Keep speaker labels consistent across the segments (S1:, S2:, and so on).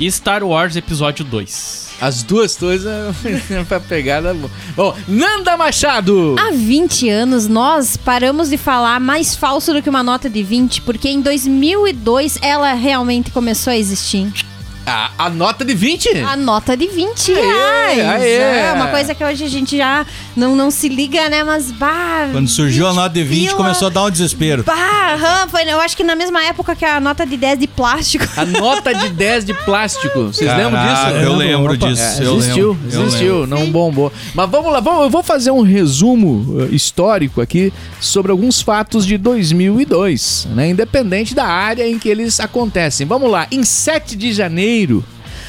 S1: e Star Wars Episódio 2.
S2: As duas coisas pra pegada. boa. Bom, Nanda Machado.
S3: Há 20 anos, nós paramos de falar mais falso do que uma nota de 20, porque em 2002 ela realmente começou a existir.
S2: A, a nota de 20?
S3: A nota de 20
S2: Aê,
S3: reais!
S2: aê.
S3: É uma coisa que hoje a gente já não, não se liga, né? Mas, bah...
S4: Quando surgiu a nota de 20,
S3: pila.
S4: começou a dar um desespero.
S3: Bah, aham, foi, eu acho que na mesma época que a nota de 10 de plástico.
S2: A nota de 10 de plástico. Vocês lembram
S4: Caraca,
S2: disso?
S4: Eu lembro
S5: Opa,
S4: disso.
S2: É,
S4: eu
S2: existiu,
S4: lembro, eu
S2: existiu, não bombou. Mas vamos lá, vamos, eu vou fazer um resumo eh, histórico aqui sobre alguns fatos de 2002, né, independente da área em que eles acontecem. Vamos lá, em 7 de janeiro,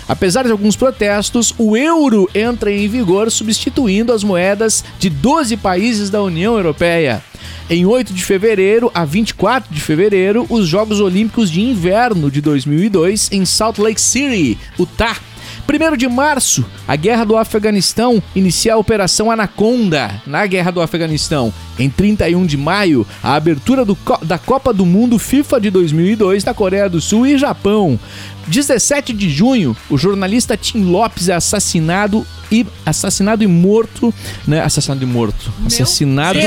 S2: apesar de alguns protestos, o euro entra em vigor substituindo as moedas de 12 países da União Europeia. Em 8 de fevereiro a 24 de fevereiro, os Jogos Olímpicos de Inverno de 2002 em Salt Lake City, Utah. 1 de março, a Guerra do Afeganistão inicia a Operação Anaconda na Guerra do Afeganistão. Em 31 de maio, a abertura do Co- da Copa do Mundo FIFA de 2002 na Coreia do Sul e Japão. 17 de junho, o jornalista Tim Lopes é assassinado e assassinado e morto, né? Assassinado e morto. assassinado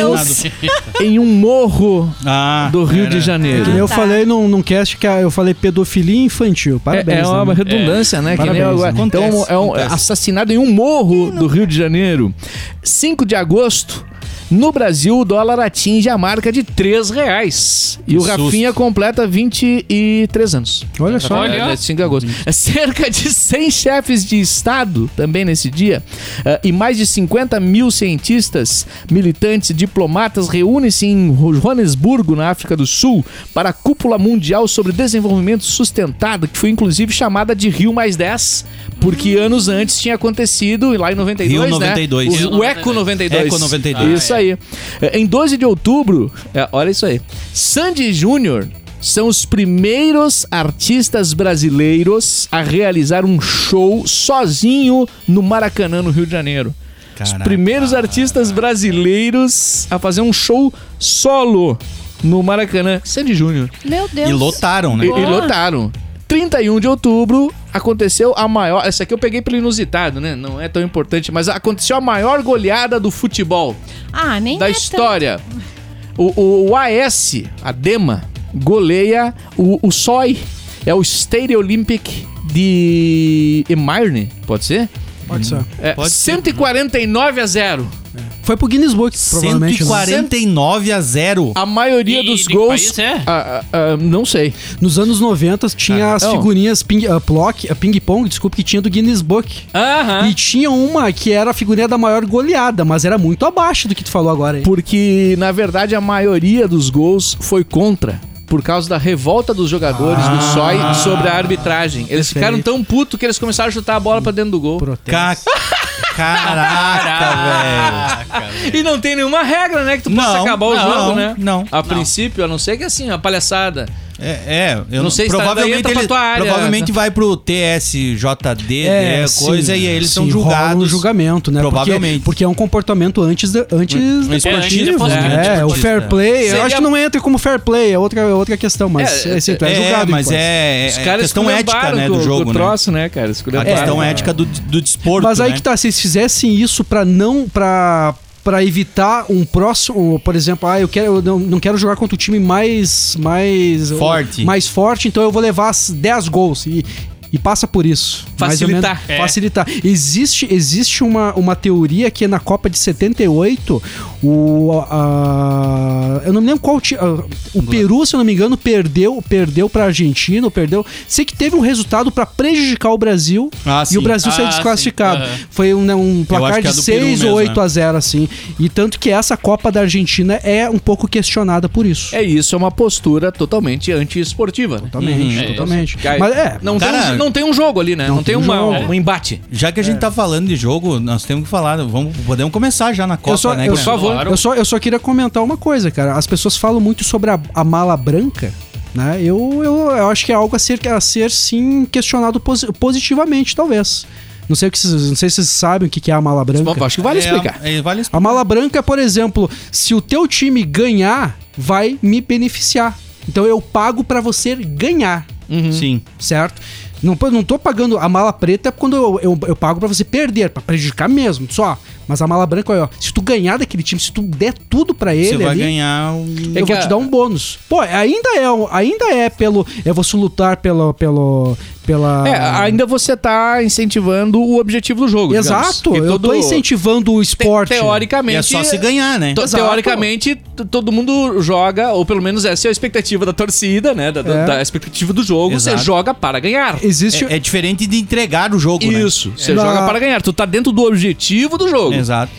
S2: em um morro
S4: Ah,
S2: do Rio de
S5: Que
S2: Janeiro.
S5: nem eu
S3: tá.
S5: falei num, num cast que a- eu falei pedofilia infantil. Parabéns.
S2: é, é uma
S5: né?
S2: redundância, né? que nem
S5: Parabéns,
S2: agora.
S5: né?
S2: Então,
S4: Acontece,
S2: é um
S4: acontece.
S2: assassinado em um morro do Rio de Janeiro. 5 de agosto, No Brasil, o dólar atinge a marca de 3 reais. E o Rafinha completa 23 anos.
S5: Olha só.
S1: Olha.
S2: É, 5 de agosto. Cerca de 100 chefes de Estado, também nesse dia, eh, e mais de 50 mil cientistas, militantes e diplomatas reúnem-se em Joanesburgo, na África do Sul, para a Cúpula Mundial sobre Desenvolvimento Sustentado, que foi inclusive chamada de Rio Mais 10, porque anos antes tinha acontecido, e lá em 92,
S4: Rio
S2: né?
S4: 92.
S2: O-
S4: Rio
S2: o Eco 92.
S4: É. Eco 92.
S2: Isso aí. É, Em 12 de outubro, é, olha isso aí. Sandy Júnior são os primeiros artistas brasileiros a realizar um show sozinho no Maracanã, no Rio de Janeiro. Os
S4: Caraca.
S2: primeiros artistas brasileiros a fazer um show solo no Maracanã. Sandy Júnior.
S3: Meu Deus.
S4: E lotaram, né?
S2: E, e lotaram. 31 de outubro aconteceu a maior. Essa aqui eu peguei pelo inusitado, né? Não é tão importante, mas aconteceu a maior goleada do futebol
S3: Ah, nem
S2: da
S3: é
S2: história. O, o, o AS, a Dema, goleia o, o SOI. É o State Olympic de Emirne, pode ser?
S5: Pode ser.
S2: É,
S4: Pode ser.
S2: 149 a 0.
S5: Foi pro Guinness Book, provavelmente. né?
S4: 149 a 0.
S2: A maioria
S1: E
S2: dos
S1: de que
S2: gols.
S1: país é?
S2: Ah, ah, ah, não sei.
S5: Nos anos 90 tinha as
S2: não.
S5: figurinhas ping, ah, block, ah, ping pong, desculpa, que tinha do Guinness Book.
S2: Aham.
S5: E tinha uma que era a figurinha da maior goleada, mas era muito abaixo do que tu falou agora aí.
S2: Porque, na verdade, a maioria dos gols foi contra. Por causa da revolta dos jogadores do
S4: Ah.
S2: SOI sobre a arbitragem. Eles ficaram tão putos que eles começaram a chutar a bola pra dentro do gol.
S4: Ca... Caraca,
S2: E não tem nenhuma regra, né? Que tu possa
S4: Não,
S2: acabar o
S4: não,
S2: jogo, né?
S4: não.
S2: A princípio, a não ser que assim, a palhaçada.
S4: velho. É, é, eu
S2: Não sei se tá- daí
S4: provavelmente
S2: entra pra
S4: ele-
S2: tua área.
S4: Provavelmente vai pro TSJD, né,
S5: É, sim,
S4: coisa, e aí eles são
S5: sim, rola Um
S4: julgados.
S5: julgamento, né?
S4: Provavelmente.
S5: Porque, porque é um comportamento antes, de- antes desportivo.
S1: antes de-
S5: né? É, o
S4: desportista.
S5: fair play, eu
S2: Seria-
S5: acho que não entra como fair play, é outra, é outra questão, mas
S2: É,
S5: é, sim, tu é,
S4: É,
S5: julgado.
S4: mas
S5: enquanto.
S4: é,
S2: Os
S4: é
S2: caras
S4: questão ética,
S2: esculhambaram
S4: né,
S2: com-
S4: do
S2: com
S4: jogo,
S2: o
S4: né?
S2: troço, né, cara?
S4: A
S2: Esculhambaram.
S4: questão
S2: É.
S4: ética do, do desporto,
S5: Mas aí
S4: né?
S5: que tá, se eles fizessem isso pra não. pra para evitar um próximo, por exemplo, ah, eu quero eu não, não quero jogar contra o time mais mais
S4: Forte.
S5: mais forte, então eu vou levar as 10 gols e e passa por isso. mais ou menos.
S2: Facilitar. É.
S5: Facilitar. Existe, existe uma, uma teoria que na Copa de 78, o. a- eu não me lembro qual. ti- ah, o Peru, se eu não me engano, perdeu perdeu pra Argentina, ou perdeu. Sei que teve um resultado pra prejudicar o Brasil.
S4: Ah,
S5: e o
S4: sim.
S5: Brasil saiu
S1: Ah, sim.
S5: desclassificado.
S1: Aham.
S5: Foi um, né, um
S4: acho
S5: placar
S4: que é
S5: de
S4: do Peru
S5: 6
S4: mesmo,
S5: ou 8
S4: né?
S5: a 0 assim. E tanto que essa Copa da Argentina é um pouco questionada por isso.
S2: É isso, é uma postura totalmente antiesportiva. né?
S5: Totalmente,
S1: Uhum.
S5: totalmente.
S2: Cara,
S5: Mas é,
S2: Não, tem
S4: Cara,
S2: um, não tem um jogo ali, né? Não, tem,
S5: tem
S2: uma-
S5: jogo.
S2: um embate.
S4: Já que a
S5: É.
S4: gente tá falando de jogo, nós temos que falar, vamos, podemos começar já na Copa,
S5: eu só,
S4: né?
S5: eu
S4: cara?
S5: só vou-
S1: Claro.
S5: eu só eu só queria comentar uma coisa, cara. As pessoas falam muito sobre a, a mala branca, né? Eu, eu, eu acho que é algo a ser a ser sim questionado posi- positivamente, talvez. Não sei o que vocês, não sei se vocês sabem o que que é a mala branca.
S2: Bom, acho que vale
S4: É,
S2: explicar.
S4: é, vale explicar.
S5: A mala branca, por exemplo, se o teu time ganhar, vai me beneficiar. Então eu pago pra você ganhar,
S4: Sim.
S5: certo? Não, pa- não tô pagando a mala preta quando eu, eu, eu pago pra você perder, pra prejudicar mesmo, só. Mas a mala branca, ó, se tu ganhar daquele time, se tu der tudo pra ele
S4: Você vai
S5: ali,
S4: ganhar um...
S2: É
S5: eu
S2: que
S5: vou
S2: a-
S5: te dar um bônus. Pô, ainda é, um- ainda é pelo... Eu vou se lutar pelo... pelo pela...
S2: É,
S4: Ah.
S2: ainda você tá incentivando o objetivo do jogo. digamos.
S5: Exato,
S2: Que
S5: eu
S2: todo-
S5: tô incentivando o
S2: te-
S5: esporte.
S4: E
S2: Teoricamente.
S4: é só se ganhar, né?
S2: To-
S5: Exato.
S2: Teoricamente, t- todo mundo joga, ou pelo menos essa é a expectativa da torcida, né? Da, da-
S5: É.
S2: da expectativa do jogo.
S4: Exato.
S2: Você joga para ganhar.
S5: Existe...
S4: É, é diferente de entregar o jogo, né?
S2: Isso, você
S5: Na-
S2: joga para ganhar. Tu tá dentro do objetivo do jogo.
S4: Exato.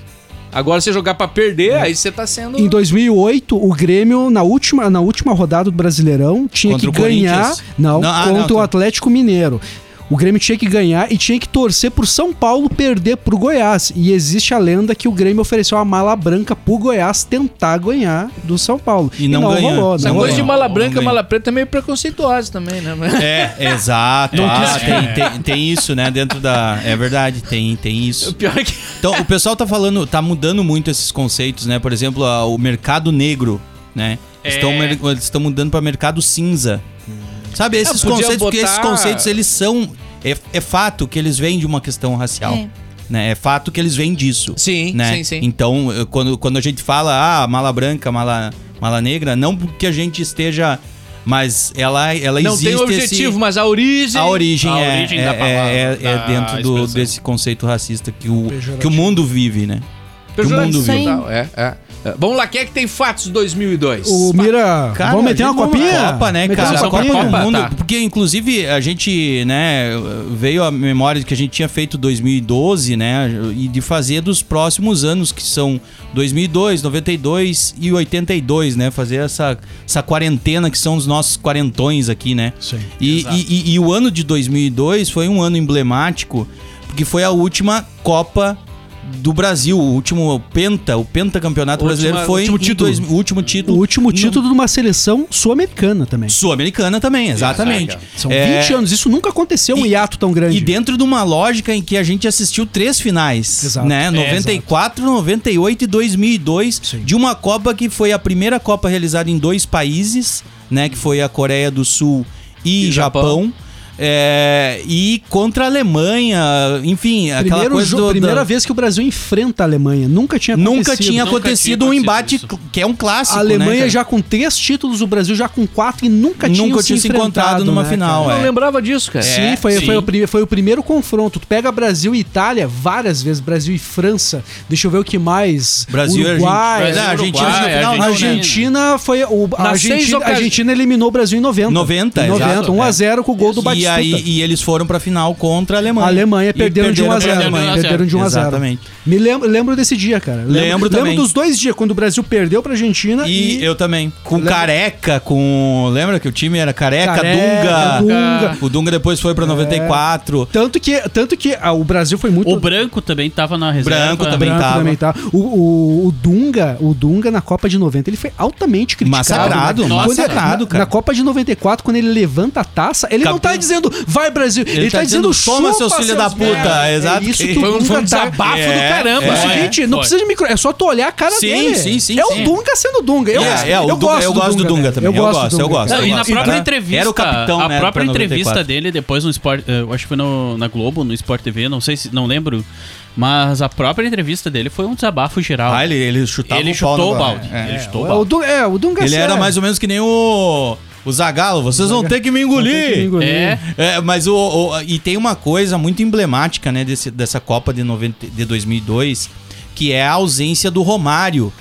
S2: Agora, você jogar para perder,
S4: É.
S2: aí você tá sendo.
S4: Então,
S5: Em 2008, o Grêmio, na última, na última rodada do Brasileirão, tinha
S4: Contra
S5: que
S4: o
S5: ganhar.
S4: Corinthians?
S5: Não,
S4: Não, ah,
S5: contra
S4: não, tá.
S5: o Atlético Mineiro. O Grêmio tinha que ganhar e tinha que torcer pro São Paulo perder pro Goiás. E existe a lenda que o Grêmio ofereceu uma mala branca pro Goiás tentar ganhar do São Paulo.
S4: E não ganhou.
S5: rolou,
S4: Essa
S5: não
S2: Essa
S4: Não,
S5: rolou.
S2: coisa de
S4: não,
S2: mala
S4: não
S2: branca
S4: ganha.
S2: e mala preta é meio preconceituosa também, né?
S4: É, exato. Ah, tem, tem, tem isso, né? Dentro da. É verdade, tem, tem
S2: O
S4: isso.
S2: pior é que.
S4: Então, o pessoal tá falando, tá mudando muito esses conceitos, né? Por exemplo, a- o mercado negro, né? Estão,
S1: É.
S4: mer- eles estão mudando pra mercado cinza. Sabe, esses
S2: É, podia
S4: conceitos, porque
S2: botar-
S4: esses conceitos, eles são. É, é fato que eles vêm de uma questão racial.
S3: É.
S4: Né? É fato que eles vêm disso.
S2: Sim,
S4: né?
S2: sim, sim.
S4: Então, eu- quando, quando a gente fala, ah, mala branca, mala, mala negra, não porque a gente esteja. Mas ela,
S2: Não
S4: ela Então, existe.
S2: tem o objetivo,
S4: esse-
S2: mas a origem.
S4: a origem,
S1: A
S4: é,
S1: origem
S4: é,
S1: da palavra,
S4: é- é
S1: da
S4: dentro do-
S1: expressão.
S4: desse conceito racista que o, que o mundo vive, né? Que o mundo
S2: Pejorativo
S3: viu.
S2: e tal, É, é. Eh, Vamos lá, quem é que tem fatos 2002?
S5: O Mira,
S4: Cara,
S5: vamos meter uma
S4: vamos
S5: copinha?
S4: Uma Copa, né,
S5: Meter
S4: cara?
S5: uma
S1: Só pra
S5: copinha?
S1: Copa.
S4: do mundo.
S1: tá.
S4: Porque, inclusive, a gente, né, veio a memória de que a gente tinha feito 2012, né, e de fazer dos próximos anos, que são 2002, 92 e 82, né, fazer essa, essa quarentena que são os nossos quarentões aqui, né.
S5: Sim.
S4: E, e- e- e o ano de 2002 foi um ano emblemático, porque foi a última Copa do Brasil, o último penta, o pentacampeonato
S2: Última-
S4: brasileiro foi
S2: último
S4: em
S2: título.
S4: dois- o último título.
S5: O último
S4: no-
S5: título de uma seleção sul-americana também.
S4: Sul-Americana também, exatamente.
S5: São
S4: É,
S5: 20 anos, isso nunca aconteceu um
S4: e-
S5: hiato tão grande.
S4: E dentro de uma lógica em que a gente assistiu três finais,
S5: Exato.
S4: né?
S5: É,
S4: 94, 98 e 2002,
S5: Sim.
S4: de uma Copa que foi a primeira Copa realizada em dois países, né? Que foi a Coreia do Sul e,
S2: E
S4: Japão.
S2: Japão.
S4: É, e contra a Alemanha, enfim, É aquela
S5: Primeiro
S4: coisa
S5: jo-
S4: do- da-
S5: primeira vez que o Brasil enfrenta a Alemanha. Nunca tinha acontecido.
S4: Nunca tinha
S1: Nunca
S4: acontecido
S1: tinha
S4: um
S1: acontecido
S4: embate
S1: isso.
S4: que é um clássico.
S5: A
S4: né,
S5: Alemanha
S4: cara?
S5: já com três títulos, o Brasil já com quatro e nunca,
S4: Nunca
S5: tinham
S4: tinha se encontrado
S5: enfrentado,
S4: numa
S5: né,
S4: final,
S2: Eu
S5: cara?
S2: não
S4: é.
S2: lembrava disso, cara.
S4: É.
S5: Sim, foi,
S1: sim.
S5: Foi, o, pri- foi o primeiro confronto. Tu pega Brasil e Itália várias vezes, Brasil e França. Deixa eu ver o que mais.
S4: Brasil e
S5: Uruguai,
S4: Argentina. Mas, é,
S1: Uruguai,
S4: Argentina, no final,
S5: A
S1: Argentina.
S4: não, né?
S5: Argentina foi. O, a,
S2: Nas seis
S5: Argentina, a
S2: ocasi-
S5: Argentina eliminou o Brasil em 90.
S4: 90,
S5: Em
S4: exato,
S5: 90,
S4: é.
S5: 1x0 com o gol do
S4: e,
S5: Batistuta.
S4: aí, e eles foram pra final contra a Alemanha.
S5: A Alemanha
S4: E
S5: perderam, de 1 a 0,
S4: pra Alemanha.
S5: perderam de 1 a 0.
S4: Exatamente.
S5: Me lembro, lembro desse dia, cara.
S4: Lembro também.
S5: Lembro dos dois dias quando o Brasil perdeu pra Argentina
S4: E,
S5: e,
S4: eu também. Com
S5: Lembra-
S4: careca, com. Lembra que o time era careca,
S5: Careca,
S4: Dunga.
S5: Dunga. É.
S4: O Dunga depois foi pra 94.
S5: tanto que tanto que ah, o Brasil foi muito
S1: O branco também tava na reserva.
S4: Branco também.
S5: branco
S4: tava.
S5: também, tá? O, o, o Dunga, o Dunga na Copa de 90, ele foi altamente criticado.
S4: Massacrado,
S5: né? Quando ele-
S4: massacrado,
S5: na-
S4: cara.
S5: Na Copa de 94, quando ele levanta a taça, ele não
S4: Capitão.
S5: tá dizendo, vai Brasil, ele, tá, dizendo,
S4: "Toma,
S5: chupa,
S4: seus filhos da puta",
S5: merda.
S4: exato.
S5: É isso
S4: Foi
S5: que
S2: um-
S5: o
S2: foi um
S5: Dunga tá-
S2: desabafo
S4: do caramba,
S5: É, o
S4: né?
S5: seguinte, não
S1: Foi.
S5: precisa de micro, é só tu olhar a cara
S4: Sim,
S5: dele.
S4: sim, sim,
S5: É
S4: sim.
S5: o Dunga sendo Dunga. Eu,
S4: É,
S5: gosto-
S4: é, o
S5: eu
S4: Dunga-
S5: gosto
S4: eu gosto do Dunga
S5: velho.
S4: também, eu gosto,
S5: do
S4: eu
S5: Dunga.
S4: gosto.
S1: Não, e na
S4: Nossa,
S1: própria
S4: cara.
S1: entrevista,
S4: Era o capitão,
S1: a
S4: né,
S1: própria
S4: pra 94.
S1: entrevista dele depois no Sport, eh, eu acho que foi no- na Globo, no Sport TV, não sei se, não lembro, mas a própria entrevista dele foi um desabafo geral.
S4: Ah, ele, ele chutava
S1: ele
S4: o pau
S1: chutou o
S4: no-
S1: balde.
S4: É.
S1: Ele chutou o
S5: É,
S1: balde.
S5: o Dunga, é, o Dunga
S4: Ele era
S5: sério.
S4: mais ou menos que nem o. O Zagalo, vocês vão ter que me
S5: Não tem que me
S4: engolir.
S5: engolir.
S1: É.
S4: É, mas o, o- e tem uma coisa muito emblemática, né, desse- dessa Copa de, 90, de 2002, que é a ausência do Romário.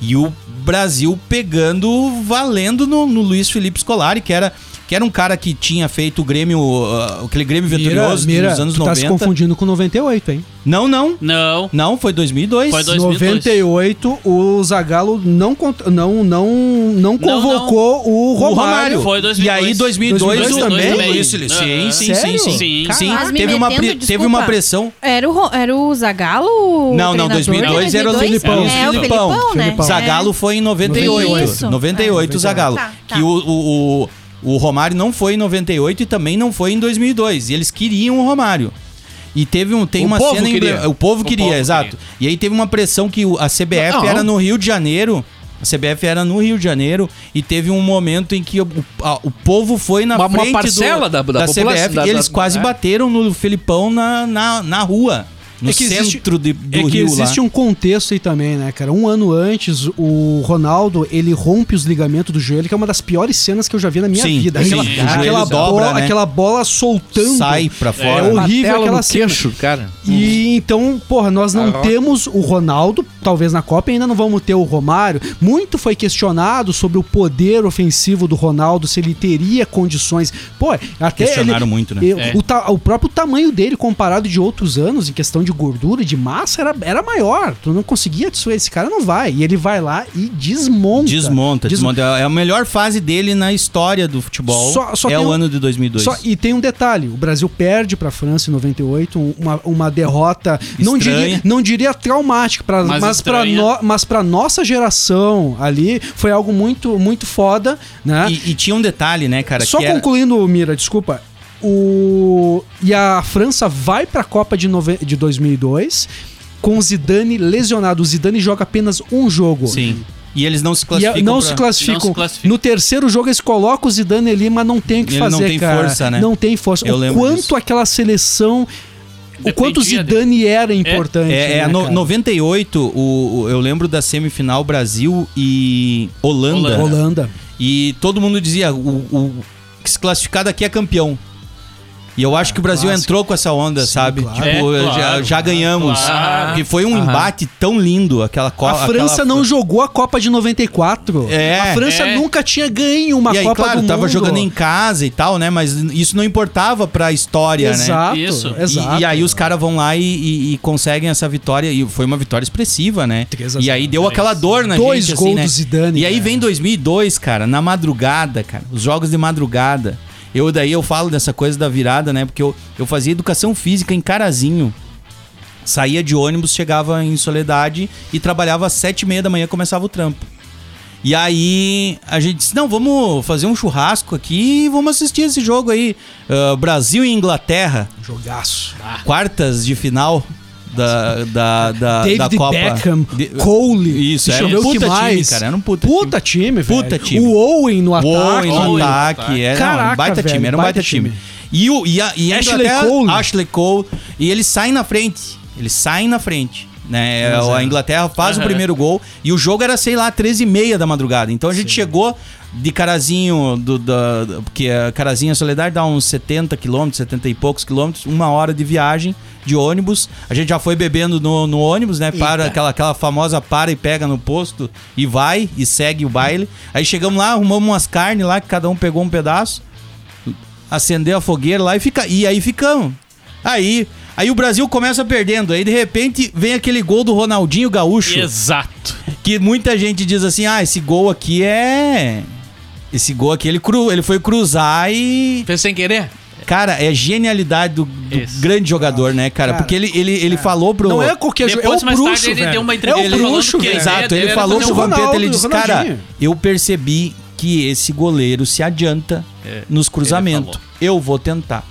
S4: E o Brasil pegando, valendo no, no Luiz Felipe Scolari, que era, que era um cara que tinha feito o Grêmio, ah, aquele Grêmio
S5: Mira,
S4: Vitorioso
S5: Mira,
S4: dos anos
S5: tu tá se
S4: 90.
S5: confundindo com 98, hein?
S4: não, não,
S1: Não.
S4: não, foi 2002.
S1: Foi 2002.
S5: 98, o Zagallo não cont- não não não
S1: não.
S5: convocou o
S4: O Romário.
S5: Romário.
S1: Foi 2002.
S4: E aí, 2002,
S5: 2002
S4: o
S5: também?
S4: Luiz Felipe- Sim,
S1: Aham.
S4: sim, sim,
S5: Sério?
S4: sim.
S1: Sim.
S4: Sim,
S3: Mas me
S4: teve, uma,
S3: metendo,
S4: pre- teve
S3: desculpa.
S4: uma pressão.
S3: Era o, Ro- era o Zagalo? o
S4: Não, não,
S3: treinador
S4: 2002
S3: de
S4: era o
S3: 2002?
S4: Filipão.
S3: É, o
S4: Filipão.
S3: Filipão, né?
S5: Filipão.
S4: Zagalo foi em 98.
S3: Isso.
S4: 98
S5: É,
S4: Zagalo.
S3: tá, tá.
S4: Que o, o, o, o Romário não foi em 98 e também não foi em 2002. E eles queriam o Romário. E teve um, tem
S2: O
S4: uma
S2: povo
S4: cena...
S2: queria.
S4: emble- O povo
S1: O
S4: queria,
S1: povo
S4: exato. E aí teve uma pressão que o- a CBF
S2: Não.
S4: era no Rio de Janeiro... A CBF era no Rio de Janeiro e teve um momento em que o, a- o povo foi na
S2: Uma- uma
S4: frente do-
S2: parcela da- da população,
S4: CBF
S2: da-
S4: e eles
S2: da-
S4: quase
S2: é.
S4: bateram no Felipão na, na, na rua, no
S5: É que existe-
S4: centro de- do
S5: é que
S4: Rio lá.
S5: existe um contexto aí também, né, cara? Um ano antes, o Ronaldo, ele rompe os ligamentos do joelho, que é uma das piores cenas que eu já vi na minha
S4: Sim,
S5: vida.
S4: sim,
S5: Aquela,
S4: o
S5: aquela
S4: joelho
S5: bola,
S4: dobra, né?
S5: aquela bola
S2: um
S5: soltando.
S4: Sai pra fora.
S5: É horrível
S2: Patela
S5: aquela
S2: no
S5: cena.
S2: queixo, cara.
S5: E então, porra, nós não temos o Ronaldo, talvez na Copa ainda não vamos ter o Romário. Muito foi questionado sobre o poder ofensivo do Ronaldo, se ele teria condições. Pô, até
S4: Questionaram
S5: ele,
S4: muito, né?
S5: eu-
S1: É.
S5: o, ta- o próprio tamanho dele comparado de outros anos em questão de gordura e de massa era, era maior. Tu não conseguia disso, esse cara não vai. E ele vai lá e desmonta.
S4: Desmonta,
S5: Desmo-
S4: desmonta. É a melhor fase dele na história do futebol.
S5: Só- só
S4: é
S5: tem
S4: o
S5: um-
S4: ano de 2002.
S5: Só- e tem um detalhe: o Brasil perde pra França em 98, um- uma, uma derrota, não
S4: Estranha.
S5: diria, não diria traumática, pra,
S1: Mas
S5: mas, pra
S1: estranha.
S5: no- mas pra nossa geração ali foi algo muito, muito foda, né?
S4: E, e tinha um detalhe, né, cara?
S5: Só
S4: que era-
S5: concluindo, Mira, desculpa. O... E a França vai pra Copa de, nove- de 2002 com o Zidane lesionado. O Zidane joga apenas um jogo.
S4: Sim. E eles não se
S5: E a-
S4: classificam.
S5: não,
S4: pra-
S5: se classificam.
S1: não se classificam.
S5: No terceiro jogo eles colocam o Zidane ali, mas não tem o que
S4: Ele não
S5: fazer,
S4: tem
S5: cara.
S4: força, né?
S5: Não tem força.
S4: Eu
S5: o
S4: lembro
S5: quanto
S4: disso.
S5: aquela seleção...
S1: Dependia
S5: o quanto o Zidane era importante.
S4: É, é,
S5: né,
S4: no-
S5: cara?
S4: 98, o, o- eu lembro da semifinal Brasil e Holanda.
S1: Holanda.
S5: Holanda.
S4: E todo mundo dizia: o, o que se classificar daqui é campeão. E eu acho que o Brasil
S5: Ah, clássico.
S4: entrou com essa onda,
S5: Sim,
S4: sabe?
S5: claro. Ah.
S4: Tipo,
S1: É, claro.
S4: já, já ganhamos.
S1: Claro.
S4: Porque foi um
S2: Aham.
S4: embate tão lindo aquela
S5: A
S4: Copa.
S5: França não jogou a Copa de 94.
S4: É,
S5: a França
S1: é.
S5: nunca tinha ganho uma
S4: e aí,
S5: Copa
S4: claro,
S5: do
S4: tava
S5: Mundo.
S4: jogando em casa e tal, né? Mas isso não importava pra história, né?
S5: Exato,
S1: Isso.
S4: E-
S5: exato.
S4: E, aí os caras vão lá e, e- e conseguem essa vitória. E foi uma vitória expressiva, né?
S5: 3 a 0.
S4: E aí deu aquela dor na
S5: Dois
S4: gente,
S5: gols
S4: assim, né?
S5: do Zidane,
S4: E aí
S5: cara.
S4: vem 2002, cara, na madrugada, cara. Os jogos de madrugada. Eu daí eu falo dessa coisa da virada, né? Porque eu, eu fazia educação física em Carazinho. Saía de ônibus, chegava em Soledade e trabalhava às sete e meia da manhã, começava o trampo. E aí a gente disse, não, vamos fazer um churrasco aqui e vamos assistir esse jogo aí. ah, Brasil e Inglaterra
S5: Um Jogaço.
S4: Ah, quartas de final da, da, da, da
S5: David
S4: Copa.
S5: Beckham,
S4: De-
S5: Cole.
S4: Isso,
S5: deixa
S4: era
S5: eu ver
S4: um
S5: o que
S4: puta time,
S5: mais.
S4: cara, era um puta
S5: time, velho.
S4: Puta time.
S5: O Owen no
S4: O
S5: ataque.
S4: Owen no
S1: Owen.
S4: ataque. É, não, era
S5: Caraca,
S4: um baita
S5: velho,
S4: time, era um baita,
S5: baita
S4: time.
S5: time.
S4: E, o, e a, e a
S5: Ashley
S4: Inglaterra-
S5: Cole.
S4: Ashley Cole. E eles saem na frente. Eles saem na frente. Né? A Inglaterra faz o
S1: Aham.
S4: primeiro gol e o jogo era, sei lá, 13 e meia da madrugada. Então a gente chegou de Carazinho, do, da- da- porque eh, Carazinho a Soledade dá uns 70 quilômetros, 70 e poucos quilômetros, uma hora de viagem de ônibus. A gente já foi bebendo no, no ônibus, né? Para aquela, aquela famosa para e pega no posto e vai e segue o baile. Aí chegamos lá, arrumamos umas carnes lá, que cada um pegou um pedaço acender a fogueira lá e fica e aí ficamos. Aí, aí o Brasil começa perdendo, aí de repente vem aquele gol do Ronaldinho Gaúcho,
S1: Exato.
S4: que muita gente diz assim: "Ah, esse gol aqui é esse gol aqui ele cru, ele foi cruzar e
S2: Hum. Fez sem querer?
S4: cara, é genialidade do, do
S1: Esse.
S4: grande jogador, né, cara?
S5: Cara,
S4: Porque ele ele, ele falou pro
S5: Não é qualquer jogo, é
S1: Depois,
S5: o
S1: mais tarde,
S4: um
S5: bruxo,
S1: ele
S5: velho.
S1: deu uma
S5: é
S1: entrevista
S5: o
S1: falando
S5: bruxo,
S1: que
S5: velho.
S1: ideia
S4: Exato,
S1: dele
S4: ele
S1: era
S4: falou
S1: fazer
S4: pro
S1: um
S5: Ronaldo,
S4: Vampeta, ele disse, cara,
S5: Ronaldinho.
S4: eu percebi que esse goleiro se adianta
S1: É,
S4: nos cruzamentos.
S1: falou.
S4: Eu vou tentar.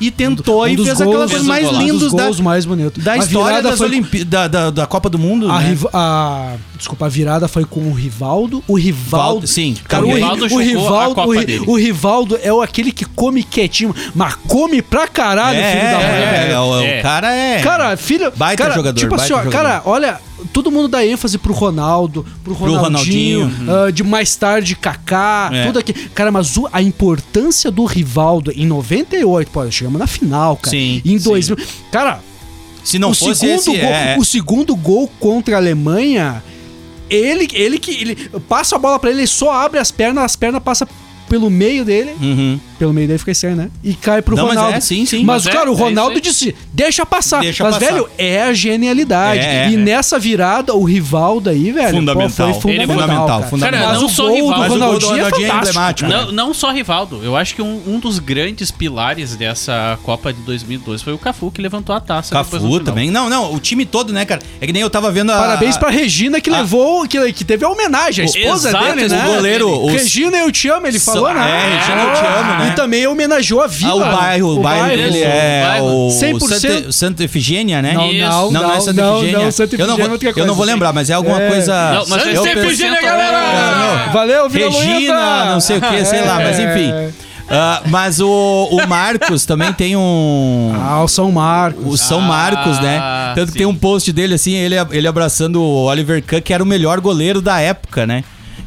S4: Um E tentou e
S5: dos
S4: fez aquela
S5: gols-
S4: coisa
S1: fez um
S4: mais
S1: golaço.
S5: um dos
S4: lindos da,
S5: gols mais bonitos.
S4: da
S5: A
S4: história
S5: virada
S4: das
S5: foi-
S4: Olimpí da, da, da Copa do Mundo,
S5: A,
S4: né?
S5: riva- a- desculpa, a virada foi com o Rivaldo. O Rivaldo.
S4: Valdo- sim.
S5: Cara, o,
S1: O
S5: Ri-
S1: Rivaldo
S5: o
S1: jogou a
S5: Rivaldo, o,
S1: Copa
S5: Ri-
S1: dele.
S5: o Rivaldo é o aquele que come quietinho, mas come pra
S4: é,
S5: caralho, filho da né? mãe,
S4: é,
S5: velho.
S4: é, o,
S1: É.
S4: o cara é...
S5: Cara, filho.
S4: Baita
S5: cara,
S4: jogador,
S5: Tipo
S4: baita
S5: assim, ó,
S4: jogador.
S5: cara, olha, todo mundo dá ênfase pro Ronaldo, pro
S4: Ronaldinho,
S5: Ronaldinho,
S4: uhum.
S5: ah, de mais tarde Kaká,
S4: É.
S5: tudo aqui. Cara, mas o- a importância do Rivaldo em 98, pô, chegamos na final, cara.
S4: Sim,
S5: Em
S4: sim.
S5: 2000. Cara,
S4: se não
S5: o
S4: fosse
S5: segundo,
S4: esse...
S5: gol,
S4: é,
S5: o segundo gol contra a Alemanha, ele, ele que ele passa a bola pra ele, ele só abre as pernas, as pernas passam pelo meio dele,
S4: Uhum.
S5: pelo meio dele fica estranho, né? E cai pro
S4: Não, mas
S5: Ronaldo.
S4: é, sim, sim.
S5: Mas,
S1: Mas é,
S5: cara, o
S1: é isso
S5: Ronaldo
S1: aí.
S5: disse, deixa passar.
S4: Deixa
S5: mas,
S4: passar.
S5: velho, é a genialidade.
S4: É,
S5: e
S4: é.
S5: nessa virada, o rival daí, velho,
S4: Fundamental.
S5: pô, foi
S1: Ele é
S5: fundamental.
S4: fundamental,
S5: cara.
S4: fundamental.
S1: Cara,
S5: mas
S1: não
S5: o
S1: só
S5: gol
S1: rival,
S5: do
S1: mas o
S5: Ronaldinho,
S4: gol do Ronaldinho é
S5: é fantástico.
S4: emblemático.
S5: cara.
S1: Não, não só Rivaldo, eu acho que um, um dos grandes pilares dessa Copa de 2002 foi o Cafu que levantou a taça. depois no
S4: Cafu
S1: final.
S4: também. Não, não, o time todo, né, cara? É que nem eu tava vendo a...
S5: Parabéns pra Regina, que
S4: a-
S5: levou, que, que teve a homenagem, a esposa
S1: Exato,
S5: dele, né?
S4: Ah. o goleiro, o-
S5: Regina, eu te amo, ele falou, né?
S4: É, Regina, eu te amo, né?
S5: E também homenageou a
S4: Ah,
S5: vila.
S4: o bairro, o bairro dele é
S1: bairro.
S4: o
S5: 100%.
S4: Santa, Santa Efigênia, né?
S5: Não, não,
S4: Não, não é Santa
S5: não,
S4: Efigênia.
S5: não, Santa
S4: eu não
S5: Efigênia é
S4: vou,
S5: outra
S4: eu não vou
S5: coisa.
S4: lembrar, mas é alguma
S5: É.
S4: coisa.
S1: Não, mas é
S4: eu
S1: Santa
S4: penso-
S1: Efigênia,
S4: É,
S1: galera!
S4: não.
S5: Valeu, Vila É.
S4: Regina,
S5: Luísa!
S4: não sei o que, sei lá, mas enfim. Ah, mas o, o Marcos também tem um.
S5: Ah, o São Marcos.
S4: O São Marcos, né?
S1: Ah,
S4: Tanto que
S1: sim.
S4: tem um post dele assim, ele, ele abraçando o Oliver Kahn, que era o melhor goleiro da época, né?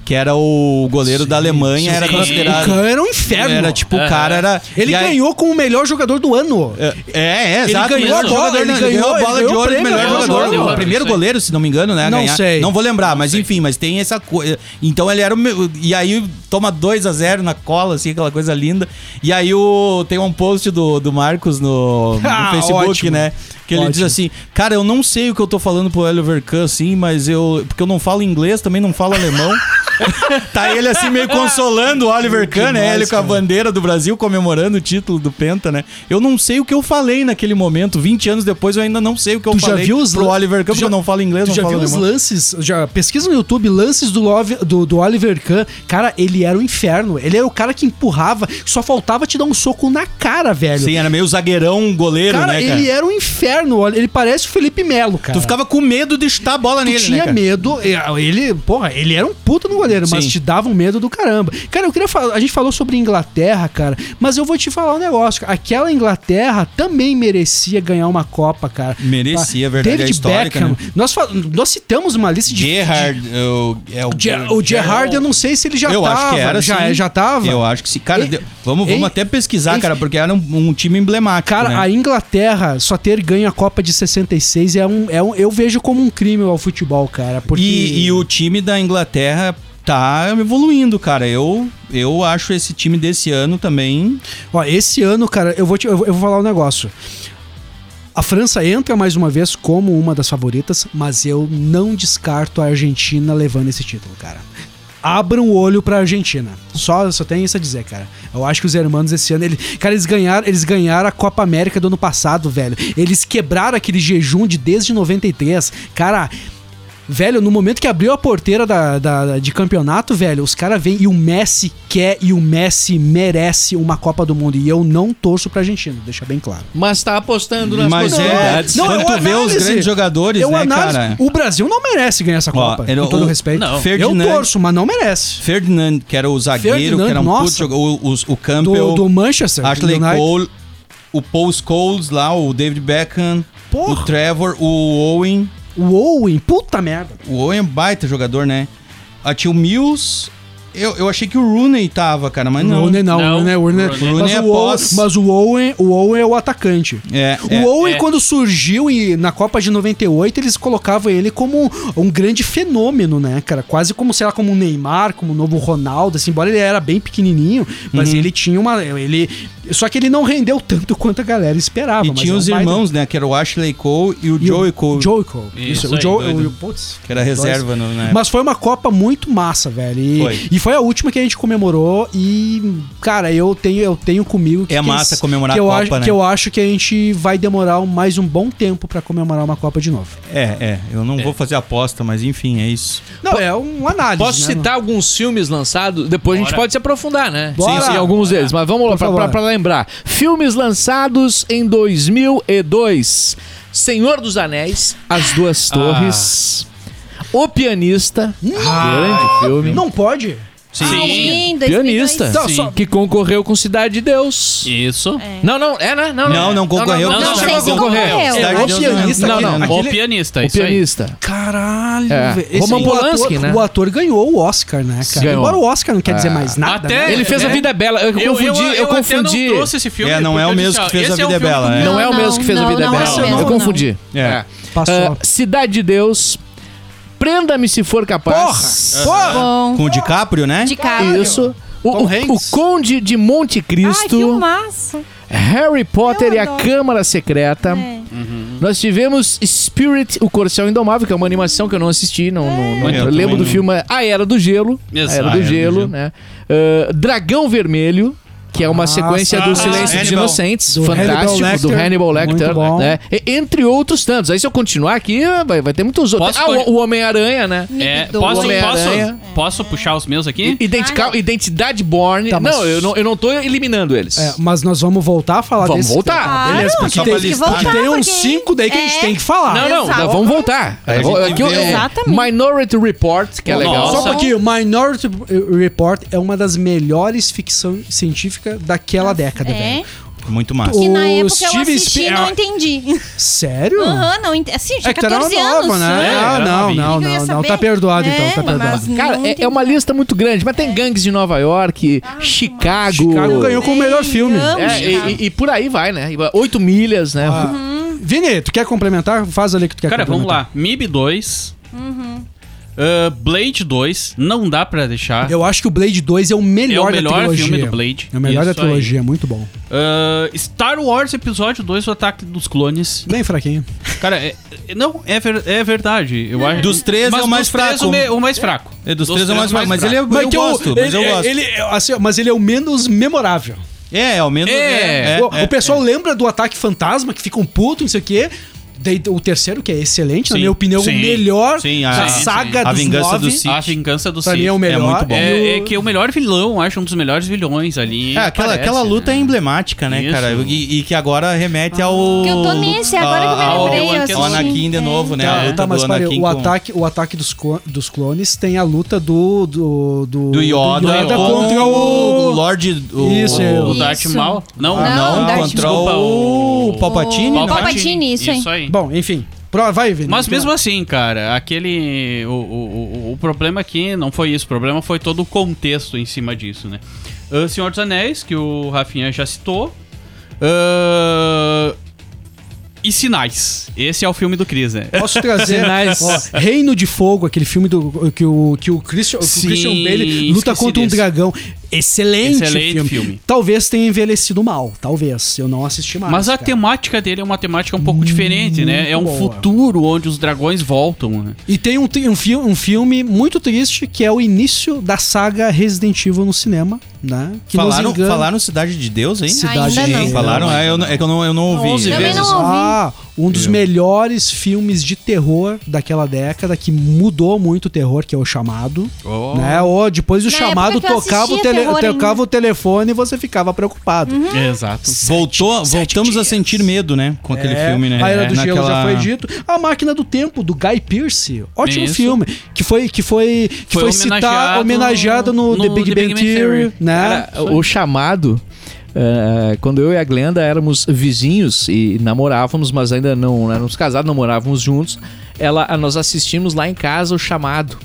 S4: Que era o goleiro da Alemanha, era
S1: sim.
S5: O
S4: considerado.
S5: Kahn era um inferno.
S4: Era tipo, o cara era.
S5: Ele
S4: e aí-
S5: ganhou como o melhor jogador do ano.
S4: É, é,
S5: Ele
S4: exato.
S5: ganhou
S4: melhor
S5: a bola,
S4: jogador,
S5: ele
S4: né?
S5: ganhou-
S4: a
S5: ele
S4: bola
S5: ganhou
S4: de
S5: o
S4: ouro de
S5: prêmio,
S4: melhor
S5: ganhou a
S4: jogador.
S5: bola de
S4: O
S1: ouro,
S4: primeiro
S1: isso aí.
S4: goleiro, se não me engano, né? a
S5: Não
S4: ganhar.
S5: sei.
S4: Não vou lembrar, mas enfim, mas tem essa coisa. Então ele era o meu. E aí toma 2 a 0 na cola, assim, aquela coisa linda. E aí o... tem um post do, do Marcos no, no
S5: Ah,
S4: Facebook,
S5: ótimo.
S4: né? Que ele diz
S5: Ótimo.
S4: assim: Cara, eu não sei o que eu tô falando pro Oliver Kahn, assim, mas eu. Porque eu não falo inglês, também não falo alemão. tá ele assim meio consolando o Oliver Kahn, né?
S5: demais,
S4: Ele com a
S5: cara.
S4: bandeira do Brasil comemorando o título do Penta, né? Eu não sei o que eu falei naquele momento. 20 anos depois eu ainda não sei o que eu
S5: Tu já
S4: falei
S5: viu os
S4: pro
S5: lan-
S4: Oliver Kahn,
S5: tu
S4: porque
S5: já-
S4: eu não falo inglês,
S5: Tu
S4: não
S5: já
S4: falo
S5: viu os
S4: alemão.
S5: lances? Já pesquisa no YouTube, lances do, Love- do, do Oliver Kahn. Cara, ele era um inferno. Ele era o cara que empurrava, só faltava te dar um soco na cara, velho.
S4: Sim, era meio zagueirão, goleiro,
S5: cara,
S4: né, cara?
S5: ele era um inferno. olha, Ele parece o Felipe Melo, cara.
S4: Tu ficava com medo de chutar a bola
S5: Tu
S4: nele, né,
S5: tinha
S4: cara?
S5: medo. Ele, porra, ele era um puta no goleiro, mas
S4: Sim.
S5: te dava um medo do caramba. Cara, eu queria falar. A gente falou sobre Inglaterra, cara, mas eu vou te falar um negócio. cara. Aquela Inglaterra também merecia ganhar uma Copa, cara. Tá?
S4: Merecia, a verdade
S5: David
S4: é histórica,
S5: Beckham.
S4: né?
S5: Nós, fal- nós citamos uma lista de.
S4: Gerhard, o, é o,
S5: de- o Gerrard, eu não sei se ele já
S4: eu
S5: tava.
S4: acho que era,
S5: já, é,
S4: sim.
S5: já tava.
S4: Eu acho que sim. Cara,
S5: E-
S4: deu- vamos, vamos
S5: e-
S4: até pesquisar,
S5: e-
S4: cara, porque era um, um time emblemático.
S5: Cara,
S4: né?
S5: a Inglaterra só ter ganho a Copa de 66 é um, é um. Eu vejo como um crime ao futebol, cara. Porque...
S4: E, e o time da Inglaterra tá evoluindo, cara. Eu, eu acho esse time desse ano também.
S5: Ó, esse ano, cara, eu vou, te- eu vou- eu vou falar um negócio. A França entra mais uma vez como uma das favoritas, mas eu não descarto a Argentina levando esse título, cara. Abram o olho pra Argentina. Só, só tenho isso a dizer, cara. Eu acho que os hermanos esse ano. Ele, cara, eles ganharam, eles ganharam a Copa América do ano passado, velho. Eles quebraram aquele jejum de desde 93. Cara, Velho, no momento que abriu a porteira da, da- da- de campeonato, velho, os caras vêm e o Messi quer e o Messi merece uma Copa do Mundo. E eu não torço pra Argentina, deixa bem claro.
S2: Mas tá apostando nas
S4: Mas é.
S2: possibilidades.
S5: Não,
S4: quando
S5: eu
S4: tu vê os
S5: análise.
S4: grandes jogadores,
S5: eu
S4: né,
S5: analiso.
S4: cara?
S5: O Brasil não merece ganhar essa Copa,
S4: era
S5: com todo
S4: o- né?
S5: respeito.
S1: não,
S5: eu
S4: Ferdinand-
S5: torço, mas não merece.
S4: Ferdinand, que era o zagueiro,
S5: Ferdinand,
S4: que era um
S5: nossa.
S4: puto jogador. O, o, o Campbell,
S5: Do, do Manchester.
S4: Ashley
S5: United.
S4: Cole, o Paul Scholes lá, o David Beckham,
S5: Porra.
S4: o Trevor, o Owen.
S5: O Owen, puta merda.
S4: O Owen é um baita jogador, né? Ah, Tinha o Mills. Eu, eu achei que o Rooney tava, cara, mas não.
S5: o Rooney não,
S1: não.
S5: o
S2: né?
S5: Rooney, o Rooney-
S1: Rooney
S5: mas
S4: é
S5: o Owen-
S4: pós.
S5: Mas o Owen, o Owen é o atacante.
S4: É,
S5: O
S4: é.
S5: Owen,
S1: é.
S5: quando surgiu e, na Copa de 98, eles colocavam ele como um grande fenômeno, né, cara? Quase como, sei lá, como o Neymar, como o novo Ronaldo, assim, embora ele era bem pequenininho, mas
S4: Uhum.
S5: ele tinha uma... Ele... Só que ele não rendeu tanto quanto a galera esperava.
S4: E
S5: mas
S4: tinha
S5: é um
S4: os
S5: baita-
S4: irmãos, né? Que era o Ashley Cole e o
S5: E
S4: Joey Cole.
S5: Joey Cole. Isso,
S1: Isso
S5: o
S1: aí,
S5: Joey...
S1: doido.
S5: o- Putz,
S4: Que era
S5: dois.
S4: reserva, no, né?
S5: Mas foi uma Copa muito massa, velho. E e foi.
S4: Foi.
S5: a última que a gente comemorou e, cara, eu tenho, eu tenho comigo que
S4: É
S5: que
S4: massa comemorar
S5: que
S4: a
S5: eu
S4: Copa,
S5: acho,
S4: né?
S5: Que eu acho que a gente vai demorar um- mais um bom tempo pra comemorar uma Copa de novo.
S4: É, é. Eu não vou fazer aposta, mas enfim, é isso.
S5: Não, é um análise.
S2: Posso
S5: né?
S2: citar alguns filmes lançados? Depois a gente
S1: Bora.
S2: pode se aprofundar, né?
S5: Bora.
S2: Sim, sim, alguns deles. Mas vamos lá,
S5: Por
S2: pra,
S5: favor.
S2: pra- pra lembrar. Filmes lançados em 2002. Senhor dos Anéis, As Duas
S5: Ah.
S2: Torres, O Pianista, grande filme.
S5: Ah. Não pode.
S1: Sim.
S3: Sim, 2002.
S2: Pianista,
S5: Não, só-
S2: que concorreu com Cidade de Deus.
S1: Isso.
S2: Não, não, é, né? Não,
S4: Não, não concorreu.
S2: Não, não,
S1: Não,
S2: não, chegou a
S1: sim,
S2: concorrer.
S3: concorreu.
S2: É,
S4: Cidade de
S2: o
S4: Deus
S2: pianista. Não,
S5: aquele-
S2: não,
S5: aquele-
S1: O pianista, é
S2: o
S1: isso aí.
S2: pianista.
S5: Caralho,
S2: É.
S5: velho. Esse-
S2: Roman
S5: o ator-
S2: Polanski, né?
S5: O ator ganhou o Oscar, né, cara?
S2: Ganhou. É.
S5: Embora o Oscar não quer dizer mais nada.
S1: Até-
S5: né?
S2: Ele fez a
S1: É.
S2: vida é bela. Eu confundi, eu,
S1: até não
S2: confundi.
S1: trouxe esse filme
S4: É, não é
S1: porque
S4: o
S1: eu
S4: mesmo
S1: disse,
S4: que
S1: ó,
S4: fez
S1: esse
S4: A
S1: é um
S4: Vida é
S1: filme
S4: Bela,
S1: que-
S4: é.
S2: Não, é o
S3: Não,
S2: mesmo que fez a
S3: não,
S2: vida é
S3: não
S2: bela.
S3: é o
S2: eu
S3: mesmo, não.
S2: confundi.
S4: É.
S5: né? Passou.
S2: Ah, Cidade de Deus. Prenda-me se for capaz.
S5: Porra!
S3: Bom,
S4: Ah. Com o DiCaprio, né?
S3: de cara.
S2: Isso. O,
S5: Tom
S2: o- o
S5: Hanks.
S2: Conde de Monte
S3: Ai, que
S2: Cristo,
S3: massa.
S2: Harry Potter
S3: Eu
S2: e a
S3: adoro.
S2: Câmara Secreta.
S3: É.
S2: Nós tivemos Spirit, o Corcel Indomável, que é uma animação que eu não assisti, não, não- não-
S4: É,
S2: eu
S4: eu
S2: lembro
S4: também
S2: do
S4: não.
S2: filme A Era do Gelo,
S1: Exato.
S2: A Era
S1: A
S2: do
S1: Era do
S2: Gelo,
S1: Gelo.
S2: né? Ah, Dragão Vermelho, que é uma
S5: Nossa.
S2: sequência
S5: Ah,
S2: do Silêncio dos
S4: Hannibal.
S2: Inocentes,
S5: Do
S2: fantástico,
S5: Hannibal
S2: do
S5: Lecter.
S2: Hannibal
S5: Muito
S2: Lecter,
S5: bom.
S2: né? E- entre outros tantos. Aí se eu continuar aquaqui, vai, vai ter muitos outros.
S1: Posso
S2: Ah,
S1: con-
S2: o, o Homem-Aranha, né?
S3: Me
S1: É,
S3: perdoa.
S1: posso,
S2: Homem-Aranha.
S1: posso, posso puxar os meus aqui?
S2: Identica-
S3: Ah, não.
S2: Identidade Born.
S5: Tá, mas-
S2: não, eu não, eu não tô eliminando eles.
S5: É, mas nós vamos voltar a falar
S2: Vamos
S5: desse.
S2: voltar.
S3: Ah,
S5: Beleza,
S3: não,
S5: porque
S4: só
S5: tem,
S4: pra listar.
S5: porque tem uns
S3: Porque-
S5: cinco daí que a gente
S3: é.
S5: tem que falar.
S2: Não, não,
S3: Exato.
S2: nós vamos voltar.
S4: A gente
S2: Aqui,
S4: vê
S2: o-
S4: um-
S3: Exatamente.
S2: Minority Report, que é legal.
S5: Só
S1: Nossa.
S5: um pouquinho, Minority Report é uma das melhores ficção científica daquela década,
S3: É,
S5: velho.
S4: Muito massa.
S5: O
S3: que na época eu
S5: Steven
S3: assisti e
S5: Spielberg-
S3: não entendi.
S5: Sério?
S3: Aham, não entendi. Assim, tinha
S5: É que tu era
S3: 14 anos.
S5: nova, né?
S1: né?
S5: ah,
S1: Era
S5: não,
S1: novinha.
S5: não,
S3: O que eu ia
S5: não, não. Tá
S3: saber?
S5: perdoado,
S3: É,
S5: então, tá
S3: mas
S5: perdoado.
S2: Cara,
S3: não
S2: é, é
S3: entendi.
S2: uma lista muito grande, mas tem gangues de Nova York, Chicago.
S5: Chicago ganhou com o melhor filme.
S3: Amo
S2: É,
S3: Chicago.
S2: e, e- e por aí vai, né? E Oito milhas, né?
S5: Ah. Vini, tu quer complementar? Faz ali que tu quer
S1: Cara, vamos
S5: complementar.
S1: lá. MIB 2.
S3: Uhum.
S1: Ah, Blade 2. Não dá pra deixar.
S5: Eu acho que o Blade 2 é o melhor,
S1: É o melhor
S5: da trilogia.
S1: filme do Blade.
S5: É o melhor da
S1: Isso aí.
S5: trilogia, muito bom.
S1: Ah, Star Wars Episódio 2, O Ataque dos Clones.
S5: Bem fraquinho.
S1: Cara, é- é- não, é, ver- é verdade. Eu acho.
S4: Dos três
S1: Mas
S4: é o mais
S1: dos três
S4: fraco.
S1: o me- o mais fraco.
S4: É, dos três é o mais fraco, mas ele
S1: fraco.
S4: é. Eu
S5: que eu-
S4: gosto, mas eu
S5: um- ele-
S4: gosto.
S5: ele- assim, mas ele é o menos memorável.
S4: É, ao menos.
S1: É.
S5: o, o pessoal lembra do ataque fantasma, que fica um puto, não sei o quê. Daí, o terceiro, que é excelente, na
S1: Sim,
S5: minha opinião,
S1: sim,
S5: o melhor
S4: sim, a-
S5: da
S1: sim,
S5: saga
S4: sim. A
S5: dos
S4: Vingança
S5: nove.
S4: do Sith.
S1: A vingança do
S5: Pra mim é o
S1: Sith.
S5: melhor.
S4: muito bom.
S5: e o-
S1: É, é que o melhor vilão, acho um dos melhores vilões ali.
S4: É, aquela,
S1: aparece,
S4: aquela luta
S1: né?
S4: é emblemática, né,
S1: Isso.
S4: cara? E, e que agora remete ao.
S3: Que eu tô nesse, agora que eu me
S4: ao-
S1: lembrei, eu
S4: Ao, ao
S1: assisti.
S4: Anakin de novo,
S1: É,
S4: né?
S5: Tá,
S4: a luta
S5: tá, mas
S4: do
S5: peraí,
S4: Anakin
S5: o,
S4: com-
S5: ataque, o ataque dos, clo- dos clones tem a luta do. Do, do,
S4: do Yoda, com
S5: contra o.
S4: Lorde. O,
S5: Isso, é.
S1: O
S4: o,
S1: Darth
S3: Isso.
S1: Maul? Não,
S3: Ah,
S4: não,
S3: não, Darth Maul.
S4: contra
S1: Desculpa,
S4: o,
S1: o-
S4: Palpatine.
S3: o
S4: né?
S3: Palpatine. isso, hein?
S1: Isso aí.
S5: Bom, enfim. Pro- Vai, Vini. então.
S1: Mas mesmo assim, cara, aquele. O, o, o, o problema aqui não foi isso. O problema foi todo o contexto em cima disso, né? Ah, Senhor dos Anéis, que o Rafinha já citou. Ah, e Sinais. Esse é o filme do Chris, né?
S5: Posso trazer
S1: Sinais.
S5: ó, Reino de Fogo, aquele filme do que o, que o, Christian, que o
S1: Sim,
S5: Christian Bale luta
S1: esqueci
S5: contra um
S1: desse.
S5: dragão. Excelente,
S1: Excelente
S5: filme.
S1: filme.
S5: Talvez tenha envelhecido mal, talvez. Eu não assisti mais.
S1: Mas a
S5: cara.
S1: temática dele é uma temática um pouco diferente, né? É um
S5: boa.
S1: futuro onde os dragões voltam, né?
S5: E tem um, tri- um, fi- um filme muito triste que é o início da saga Resident Evil no cinema, né? Que nos
S4: Falaram,
S5: engana-
S4: falaram Cidade de Deus, hein?
S5: Cidade
S3: Ainda
S5: de
S3: não.
S4: Falaram, é, eu não- é que eu não, eu não ouvi.
S1: Onze
S4: É.
S3: Também
S1: vezes.
S3: não ouvi.
S5: Ah, um dos melhores filmes de terror daquela década que mudou muito o terror, que é o chamado. Né? Ou depois do
S3: Na
S5: chamado
S3: época que eu
S5: tocava, o,
S3: assistia
S5: tele-
S3: terror
S5: tocava
S3: ainda.
S5: o telefone e você ficava
S1: Hum.
S5: preocupado.
S1: Exato.
S4: Voltou, voltamos a
S5: dias.
S4: sentir medo, né? Com aquele
S5: É,
S4: filme, né?
S5: A Era do Gelo
S4: Naquela-
S5: já foi dito. A Máquina do Tempo, do Guy Pearce. Ótimo
S1: Isso.
S5: filme. Que foi, que foi, que foi, citar, homenageado no, The Big Bang Theory, né?
S2: Cara, Ah, o chamado. eh, quando eu e a Glenda éramos vizinhos e namorávamos, mas ainda não né, éramos casados, não morávamos juntos, ela, ah, nós assistimos lá em casa o chamado,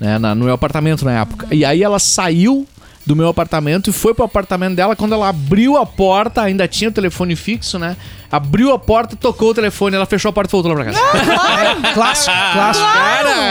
S2: né, na- no meu apartamento na época. E aí ela saiu do meu apartamento e foi pro apartamento dela. Quando ela abriu a porta, ainda tinha o telefone fixo, né? Abriu a porta, tocou o telefone, ela fechou a porta e voltou lá pra casa.
S5: Clássico, clássico.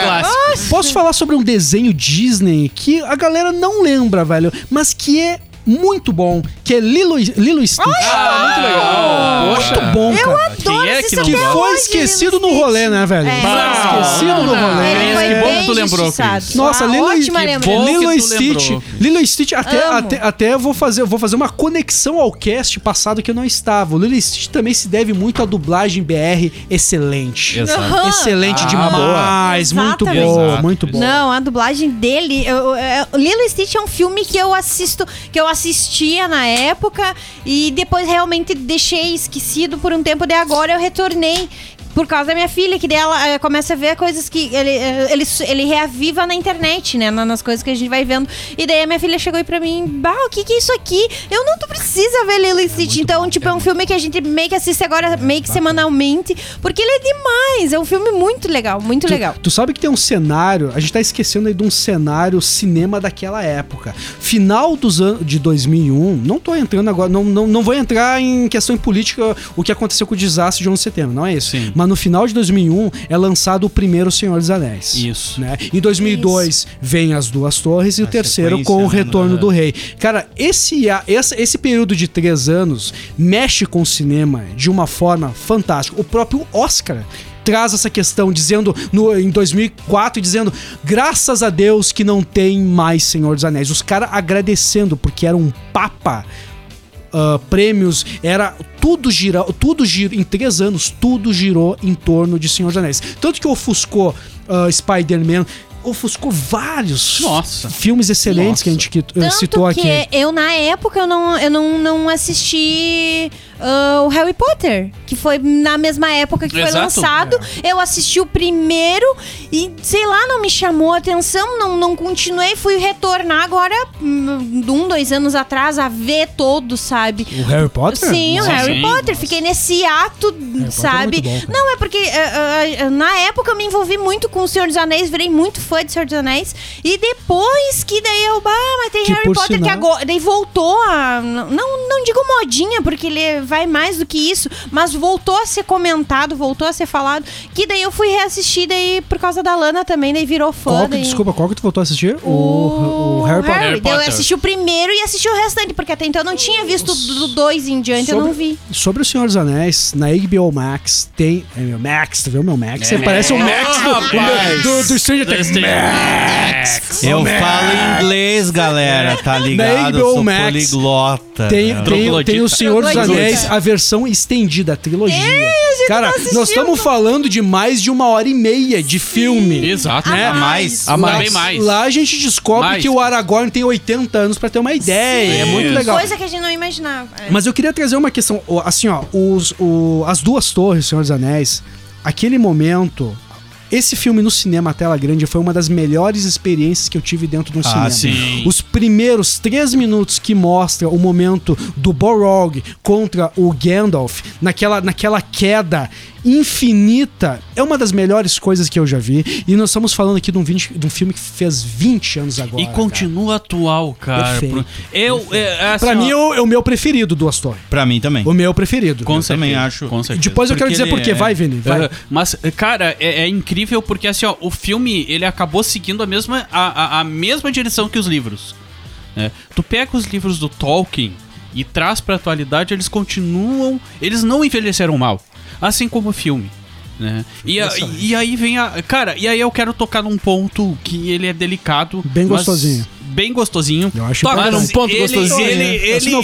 S1: Clássico.
S5: Posso falar sobre um desenho Disney que a galera não lembra, velho, mas que é muito bom, que é Lilo, e- Lilo e Stitch.
S1: Ah,
S2: muito legal.
S5: muito bom, cara.
S1: Quem é
S3: esse
S1: que não Ah,
S5: Que
S3: até
S5: foi
S3: hoje,
S5: esquecido
S3: Lilo
S5: no rolê,
S3: Stitch.
S5: né, velho?
S3: É.
S5: Foi esquecido no
S1: não.
S5: rolê.
S3: Ele
S1: Cris,
S3: foi
S1: que bom
S3: bem
S1: que tu lembrou,
S3: injustiçado.
S1: Cris.
S5: Nossa,
S3: Ah,
S5: Lilo,
S3: ótima
S5: e,
S1: bom
S3: lembrança.
S1: que
S5: Lilo e
S1: tu
S5: Stitch.
S1: lembrou.
S5: Lilo e Stitch, até,
S3: Amo.
S5: até, até vou, fazer, vou fazer uma conexão ao cast passado que eu não estava. O Lilo e Stitch também se deve muito à dublagem BR excelente.
S3: Aham.
S5: Excelente
S1: Ah,
S5: demais.
S3: boa.
S5: Muito bom,
S1: Exato.
S5: muito bom.
S3: Não, a dublagem dele. eu- eu- eu- Lilo e Stitch é um filme que eu assisto, que eu assistia na época e depois realmente deixei esquecido por um tempo. De agora eu retornei por causa da minha filha, que dela começa a ver coisas que ele, eh, ele, su- ele reaviva na internet, né? na- Nas coisas que a gente vai vendo. E daí a minha filha chegou aí pra mim, bah, o que que é isso aqui? Eu não, tu precisa ver Lilo e Stitch. Então, tipo, é um filme que a gente meio que assiste agora, meio que semanalmente, porque ele é demais. É um filme muito legal, muito
S5: Tu-
S3: legal.
S5: Tu, sabe que tem um cenário, a gente tá esquecendo aí de um cenário cinema daquela época. Final dos anos de 2001, não tô entrando agora, não, não, não vou entrar em questão em política, o que aconteceu com o desastre de 11 de setembro, não é isso.
S1: Sim.
S5: Mas no final de 2001 é lançado o primeiro Senhor dos Anéis.
S1: Isso.
S5: Né? Em 2002 vem as duas torres e o terceiro com o
S4: sequência, né,
S5: retorno
S4: na-
S5: do rei. Cara, esse, a- esse, esse período de três anos mexe com o cinema de uma forma fantástica. O próprio Oscar traz essa questão dizendo no, em 2004 dizendo graças a Deus que não tem mais Senhor dos Anéis os caras agradecendo porque era um papa ah, prêmios, era tudo gira, tudo gira em três anos, tudo girou em torno de Senhor dos Anéis. Tanto que ofuscou ah, Spider-Man, ofuscou vários
S1: Nossa.
S5: filmes excelentes que a gente que, eh,
S3: Tanto
S5: citou
S3: que
S5: aqui.
S3: eu, na época, eu não, eu não, não assisti ah, o Harry Potter, que foi na mesma época que
S1: Exato.
S3: foi lançado. Eu assisti o primeiro e, sei lá, não me chamou a atenção, não, não continuei. Fui retornar agora, hum, um, dois anos atrás, a ver todo, sabe?
S5: O Harry Potter?
S3: Sim, o
S1: Sim,
S3: Harry
S1: sim.
S3: Potter. Fiquei nesse ato, sabe?
S5: é muito bom, cara.
S3: não, é porque é, é, é, na época eu me envolvi muito com o Senhor dos Anéis, virei muito fã de Senhor dos Anéis. E depois que daí eu, ah, mas tem
S5: Que,
S3: Harry
S5: por
S3: Potter que
S5: sinal-
S3: agora. Daí voltou a. Não, não digo modinha, porque ele vai mais do que isso, mas voltou a ser comentado, voltou a ser falado. Que daí eu fui reassistir, daí por causa da Lana também, daí virou fã.
S5: Qual que,
S3: daí-
S5: desculpa, qual que tu voltou a assistir? O, o Harry Potter.
S1: Harry
S3: Daí
S1: Potter.
S3: Eu assisti o primeiro e assisti o restante, porque até então eu não tinha visto do 2 em diante, eu não vi.
S5: Sobre o Senhor dos Anéis, na HBO HBO Max tem. É meu Max, tu viu meu Max? Você parece o Max do,
S1: rapaz.
S5: do, do Stranger Things.
S1: Stranger
S4: Eu falo inglês, galera, tá ligado? Eu
S5: HBO
S4: sou
S5: Max.
S4: poliglota.
S5: tem,
S4: né?
S5: tem, tem o Senhor dos
S3: Troglodita.
S5: Anéis, a versão estendida, É, a tá trilogia. Cara, nós estamos falando de mais de uma hora e meia de filme.
S1: Exato.
S4: A
S1: Né?
S4: mais.
S2: A mais.
S1: Também mais.
S5: Lá a gente descobre
S1: Mais.
S5: que o Aragorn tem 80 anos pra ter uma ideia. É muito legal.
S3: Coisa que a gente não imaginava. É.
S5: Mas eu queria trazer uma questão. o- Assim, ó, os, o- as duas torres, Senhor dos Anéis, aquele momento. Esse filme no cinema, a tela grande, foi uma das melhores experiências que eu tive dentro de um
S4: Ah,
S5: cinema.
S4: sim.
S5: Os primeiros três minutos que mostra o momento do Borog contra o Gandalf, naquela, naquela queda infinita, é uma das melhores coisas que eu já vi. E nós estamos falando aqui de um, 20 de um filme que fez 20 anos agora.
S1: E
S5: cara.
S1: continua atual, cara.
S5: Perfeito.
S1: Eu, é, assim,
S5: Pra mim, é
S1: ó,
S5: o, é o meu preferido, Duas Torres.
S4: Pra mim também.
S5: O meu preferido.
S1: com
S4: eu também
S1: certeza,
S4: acho.
S1: Com certeza.
S5: Depois eu quero
S4: Porque
S5: dizer
S4: ele
S5: por quê.
S4: é-
S5: Vai, Vini. Vai.
S1: Uhum. Mas, cara, é, é incrível porque assim, ó, o filme ele acabou seguindo a mesma, a, a- a mesma direção que os livros. né? Tu pega os livros do Tolkien e traz pra atualidade, eles continuam. Eles não envelheceram mal. Assim como o filme. Né? E, a- e aí vem a. Cara, e aí eu quero tocar num ponto que ele é delicado.
S5: Bem
S1: mas
S5: gostosinho.
S1: Bem gostosinho.
S5: Eu acho
S1: Toca
S5: importante.
S1: num ponto
S2: Ele-
S1: gostosinho.
S2: ele-
S5: ele- ele- eu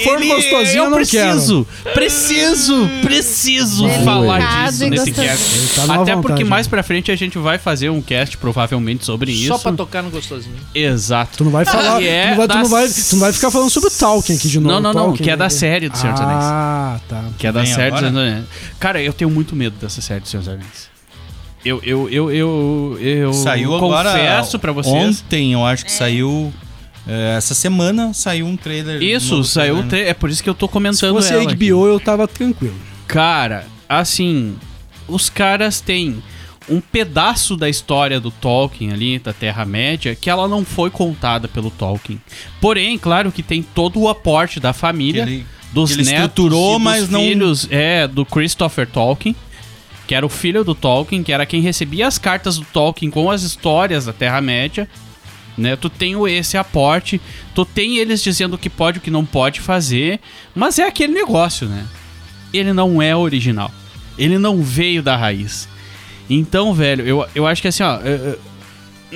S1: preciso, preciso, preciso
S3: Delicado
S1: falar disso
S3: e
S1: nesse
S3: gostosinho.
S1: cast.
S5: Ele tá numa
S1: Até porque
S5: vontade.
S1: mais pra frente a gente vai fazer um cast provavelmente sobre isso.
S2: Só pra tocar no gostosinho.
S1: Exato.
S5: Tu não vai falar.
S1: Que é
S5: tu, não vai, tu, não
S1: das-
S5: vai, tu não vai ficar falando sobre o Tolkien aqui de novo.
S1: Não, não, não,
S5: Tolkien,
S1: que é
S5: né?
S1: da série do Senhor dos Anéis.
S5: Ah, tá.
S1: Que é da
S4: Vem
S1: série do
S4: agora?
S1: Senhor dos Anéis. Cara, eu tenho muito medo dessa série do Senhor dos Anéis. Eu, eu, eu, eu, eu
S4: Saiu agora.
S1: confesso pra vocês.
S4: Ontem, eu acho que saiu. é, essa semana saiu um trailer.
S1: Isso,
S4: novo né,
S1: saiu o
S4: trailer.
S1: tre- É por isso que eu tô
S5: Se
S1: comentando
S5: fosse
S1: ela
S5: HBO,
S1: aqui.
S5: eu tava tranquilo.
S1: Cara, assim, os caras têm um pedaço da história do Tolkien ali, da Terra-média, que ela não foi contada pelo Tolkien. Porém, claro que tem todo o aporte da
S4: Que
S1: família,
S4: ele-
S1: dos
S4: que ele
S1: netos
S4: estruturou,
S1: e dos
S4: mas não-
S1: filhos, é, do Christopher Tolkien, que era o filho do Tolkien, que era quem recebia as cartas do Tolkien com as histórias da Terra-média. Né, tu tem o- esse aporte, tu tem eles dizendo o que pode e o que não pode fazer, mas é aquele negócio, né? ele não é original. Ele não veio da raiz. Então, velho, eu, eu acho que assim, ó. é, é,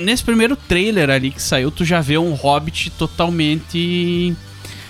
S1: nesse primeiro trailer ali que saiu, tu já vê um hobbit totalmente.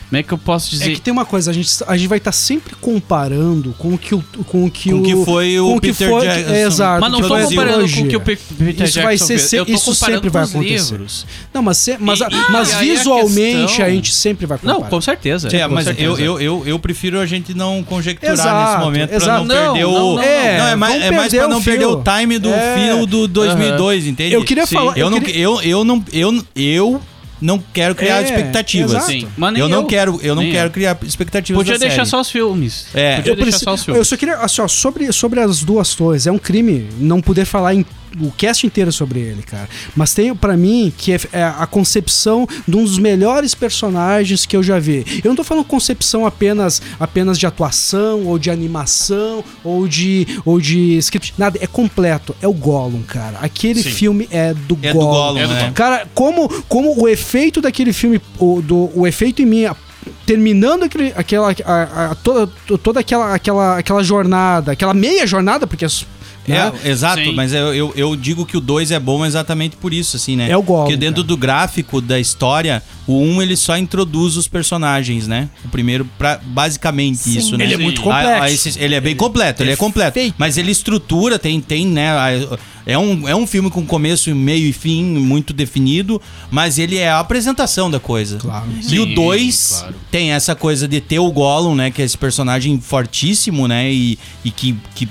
S1: Como é que eu posso dizer?
S5: É que tem uma coisa, a gente, a gente vai estar sempre comparando com o que o. Com o que,
S4: Com
S5: o,
S4: o que foi o
S5: com que
S4: Peter
S5: foi,
S4: Jackson.
S5: é, exato.
S1: Mas não
S5: que
S1: tô
S5: foi a
S1: comparando com o que
S5: trilogia.
S1: o Pe- Peter
S5: Isso
S1: Jackson
S5: vai ser
S1: fez.
S5: se-
S1: Eu tô
S5: isso
S1: comparando
S5: sempre
S1: com
S5: vai
S1: os
S5: acontecer.
S1: livros.
S5: Não, mas, se- mas, a-
S1: E- e
S5: mas
S1: aí a
S5: visualmente a,
S1: questão-
S5: gente sempre vai comparar.
S1: Não, com certeza.
S5: Tipo,
S4: É,
S1: com
S4: mas
S1: certeza.
S4: eu, eu, eu, eu prefiro a gente não conjecturar
S5: Exato,
S4: nesse momento
S5: exato.
S4: pra não perder
S1: Não,
S4: o.
S1: não, não,
S5: É, não.
S4: é, mais,
S5: vamos
S4: é mais
S5: perder
S4: pra
S5: o
S4: não
S5: fio.
S4: perder o time do
S5: É.
S4: fio do 2002, entende?
S5: Eu queria
S4: Sim.
S5: falar- eu
S4: Eu, não,
S5: queria-
S4: eu, eu, não, eu, eu não quero criar
S5: É,
S4: expectativas.
S5: exato.
S1: Sim, mas nem
S4: eu não quero, eu não
S1: nem
S4: quero criar expectativas.
S1: Podia
S4: da
S1: deixar
S4: série.
S1: só os filmes.
S4: É.
S1: Podia
S5: Eu,
S1: deixar
S5: preciso-
S1: só os
S5: eu
S1: filmes.
S5: só queria, assim, ó, sobre, sobre as duas torres, é um crime não poder falar em- o cast inteiro sobre ele, cara. Mas tem pra mim que é, é a concepção de um dos melhores personagens que eu já vi. Eu não tô falando concepção apenas apenas de atuação ou de animação ou de ou de script, nada, é completo, é o Gollum, cara. Aquele
S1: Sim.
S5: filme é do
S4: É do
S5: Gollum.
S4: Gollum,
S1: É do
S4: né?
S1: Gollum.
S5: Cara, como, como o efeito daquele filme, o, do, o efeito em mim, a- terminando aquele, aquela, a- a- toda, toda aquela, aquela, aquela jornada, aquela meia jornada, porque as- né?
S4: É, exato,
S1: Sim.
S4: mas eu, eu, eu digo que o 2 é bom exatamente por isso, assim, né?
S5: É o Gollum,
S4: Porque dentro
S5: cara.
S4: do gráfico da história, o 1 um, ele só introduz os personagens, né? O primeiro, pra, basicamente
S3: Sim.
S4: isso, né?
S5: Ele é
S4: Sim.
S5: muito complexo.
S4: A- a esse- ele é bem completo, ele é completo.
S5: perfeito.
S4: Mas ele estrutura, tem, tem né? a- É um, é um filme com começo, meio e fim muito definido, mas ele é a apresentação da coisa.
S5: Claro.
S4: E o
S1: Sim,
S4: 2
S1: claro.
S4: tem essa coisa de ter o Gollum, né? Que é esse personagem fortíssimo, né? E, e que- que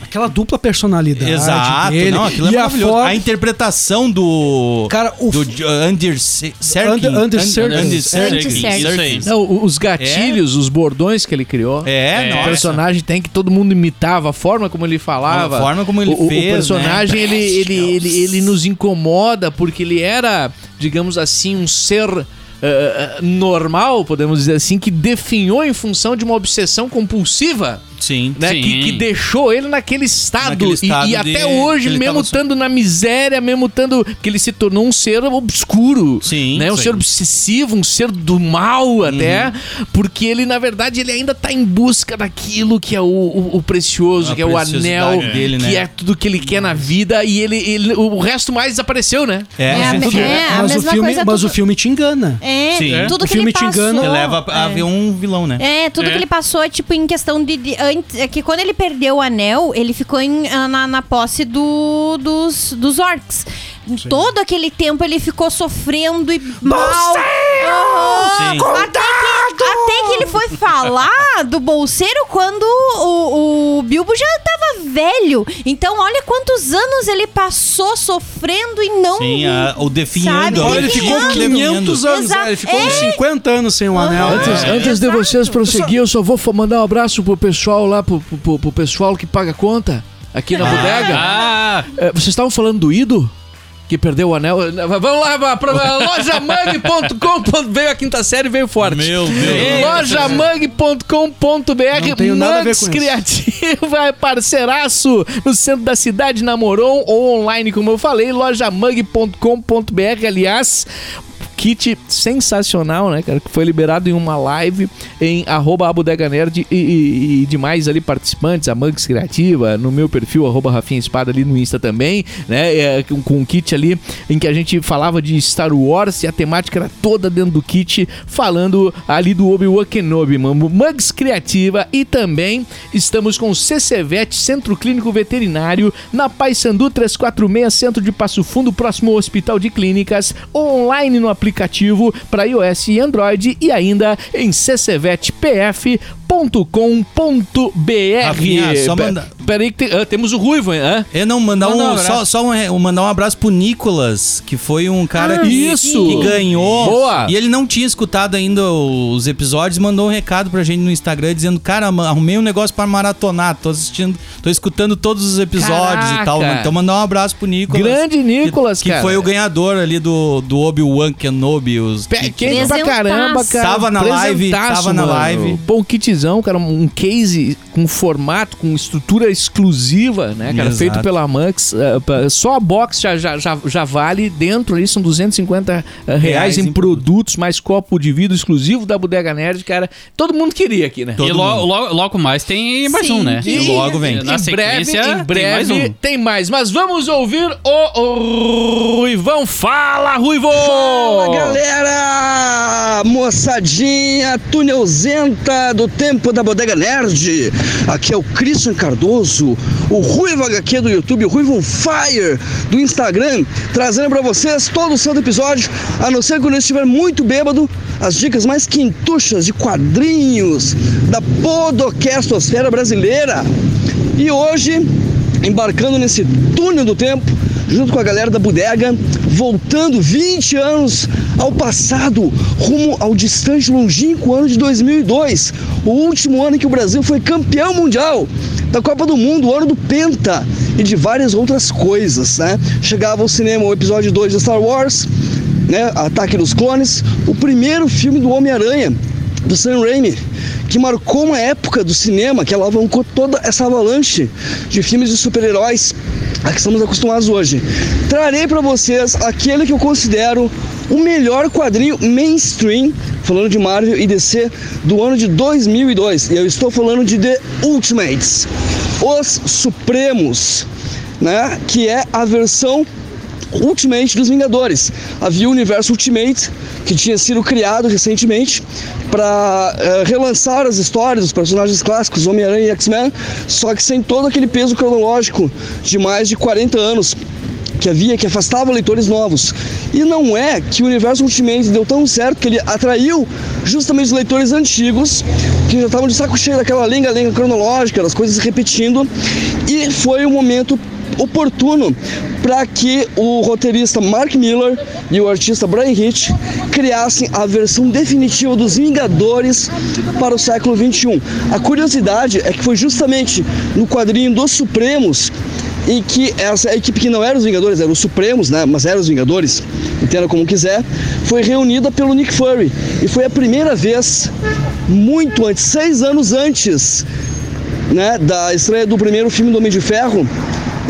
S5: aquela dupla personalidade.
S4: Exato,
S5: dele,
S4: não, aquilo é
S5: e a
S4: maravilhoso.
S5: foto-
S4: A interpretação do.
S5: Cara, o
S4: do
S5: f-
S4: J- Under Se- Serkin.
S5: Under- Under
S4: Under-
S5: Serkin.
S4: Under Serkin.
S3: Under Serkin.
S4: Serkin.
S2: Não, o- os gatilhos, os bordões que ele criou.
S4: É,
S1: É.
S2: O
S4: nossa.
S2: personagem tem que todo mundo imitava a forma como ele falava.
S4: A forma como ele
S2: o, o-
S4: fez,
S2: O personagem
S4: né?
S2: ele, ele, ele, ele nos incomoda porque ele era, digamos assim, um ser eh, eh, normal, podemos dizer assim, que definhou em função de uma obsessão compulsiva
S4: Sim.
S2: né?
S1: Sim.
S2: Que, que deixou ele naquele estado.
S4: Naquele
S2: E-
S4: estado
S2: e,
S4: de-
S2: até hoje,
S4: que ele
S2: mesmo
S4: tava só-
S2: estando na miséria, mesmo estando. que ele se tornou um ser obscuro.
S4: Sim,
S2: Né? Um
S4: sim.
S2: ser obsessivo, um ser do mal até.
S4: Uhum.
S2: Porque ele, na verdade, ele ainda tá em busca daquilo que é o, o- o precioso,
S4: A
S2: que é o anel,
S4: preciosidade dele,
S2: que
S4: né?
S2: é tudo que ele quer na vida. E ele, ele- o resto mais desapareceu, né?
S4: É,
S3: É,
S4: é,
S3: a me- é, a
S5: mas o
S3: mesma
S5: filme,
S3: coisa
S5: mas o
S3: tudo-
S5: filme te engana.
S3: É,
S4: Sim.
S3: tudo
S5: O
S3: que
S5: filme
S3: ele
S5: te
S3: passou.
S5: engana.
S4: Ele leva a a ver um vilão, né?
S3: É, tudo
S1: É.
S3: que ele passou é tipo em questão de. de- antes, é que quando ele perdeu o anel, ele ficou em- ah, na, na posse do- dos, dos orcs. Todo aquele tempo ele ficou sofrendo e mal. Aham.
S4: Sim.
S3: Até, que, até que ele foi falar do bolseiro quando o, o Bilbo já tava velho. Então, olha quantos anos ele passou sofrendo e não.
S4: Sim, ah, a- o
S3: Sabe?
S4: definhando.
S3: Olha, ele ficou
S4: Definhando.
S3: anos, Exato. né? Ele ficou uns
S5: 50 anos sem um anel.
S2: Antes,
S4: É.
S2: antes de vocês prosseguir, eu só vou fa- mandar um abraço pro pessoal lá, pro, pro- pro- pro pessoal que paga conta aqui na bodega.
S1: Ah,
S2: É, vocês estavam falando do Ido? Que perdeu o anel. Eh, Vamos lá, vá pra lojamang.com. Veio a quinta série, veio forte.
S4: Meu Deus.
S5: Não
S2: Lojamang.com.br
S5: tenho nada a ver
S2: Manx
S5: com isso.
S2: Criativa é parceiraço no centro da cidade, na Moron ou online, como eu falei, lojamang.com.br, aliás. Kit sensacional, né, cara? Que foi liberado em uma live em arroba Abodega Nerd e, e- e demais ali participantes, a Manx Criativa, no meu perfil, arroba Rafinha Espada ali no Insta também, né? É, com, com um kit ali em que a gente falava de Star Wars e a temática era toda dentro do kit, falando ali do Obi-Wan Kenobi, mano. Mugs Criativa e também estamos com o CCVET, Centro Clínico Veterinário, na Paysandu 346, Centro de Passo Fundo, próximo ao Hospital de Clínicas, online no aplicativo para iOS e Android e ainda em ccvetpf.com.br.
S4: Rafinha, só
S2: Pe-
S4: manda-
S2: Peraí, que tem- ah, temos o Ruivo, hein?
S4: É, não, mandar
S1: Manda um
S4: um,
S1: abraço.
S4: só, só um, re- um- mandar um abraço pro Nicolas, que foi um cara
S2: Ah,
S4: que,
S2: isso!
S4: que ganhou.
S2: Boa!
S4: E ele não tinha escutado ainda os episódios, mandou um recado pra gente no Instagram dizendo: Cara, ma- arrumei um negócio pra maratonar, tô assistindo, tô escutando todos os episódios
S2: Caraca!
S4: e tal. Então mandar um abraço pro Nicolas.
S2: Grande Nicolas,
S4: que, que
S2: cara.
S4: foi o ganhador ali do, do Obi-Wan Kenobi. Os,
S2: Pé
S4: que-
S2: quente pra
S3: Presentaço.
S2: caramba, cara.
S4: Tava na live,
S2: Presentaço,
S4: tava na
S2: mano.
S4: live.
S2: Pô, um kitzão, cara, um case com formato, com estrutura exclusiva, né, cara?
S4: Exato.
S2: Feito pela Max. eh, pra- só a box já, já, já, já vale dentro ali, são 250 eh, reais,
S4: Reais
S2: em,
S4: em
S2: produtos, mais copo de vidro exclusivo da Bodega Nerd, cara. Todo mundo queria aqui, né?
S1: e
S4: Todo
S1: lo-
S4: mundo.
S1: logo, logo mais tem mais um, né?
S4: E logo vem.
S1: Na
S2: em breve,
S1: sequência,
S2: em
S1: tem
S2: breve
S1: mais
S2: tem mais,
S1: um.
S2: Mas vamos ouvir o, o Ruivão. Fala, Ruivo!
S6: Fala galera! Moçadinha tunelzenta do tempo da Bodega Nerd. Aqui é o Christian Cardoso, o Ruivo HQ do YouTube, o Ruivo Fire do Instagram, trazendo pra vocês todo o santo episódio, a não ser quando eu estiver muito bêbado, as dicas mais quintuchas de quadrinhos da podocastosfera brasileira. E hoje embarcando nesse túnel do tempo, junto com a galera da bodega, voltando 20 anos ao passado, rumo ao distante longínquo ano de 2002, o último ano em que o Brasil foi campeão mundial da Copa do Mundo, o ano do Penta e de várias outras coisas, né? Chegava ao cinema o episódio 2 de Star Wars, né? Ataque dos Clones, o primeiro filme do Homem-Aranha, do Sam Raimi, que marcou uma época do cinema que alavancou toda essa avalanche de filmes de super-heróis a que estamos acostumados hoje. Trarei para vocês aquele que eu considero o melhor quadrinho mainstream, falando de Marvel e DC, do ano de 2002. E eu estou falando de The Ultimates, Os Supremos, né? que é a versão Ultimate dos Vingadores. Havia o universo Ultimate, que tinha sido criado recentemente para relançar as histórias dos personagens clássicos Homem-Aranha e X-Men, só que sem todo aquele peso cronológico de mais de 40 anos que havia que afastava leitores novos. E não é que o universo Ultimate deu tão certo que ele atraiu justamente os leitores antigos, que já estavam de saco cheio daquela lenga-lenga cronológica, das coisas se repetindo, e foi um momento oportuno para que o roteirista Mark Miller e o artista Brian Hitch criassem a versão definitiva dos Vingadores para o século XXI. A curiosidade é que foi justamente no quadrinho dos Supremos e que essa equipe que não era os Vingadores, era os Supremos, né? Mas era os Vingadores, entenda como quiser, foi reunida pelo Nick Fury. E foi a primeira vez, muito antes, seis anos antes né, da estreia do primeiro filme do Homem de Ferro,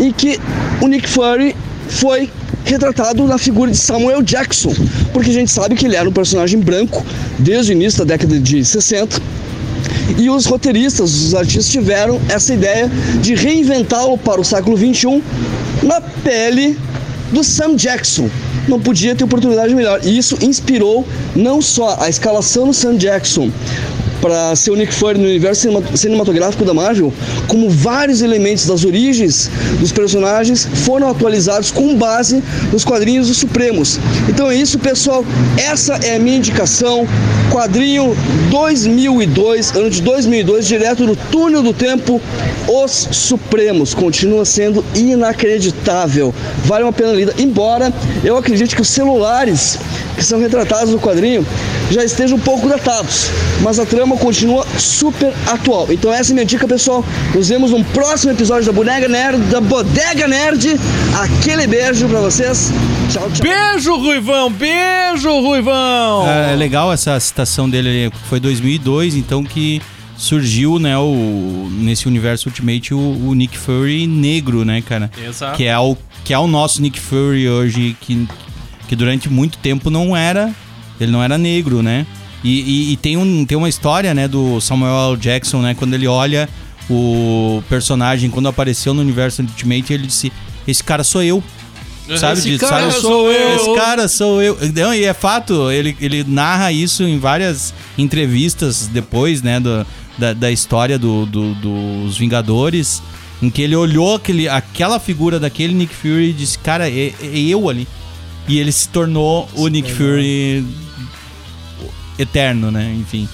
S6: em que o Nick Fury foi retratado na figura de Samuel Jackson, porque a gente sabe que ele era um personagem branco desde o início da década de 60, e os roteiristas, os artistas tiveram essa ideia de reinventá-lo para o século XXI na pele do Sam Jackson. Não podia ter oportunidade melhor. E isso inspirou não só a escalação do Sam Jackson para ser o Nick Fury no universo cinema- cinematográfico da Marvel, como vários elementos das origens dos personagens foram atualizados com base nos quadrinhos dos Supremos. Então é isso, pessoal. Essa é a minha indicação. Quadrinho 2002, ano de 2002, direto no túnel do tempo, Os Supremos. Continua sendo inacreditável. Vale uma pena lida. Embora eu acredite que os celulares que são retratados no quadrinho já estejam um pouco datados, mas a trama continua super atual. Então essa é a minha dica, pessoal. Nos vemos no próximo episódio da Bodega Nerd, da Bodega Nerd. Aquele beijo pra vocês. Tchau, tchau.
S2: Beijo, Ruivão! Beijo, Ruivão!
S4: É legal essa citação dele, foi 2002, então que surgiu, né, o, nesse universo Ultimate o, o Nick Fury negro, né, cara?
S1: Exato.
S4: Que é o que é o nosso Nick Fury hoje que que durante muito tempo não era, ele não era negro, né? E, e- e tem, um, tem uma história, né, do Samuel L. Jackson, né, quando ele olha o personagem quando apareceu no universo Ultimate, ele disse: "Esse cara sou eu". Sabe
S1: Esse
S4: disso?
S1: cara
S4: Sabe?
S1: sou eu.
S4: Esse cara sou eu. Não, e é fato, ele, ele narra isso em várias entrevistas depois, né? do- da, da história do, do- dos Vingadores, em que ele olhou aquele, aquela figura daquele Nick Fury e disse, cara, é, é eu ali. E ele se tornou o Nick Fury eterno, né? Enfim.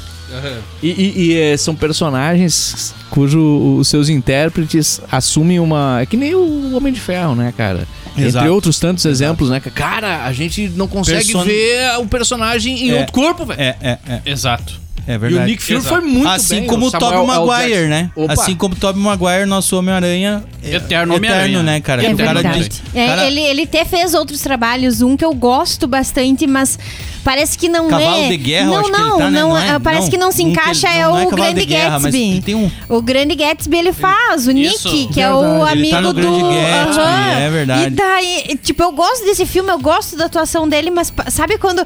S2: E, e- e, eh, são personagens cujo os seus intérpretes assumem uma. É que nem o Homem de Ferro, né, cara?
S4: Exato.
S2: Entre outros tantos exemplos, né? Cara, a gente não consegue
S4: Person-
S2: ver o personagem em
S4: É.
S2: outro corpo, velho.
S4: É, é, é,
S1: Exato.
S4: é
S2: E
S4: verdade.
S2: o Nick Fury
S1: Exato.
S2: foi muito
S4: assim
S2: bem,
S4: como o
S2: Samuel
S4: Tobey
S2: L.
S4: Maguire,
S2: Jackson.
S4: né?
S2: Opa.
S4: Assim como o Tobey Maguire, nosso Homem-Aranha é-
S1: Eterno Homem-Aranha.
S4: né, cara?
S3: É
S4: O cara
S3: verdade.
S4: diz-
S3: É,
S4: cara-
S3: ele, ele até fez outros trabalhos, um que eu gosto bastante, mas parece que não
S4: Cavalo
S3: é.
S4: de Guerra, eu
S3: não,
S4: acho que
S3: não,
S4: ele tá, né?
S3: não,
S4: Não é?
S3: parece
S4: Não.
S3: que não se
S4: Um que
S3: encaixa
S4: ele-
S3: é
S4: não
S3: o
S4: é Cavalo
S3: Grande
S4: de Guerra, mas
S3: Gatsby.
S4: tem um-
S3: O Grande Gatsby ele faz, o
S1: Isso.
S3: Nick, que é
S5: Verdade.
S3: o
S4: Ele
S3: amigo
S4: tá no
S3: do
S4: Grande Gatsby,
S3: Aham.
S4: é verdade.
S3: E daí, tipo, eu gosto desse filme, eu gosto da atuação dele, mas pa- sabe quando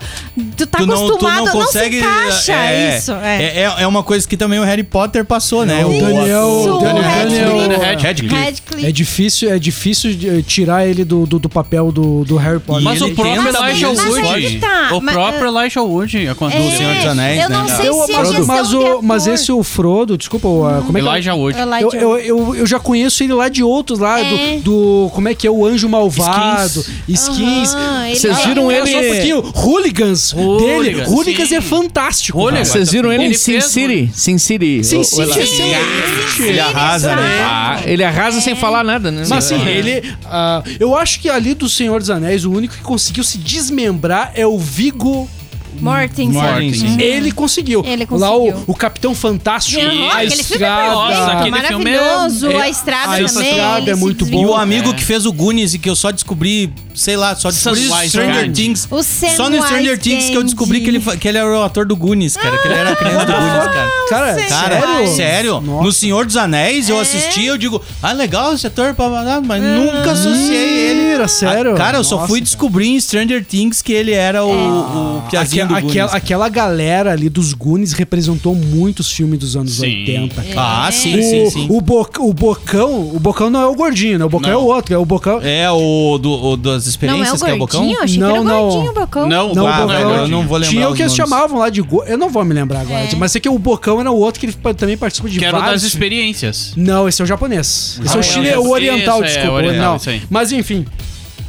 S3: tu tá acostumado, se encaixa
S4: é,
S3: isso. É.
S4: É, é, é uma coisa que também o Harry Potter passou, né?
S5: o
S4: O-
S5: Daniel- Daniel-
S3: Isso,
S5: Daniel-
S1: Radcliffe.
S3: Radcliffe. Radcliffe.
S5: É difícil, é difícil de, eh, tirar ele do, do, do papel do, do Harry Potter.
S1: Mas
S4: E
S1: o
S4: ele
S1: próprio
S4: tenta, mas
S1: Elijah
S4: ele
S1: Wood.
S3: pode. Tá,
S1: O
S3: mas-
S1: próprio Elijah Wood. quando-
S3: É,
S4: do Senhor dos Anéis,
S3: eu
S4: né?
S3: não sei
S5: Então,
S3: se é
S5: mas,
S3: gestão
S5: mas,
S3: de
S5: o,
S3: ator. Uhum.
S5: mas esse o Frodo, desculpa, o, ah, como é que é o-
S1: Elijah Wood.
S5: Eu,
S3: Elijah
S5: eu, eu, eu já conheço ele lá de outros lá,
S3: É.
S5: do, do- Como é que é? O Anjo Malvado, Skins.
S3: Aham, ele-
S2: Vocês viram
S5: Ele... Só um
S2: ele.
S5: pouquinho. Hooligans, dele.
S1: Hooligans,
S5: Hooligans
S1: sim.
S5: é fantástico.
S1: Hooligans.
S5: cara.
S2: Vocês viram ele, um- em
S1: Ele
S2: Sin
S1: fez,
S2: City? Sin City.
S5: Sim,
S2: O-
S5: sim,
S2: o-
S5: sim, sim.
S4: Ele arrasa, né?
S2: Ah, Ele arrasa sem falar nada, né?
S5: Mas assim,
S2: É.
S5: ele. ah, eu acho que ali do Senhor dos Anéis, o único que conseguiu se desmembrar é o Vigo.
S3: Mortensen.
S4: Mortensen.
S5: Ele conseguiu.
S3: Uhum. Ele
S5: Lá o,
S3: conseguiu.
S5: o Capitão Fantástico,
S3: Aham,
S5: a
S3: aquele filme é
S5: estrada.
S1: Nossa,
S3: perfeito,
S1: aquele filme é-
S3: maravilhoso.
S5: é-
S3: a estrada
S5: a
S3: também.
S5: estrada
S3: ele
S5: é
S3: se
S5: muito
S3: desvia.
S4: E o
S5: boa.
S4: amigo
S1: É.
S4: que fez o Goonies e que eu só descobri, sei lá, só descobri
S1: Samwise
S4: Stranger
S1: Gamgee.
S4: Things.
S3: O Samwise
S4: Só no Stranger Things que eu descobri que ele, fa- que ele era o ator do Goonies, cara. Que ele era a criança do Goonies, cara.
S5: Cara,
S4: Cara, sério?
S5: sério? Nossa.
S4: No Senhor dos Anéis, eu assisti, eu digo, ah, legal esse ator, blá, blá, blá, mas nunca associei ele.
S5: Mentira, Uhum. sério?
S4: Ah, cara, eu só
S5: Nossa,
S4: fui
S5: cara.
S4: descobrir em Stranger Things que ele era o, o piazinho
S5: Aquela,
S4: do Goonies.
S5: aquela, aquela galera ali dos Goonies representou muitos filmes dos anos
S1: Sim.
S5: 80, cara.
S4: Ah, sim,
S5: O,
S4: sim, sim.
S5: É. O, Boc- o Bocão, o Bocão não é o gordinho, né? O Bocão
S1: Não.
S5: é o outro, é o Bocão.
S4: É o, do, o das
S3: Não é o
S4: experiências que é o Bocão?
S3: gordinho? Achei que era o
S5: Não, não.
S3: gordinho, o
S1: Não,
S3: Bocão.
S4: Ah,
S5: Não, o
S1: não,
S5: Bocão.
S4: velho, eu não vou lembrar
S5: Tinha o
S4: os
S5: que eles
S4: nomes.
S5: chamavam lá de. Go... Eu não vou me lembrar agora,
S3: É.
S5: mas sei que o Bocão era o outro que ele pa- também participa de
S1: Que era o das
S5: vários.
S1: experiências.
S5: Não, esse é o japonês. Esse é
S1: Ah,
S5: o
S1: é,
S5: chile,
S1: é,
S5: o oriental,
S1: isso, é,
S5: desculpa.
S1: o oriental,
S5: não.
S1: isso aí.
S5: Mas enfim.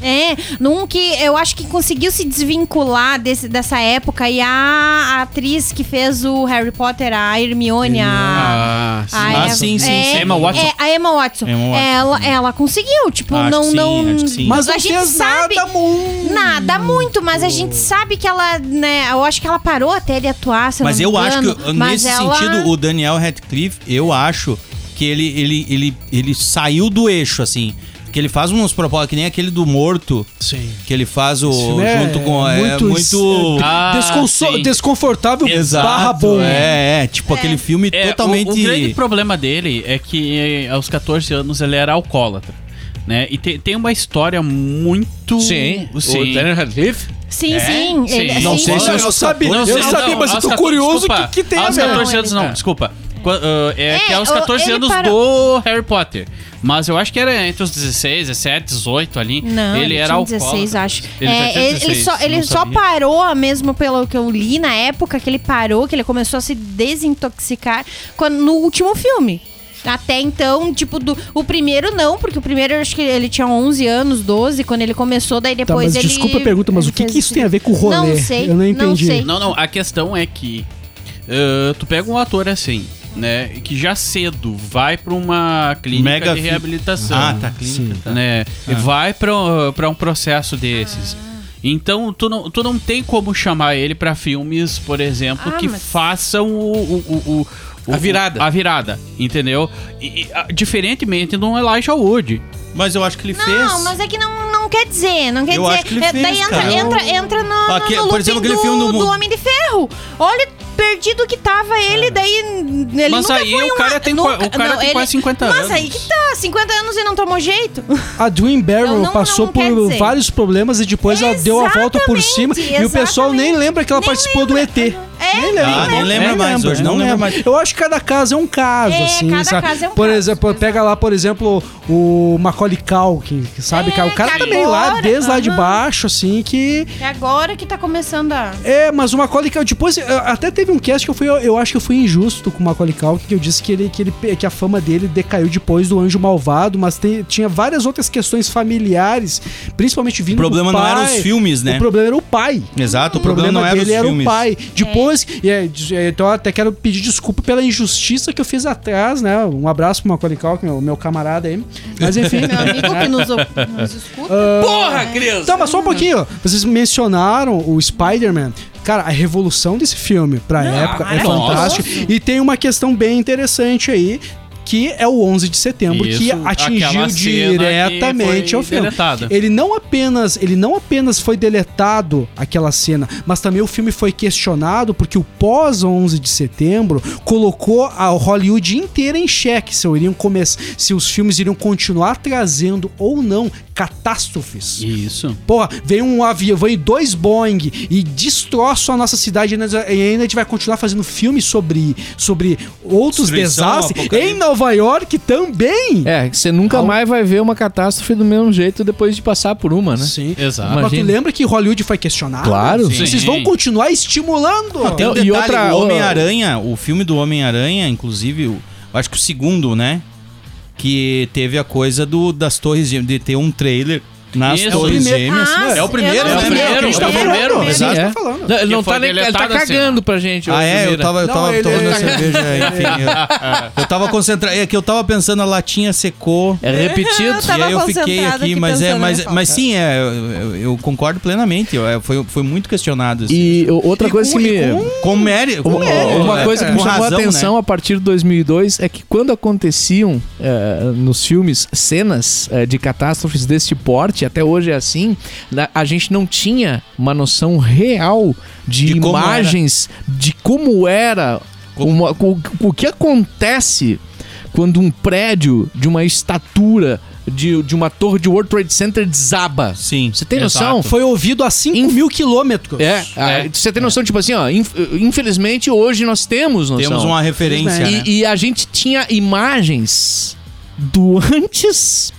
S3: É, num que eu acho que conseguiu se desvincular desse- dessa época. E a, a atriz que fez o Harry Potter, a Hermione, a.
S1: Ah, sim.
S3: a
S4: Ah,
S3: Eva-
S4: sim, sim,
S3: é-
S4: sim.
S1: Emma Watson.
S3: é, a Emma Watson.
S4: Emma Watson.
S3: Ela, ela conseguiu, tipo,
S4: Acho
S3: não.
S4: que sim,
S3: não
S4: acho que sim.
S5: Mas não
S3: a gente
S5: fez
S3: sabe.
S5: nada muito.
S3: Nada, muito, mas a gente sabe que ela, né? Eu acho que ela parou até de atuar, se eu
S4: Mas
S3: não
S4: eu
S3: me
S4: acho
S3: engano,
S4: que,
S3: mas
S4: nesse
S3: ela-
S4: sentido, o Daniel Radcliffe, eu acho que ele, ele, ele, ele saiu do eixo, assim. Que ele faz uns propósitos, que nem aquele do morto,
S5: Sim.
S4: que ele faz o.
S5: Esse filme é
S4: junto com. É
S5: muito-
S4: muito.
S1: Ah,
S5: Desconso-
S1: sim.
S5: Desconfortável
S4: Exato.
S5: barra bom.
S4: É, é, tipo aquele filme
S1: É, o-
S4: totalmente.
S1: O, grande problema dele é que eh, aos 14 anos ele era alcoólatra. Né? E te- tem uma história muito.
S2: O Daniel Radcliffe?
S3: Sim,
S1: É?
S3: sim.
S1: Sim.
S3: ele-
S4: Não
S3: sim.
S4: sei se
S5: Eu, sabia,
S1: Não,
S5: eu
S1: sei-
S5: sabia,
S1: não,
S5: mas eu
S1: aos
S5: tô
S1: 14
S5: curioso o
S1: desculpa,
S5: que, que tem a
S1: Aos
S5: ver.
S1: 14 anos, não,
S3: É.
S1: desculpa. Qua- ah, é,
S3: É,
S1: que é aos
S3: o-
S1: 14
S3: ele
S1: anos do Harry Potter. Mas eu acho que era entre os 16, 17, 18 ali.
S3: Não, ele,
S1: era
S3: tinha
S1: alcoólatra.
S3: 16, acho.
S1: Ele já
S3: É,
S1: tinha
S3: ele, ele
S1: 16,
S3: só, ele
S1: não
S3: só
S1: sabia.
S3: parou mesmo, pelo que eu li na época, que ele parou, que ele começou a se desintoxicar quando- no último filme. Até então, tipo, do, o primeiro não, porque o primeiro eu acho que ele tinha 11 anos, 12, quando ele começou, daí
S5: Tá,
S3: depois
S5: mas
S3: ele...
S5: desculpa a pergunta, mas o que,
S3: fez
S5: que isso tem a ver com o rolê?
S3: Não sei,
S5: Eu não
S3: não
S5: entendi.
S3: sei.
S1: Não, não, a questão é que ah, tu pega um ator assim, né, que já cedo vai pra uma clínica
S4: Mega
S1: de
S4: fi-
S1: reabilitação.
S4: Ah, tá, clínica.
S5: Sim.
S4: tá.
S1: né? E Vai pra pra um processo desses.
S3: Ah.
S1: Então, tu não, tu não tem como chamar ele pra filmes, por exemplo,
S3: Ah,
S1: que
S3: mas-
S1: façam o. o- o- o-
S2: A
S1: o-
S2: virada.
S1: A virada, entendeu? E- e, ah, diferentemente do Elijah Wood.
S4: Mas eu acho que ele fez.
S3: Não, mas é que não, não quer dizer, não quer
S4: Eu
S3: dizer.
S4: acho que ele
S3: É,
S4: fez,
S3: daí entra,
S4: cara.
S3: entra, entra no, no-
S4: Aquele-
S3: no
S4: por
S3: looping
S4: exemplo, aquele
S3: do,
S4: filme do
S3: do
S4: Mu-
S3: Homem de Ferro. Olha o perdido que tava
S4: É.
S3: ele, daí ele
S1: Mas
S3: nunca
S1: aí
S3: foi um
S1: o
S3: uma-
S1: cara tem qua- o cara tem quase 50
S3: Mas
S1: anos.
S3: aí que tá, 50 anos e não tomou jeito.
S5: A Dream Barrel
S3: Não, não,
S5: passou
S3: não quer
S5: por
S3: dizer.
S5: vários problemas e depois ela deu a volta por cima e o
S3: Exatamente,
S5: pessoal nem
S3: exatamente.
S5: lembra que ela
S3: Nem
S5: participou do ET.
S3: É,
S5: nem
S4: Ah, nem lembra mais, hoje não lembra mais.
S5: Eu acho que cada caso é um caso,
S3: É,
S5: assim,
S3: cada
S5: sabe?
S3: caso é um
S5: por
S3: caso,
S5: exemplo, pega lá, por exemplo, o Macaulay Culkin, que sabe?
S3: É,
S5: que o cara
S3: que
S5: também lá,
S3: agora-
S5: desde lá de
S3: aham.
S5: baixo, assim, que...
S3: é agora que tá começando a.
S5: É, mas o Macaulay Culkin, depois, eu- até teve um cast que eu fui, eu, eu acho que eu fui injusto com o Macaulay Culkin, que eu disse que, ele, que, ele, que a fama dele decaiu depois do Anjo Malvado, mas tem- tinha várias outras questões familiares, principalmente vindo
S4: O problema
S5: do
S4: não
S5: pai.
S4: eram os filmes, né?
S5: O problema era o pai.
S4: Exato,
S5: O problema,
S4: não era
S5: dele
S4: os
S5: era
S4: filmes.
S5: o pai. Depois, e é, diz- é, então eu até quero pedir desculpa pela injustiça que eu fiz atrás, né? Um abraço pro Macaulay Culkin, meu, meu camarada aí. Mas enfim... né? Ah,
S3: Meu amigo que nos, nos escuta.
S2: Porra, criança!
S5: Tá, mas só um pouquinho. Vocês mencionaram o Spider-Man. Cara, a revolução desse filme pra época é
S1: maravilhoso.
S5: fantástico. E tem uma questão bem interessante aí, que é o 11 de setembro, que
S1: Isso,
S5: atingiu
S1: aquela cena que
S5: diretamente
S1: foi
S5: ao filme.
S1: deletada.
S5: Ele não apenas, ele não apenas foi deletado aquela cena, mas também o filme foi questionado porque o pós 11 de setembro colocou a Hollywood inteira em xeque se iriam começar, se os filmes iriam continuar trazendo ou não catástrofes.
S1: Isso.
S5: Porra, veio um avião, veio dois Boeing e destroçam a nossa cidade e ainda e ainda a gente vai continuar fazendo filme sobre, sobre outros
S4: Destruição,
S5: desastres
S4: apocalipse.
S5: em Nova York também.
S2: É, você nunca mais vai ver uma catástrofe do mesmo jeito depois de passar por uma, né?
S5: Sim.
S1: Exato.
S5: Mas tu
S2: Imagina.
S5: lembra que Hollywood foi questionado?
S2: Claro.
S5: Sim. Vocês
S1: Sim.
S5: vão continuar estimulando.
S4: Tem um
S2: E- e
S4: detalhe,
S2: outra-
S4: o Homem-Aranha, o filme do Homem-Aranha, inclusive, o- eu acho que o segundo, né? Que teve a coisa do, das torres gêmeas, de ter um trailer nas
S1: Isso. É o
S4: torres
S5: primeiro.
S4: gêmeas.
S3: Ah,
S4: é o primeiro,
S3: eu
S4: é
S3: não
S4: o
S3: vi.
S4: primeiro.
S5: que a gente tá
S3: É o
S5: falando.
S3: primeiro mesmo.
S5: Exato.
S2: Sim, é.
S5: que a gente tá falando.
S2: Não, ele
S1: Que
S2: não
S1: foi assim,
S2: tá, nem- ele tá
S1: deletada a
S2: cagando pra gente. ô,
S4: Ah, é? Eu
S2: Zumira.
S4: tava, eu
S5: Não,
S4: tava
S5: ele-
S4: tomando a
S5: ele-
S4: cerveja, enfim. Eu, eu tava concentrado. É que eu tava pensando, a latinha secou.
S2: É repetido.
S3: Eu tava
S4: e aí eu fiquei
S3: concentrada
S4: aqui,
S3: aqui
S4: mas é,
S3: pensando
S4: mas,
S3: na
S4: mas sim, é, eu, eu- eu concordo plenamente. eu- é, foi, foi muito questionado. assim.
S2: E o- outra coisa que me.
S4: Com mérito.
S2: Uma, uma coisa que me
S4: com
S2: chamou
S4: razão,
S2: a atenção
S4: né?
S2: a partir de 2002 é que quando aconteciam eh, nos filmes cenas eh, de catástrofes deste porte, até hoje é assim, na- a gente não tinha uma noção real de,
S4: De como
S2: imagens de como era uma- o, o que acontece quando um prédio de uma estatura de, de uma torre de World Trade Center desaba.
S4: Sim.
S2: Você tem
S1: Exato.
S2: noção?
S5: Foi ouvido a 5
S2: Inf-
S5: mil quilômetros.
S2: É, a-
S1: É.
S2: você tem noção, tipo assim, ó, inf- infelizmente hoje nós temos noção.
S4: Temos uma referência,
S2: E,
S4: né?
S2: e a gente tinha imagens do antes,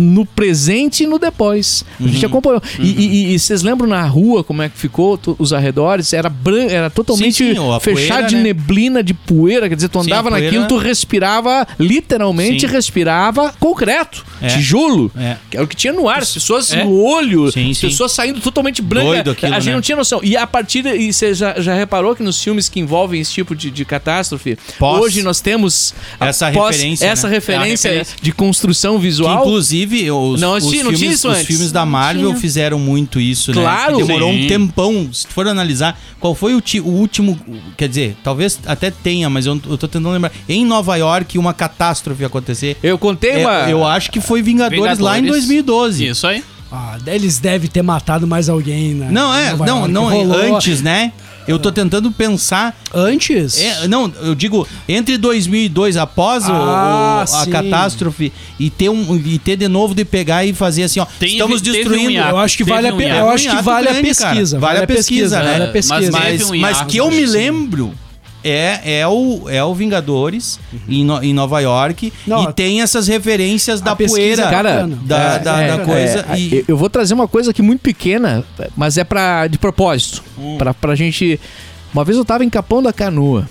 S2: no presente e no depois. A gente
S4: Uhum.
S2: acompanhou. E- E, e- e vocês lembram na rua como é que ficou to- os arredores? Era branco, era totalmente
S4: Sim, sim, ó, a
S2: fechado
S4: poeira,
S2: de
S4: né?
S2: neblina, de poeira. Quer dizer, tu
S4: Sim,
S2: andava
S4: a poeira-
S2: naquilo, tu respirava, literalmente
S1: Sim.
S2: respirava concreto,
S4: É.
S2: tijolo.
S4: É.
S2: Que era o que tinha no ar, as pessoas
S1: É.
S2: no olho,
S4: Sim,
S2: as
S4: sim.
S2: pessoas saindo totalmente branca.
S4: Doido aquilo,
S2: a gente
S4: né?
S2: não tinha noção. E a partir. E você já, já reparou que nos filmes que envolvem esse tipo de, de catástrofe,
S4: Pós.
S2: hoje nós temos a
S4: Essa referência,
S2: essa
S4: né?
S2: referência
S1: É a referência.
S2: de construção
S4: Que,
S2: visual.
S4: inclusive Inclusive, os,
S2: Não,
S4: os
S2: assisti, não
S4: filmes,
S2: tinha isso
S4: os
S2: antes.
S4: filmes da Marvel fizeram muito isso,
S2: Claro.
S4: né? Que demorou
S1: Sim.
S4: um tempão. Se tu for analisar, qual foi o, ti- o último. Quer dizer, talvez até tenha, mas eu, eu tô tentando lembrar. Em Nova York, uma catástrofe acontecer.
S2: Eu contei
S4: É,
S2: uma.
S4: eu acho que foi Vingadores, lá em
S1: Vingadores.
S4: 2012.
S1: Isso aí.
S5: Ah, daí eles devem ter matado mais alguém, né?
S4: Não, é,
S5: Nova
S4: não,
S5: York.
S4: não,
S5: Rolou-
S4: antes, né? Eu tô tentando pensar.
S5: Antes?
S4: É, não, eu digo, entre 2002, após o-
S5: Ah,
S4: o- a
S5: sim.
S4: catástrofe, e ter, um, e ter de novo de pegar e fazer assim, ó,
S1: Tem-
S4: estamos
S1: teve um
S4: destruindo.
S1: hiato.
S5: Eu acho que
S1: Teve
S5: vale a
S1: um
S5: pe-
S1: hiato.
S5: eu acho que
S4: Hiato
S5: vale a
S4: grande, cara.
S5: pesquisa,
S4: Vale a pesquisa, né?
S5: vale a
S4: É,
S5: pesquisa.
S1: mas-
S4: Mas,
S1: Teve um
S4: mas
S1: hiato,
S4: que eu me
S1: sim.
S4: lembro é, é, o, é o Vingadores
S2: Uhum.
S4: em, No- em Nova York
S5: Não,
S4: e tem essas referências da
S5: pesquisa,
S4: poeira
S5: cara,
S4: da,
S5: é,
S4: da,
S5: é,
S4: da coisa.
S2: É,
S4: e-
S2: eu- Eu vou trazer uma coisa aqui muito pequena, mas é pra, de propósito. Pra, pra gente. Uma vez eu tava em Capão da Canoa.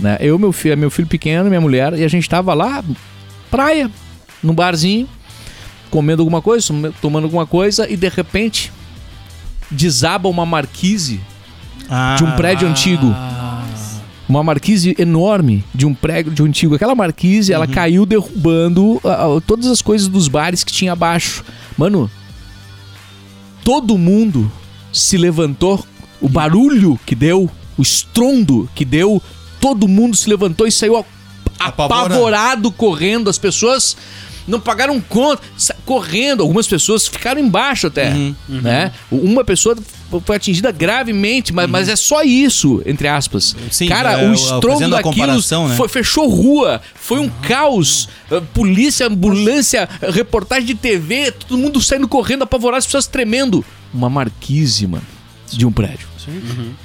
S2: Né? Eu, meu filho, meu filho pequeno, minha mulher, e a gente tava lá, praia, num barzinho, comendo alguma coisa, tom- tomando alguma coisa, e de repente desaba uma marquise de
S4: Ah.
S2: um prédio antigo. Uma marquise enorme de um prédio de um antigo. Aquela marquise, ela caiu derrubando ah, ah, todas as coisas dos bares que tinha abaixo. Mano, todo mundo se levantou. O barulho que deu, o estrondo que deu, todo mundo se levantou e saiu a-
S4: Apavorado.
S2: apavorado correndo. As pessoas não pagaram conta, sa- correndo. Algumas pessoas ficaram embaixo até, né? Uma pessoa f- foi atingida gravemente, mas, mas é só isso, entre aspas.
S4: Sim,
S2: Cara,
S4: é,
S2: o
S4: é,
S2: estrondo
S4: fazendo a
S2: daquilo
S4: comparação, né?
S2: foi- fechou rua, foi um caos. eh, Polícia, ambulância, eh, reportagem de TV, todo mundo saindo correndo, apavorado, as pessoas tremendo. Uma marquise, mano, de um prédio.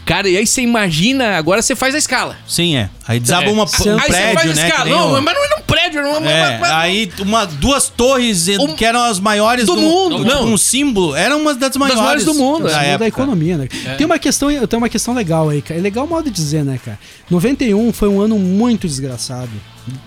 S2: Cara, e aí você imagina, agora você faz a escala.
S4: Sim, é. Aí desaba
S1: É.
S4: uma, um
S2: aí você
S4: prédio,
S2: faz a
S4: né? que
S2: escala.
S4: nem
S2: Não,
S4: o-
S2: mas não é um prédio, não é uma-
S4: É,
S2: uma-
S4: aí uma, duas torres eh,
S2: Um-
S4: que eram as maiores
S2: do mundo,
S4: tipo,
S2: não.
S4: Um símbolo. Era uma das maiores,
S2: maiores do mundo, é.
S4: Da
S2: Da
S5: da
S4: época.
S5: economia, né? Tem uma questão, tem uma questão legal aí, cara. É legal o modo de dizer, né, cara? 91 foi um ano muito desgraçado.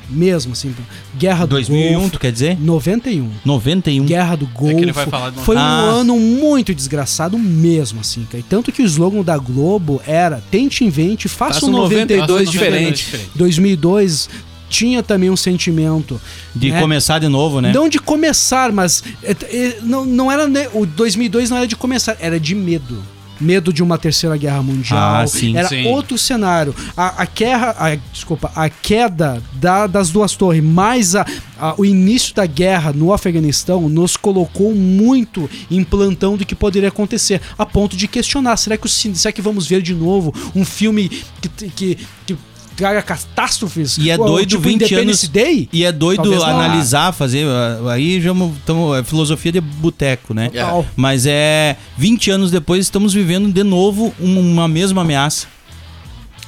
S5: Mesmo assim, guerra do
S4: 2001, tu
S5: Golfo.
S4: quer dizer?
S5: 91.
S4: 91.
S2: é,
S5: Guerra do Golfo.
S1: É ele vai falar de uma-
S5: Foi um
S4: Ah.
S5: ano muito desgraçado mesmo, assim, cara. E tanto que o slogan da Globo era Tente, invente, faça,
S2: Faça
S5: um
S2: um
S5: 92,
S2: 92
S5: diferente.
S1: diferente.
S5: 2002 tinha também um sentimento
S4: De
S5: né?
S4: começar de novo, né?
S5: Não de começar, mas é, é, não, não era né, o 2002 não era de começar, era de medo. Medo de uma terceira guerra mundial.
S4: Ah, sim,
S5: era
S1: sim.
S5: outro cenário. A, a guerra, a- desculpa, a queda da- das duas torres, mais a- a- o início da guerra no Afeganistão nos colocou muito em plantão do que poderia acontecer, a ponto de questionar: será que, o cine- será que vamos ver de novo um filme que, que- que traga catástrofes?
S4: E é
S5: Ou, tipo,
S4: doido, 20
S5: Independence
S4: anos-
S5: Day?
S4: E é doido
S5: Talvez não.
S4: analisar, fazer. ah, Aí já mo- tamo, é filosofia de boteco, né?
S5: Total.
S4: Mas é. 20 anos depois, estamos vivendo de novo um- uma mesma ameaça,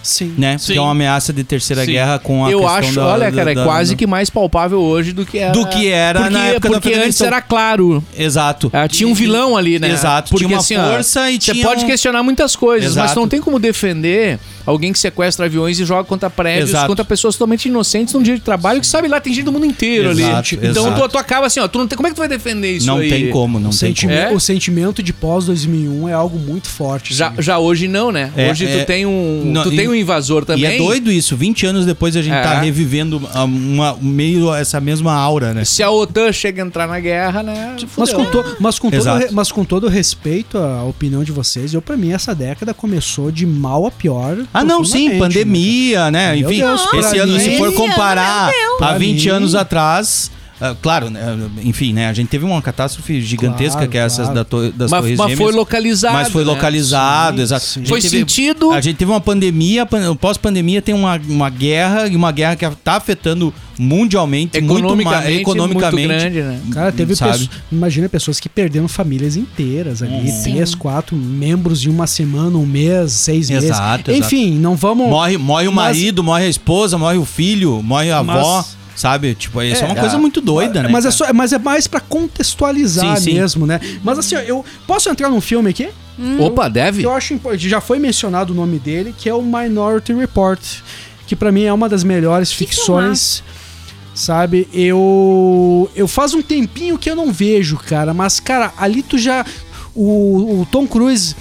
S5: Sim.
S4: né?
S1: Sim.
S4: Que é uma ameaça de terceira
S1: Sim.
S4: guerra com a
S2: Eu
S4: questão
S2: acho,
S4: da-
S2: olha,
S4: da-
S2: cara,
S4: da-
S2: é quase
S4: da-
S2: que mais palpável hoje do que era.
S4: Do que era
S2: porque,
S4: na época da
S2: Porque antes
S4: Afeganistão.
S2: era claro.
S4: Exato.
S2: Ah, tinha um vilão ali, né?
S4: Exato,
S2: Porque,
S4: tinha uma
S2: assim, ó,
S4: força e
S2: Você
S4: tinha
S2: pode
S4: um-
S2: questionar muitas coisas, mas
S4: Exato.
S2: não tem como defender alguém que sequestra aviões e joga contra prédios,
S4: Exato.
S2: contra pessoas totalmente inocentes num dia de trabalho que sabe lá, tem gente do mundo inteiro
S4: Exato,
S2: ali. Então
S4: exato.
S2: tu, tu acaba assim, ó, tu não tem, como é que tu vai defender isso
S4: Não
S2: aí?
S4: tem como, não
S5: O,
S4: tem como.
S5: sentime-
S2: É?
S5: o sentimento de pós-2001 é algo muito forte.
S2: Já,
S5: assim.
S2: já hoje não, né?
S4: É,
S2: hoje
S4: é.
S2: tu tem um,
S4: Não,
S2: tu
S4: e-
S2: tem um invasor também.
S4: E é doido isso, 20 anos depois a gente
S2: É.
S4: tá revivendo ah, uma, meio essa mesma aura, né?
S2: Se a OTAN chega a entrar na guerra, né?
S5: Mas com,
S2: fudeu.
S5: to- mas, com todo,
S4: Exato.
S5: re- mas com todo respeito à opinião de vocês, eu para mim essa década começou de mal a pior.
S4: Ah, não, sim,
S5: profundamente, né?
S4: pandemia, né?
S5: Meu
S4: Enfim,
S5: Deus, pra
S4: esse ano,
S5: mim-
S4: se for
S3: Esse ano,
S4: comparar
S3: meu Deus.
S4: a
S5: Pra
S4: 20
S5: mim-
S4: anos atrás. ah, claro, né, enfim, né? A gente teve uma catástrofe gigantesca
S5: Claro,
S4: que é essas
S5: claro.
S4: da to- das
S2: Mas,
S4: Torres
S2: mas
S4: Gêmeas.
S2: foi localizado.
S4: mas foi
S2: né?
S4: localizado,
S5: Sim,
S4: exato.
S5: sim.
S4: A gente
S2: Foi
S4: teve-
S2: sentido.
S4: A gente teve uma pandemia, pan- pós-pandemia tem uma, uma guerra, e uma guerra que tá afetando mundialmente, muito mais
S2: economicamente,
S4: economicamente.
S2: muito grande, né?
S5: Cara, Cara, teve
S4: Sabe?
S5: pessoas, imagina pessoas que perderam famílias inteiras ali, três, quatro membros em uma semana, um mês, seis meses.
S4: Exato, exato.
S5: Enfim, não vamos.
S4: Morre, morre o
S5: Mas-
S4: marido, morre a esposa, morre o filho, morre a
S5: Mas-
S4: avó, sabe? Tipo, isso é, uma
S5: É,
S4: coisa
S5: é.
S4: muito doida, né?
S5: mas, é
S4: cara?
S5: só, mas é mais pra contextualizar
S4: Sim, sim.
S5: mesmo, né? Mas assim, ó, eu posso entrar num filme aqui?
S2: Opa, deve?
S5: Eu acho importante, já foi mencionado o nome dele, que é o Minority Report, que pra mim é uma das melhores ficções. Sabe, eu eu faz um tempinho que eu não vejo, cara, mas cara, ali tu já o, o Tom Cruise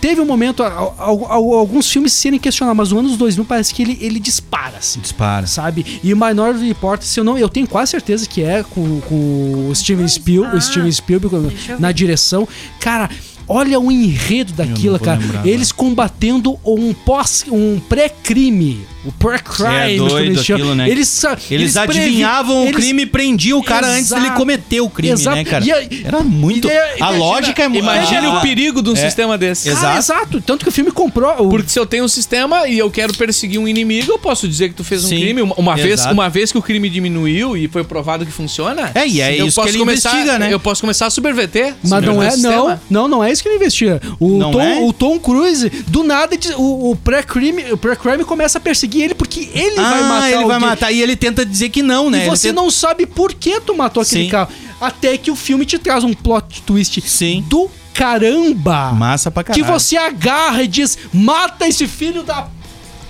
S5: Teve um momento, al- al- al- alguns filmes serem questionados, mas no anos 2000 parece que ele, ele dispara, assim.
S4: Dispara.
S5: Sabe? E o Minority Report, se eu não, eu tenho quase certeza que é com, com o Steven, Spiel, o
S3: Ah,
S5: Steven Spielberg
S3: deixa eu
S5: na direção. Cara, olha o enredo daquilo,
S4: vou
S5: cara.
S4: lembrar
S5: Eles combatendo um pós, um pré-crime, o
S4: É
S5: pré-crime,
S4: doido
S5: como eles chamam.
S4: aquilo, né?
S5: Eles, sa-
S4: Eles,
S5: previ-
S4: adivinhavam o
S5: eles-
S4: crime e prendiam o cara antes
S5: Exato.
S4: dele cometer o crime,
S5: Exato.
S4: né, cara?
S5: E aí-
S4: Era muito.
S5: e daí,
S4: a
S5: imagina-
S4: lógica é muito.
S2: Imagine o perigo de um
S4: É.
S2: sistema desse.
S4: Exato.
S5: Cara, Ah, exato. Tanto que o filme comprou. O...
S2: Porque se eu tenho um sistema e eu quero perseguir um inimigo, eu posso dizer que tu fez um
S4: Sim,
S2: crime. Uma, uma vez,
S4: exato.
S2: uma vez que o crime diminuiu e foi provado que funciona,
S4: É, e é
S2: eu
S4: isso
S2: posso
S4: que ele
S2: começar,
S4: investiga, né?
S2: Eu posso começar a subverter.
S5: Mas não
S2: subverter
S5: é,
S2: o
S5: não,
S2: sistema.
S5: não, não é isso que ele investiga. O,
S4: Não
S5: Tom,
S4: é?
S5: o Tom Cruise, do nada, diz- o, o pré-crime o pré começa a perseguir ele porque ele
S4: ah,
S5: vai matar
S4: ele
S5: alguém.
S4: vai matar. E ele tenta dizer que não, né?
S5: E
S4: Ele
S5: você
S4: tenta-
S5: não sabe por que tu matou aquele
S4: Sim.
S5: carro. Até que o filme te traz um plot twist
S4: Sim.
S5: do caramba.
S4: Massa pra
S5: que
S4: caralho.
S5: você agarra e diz, mata esse filho da...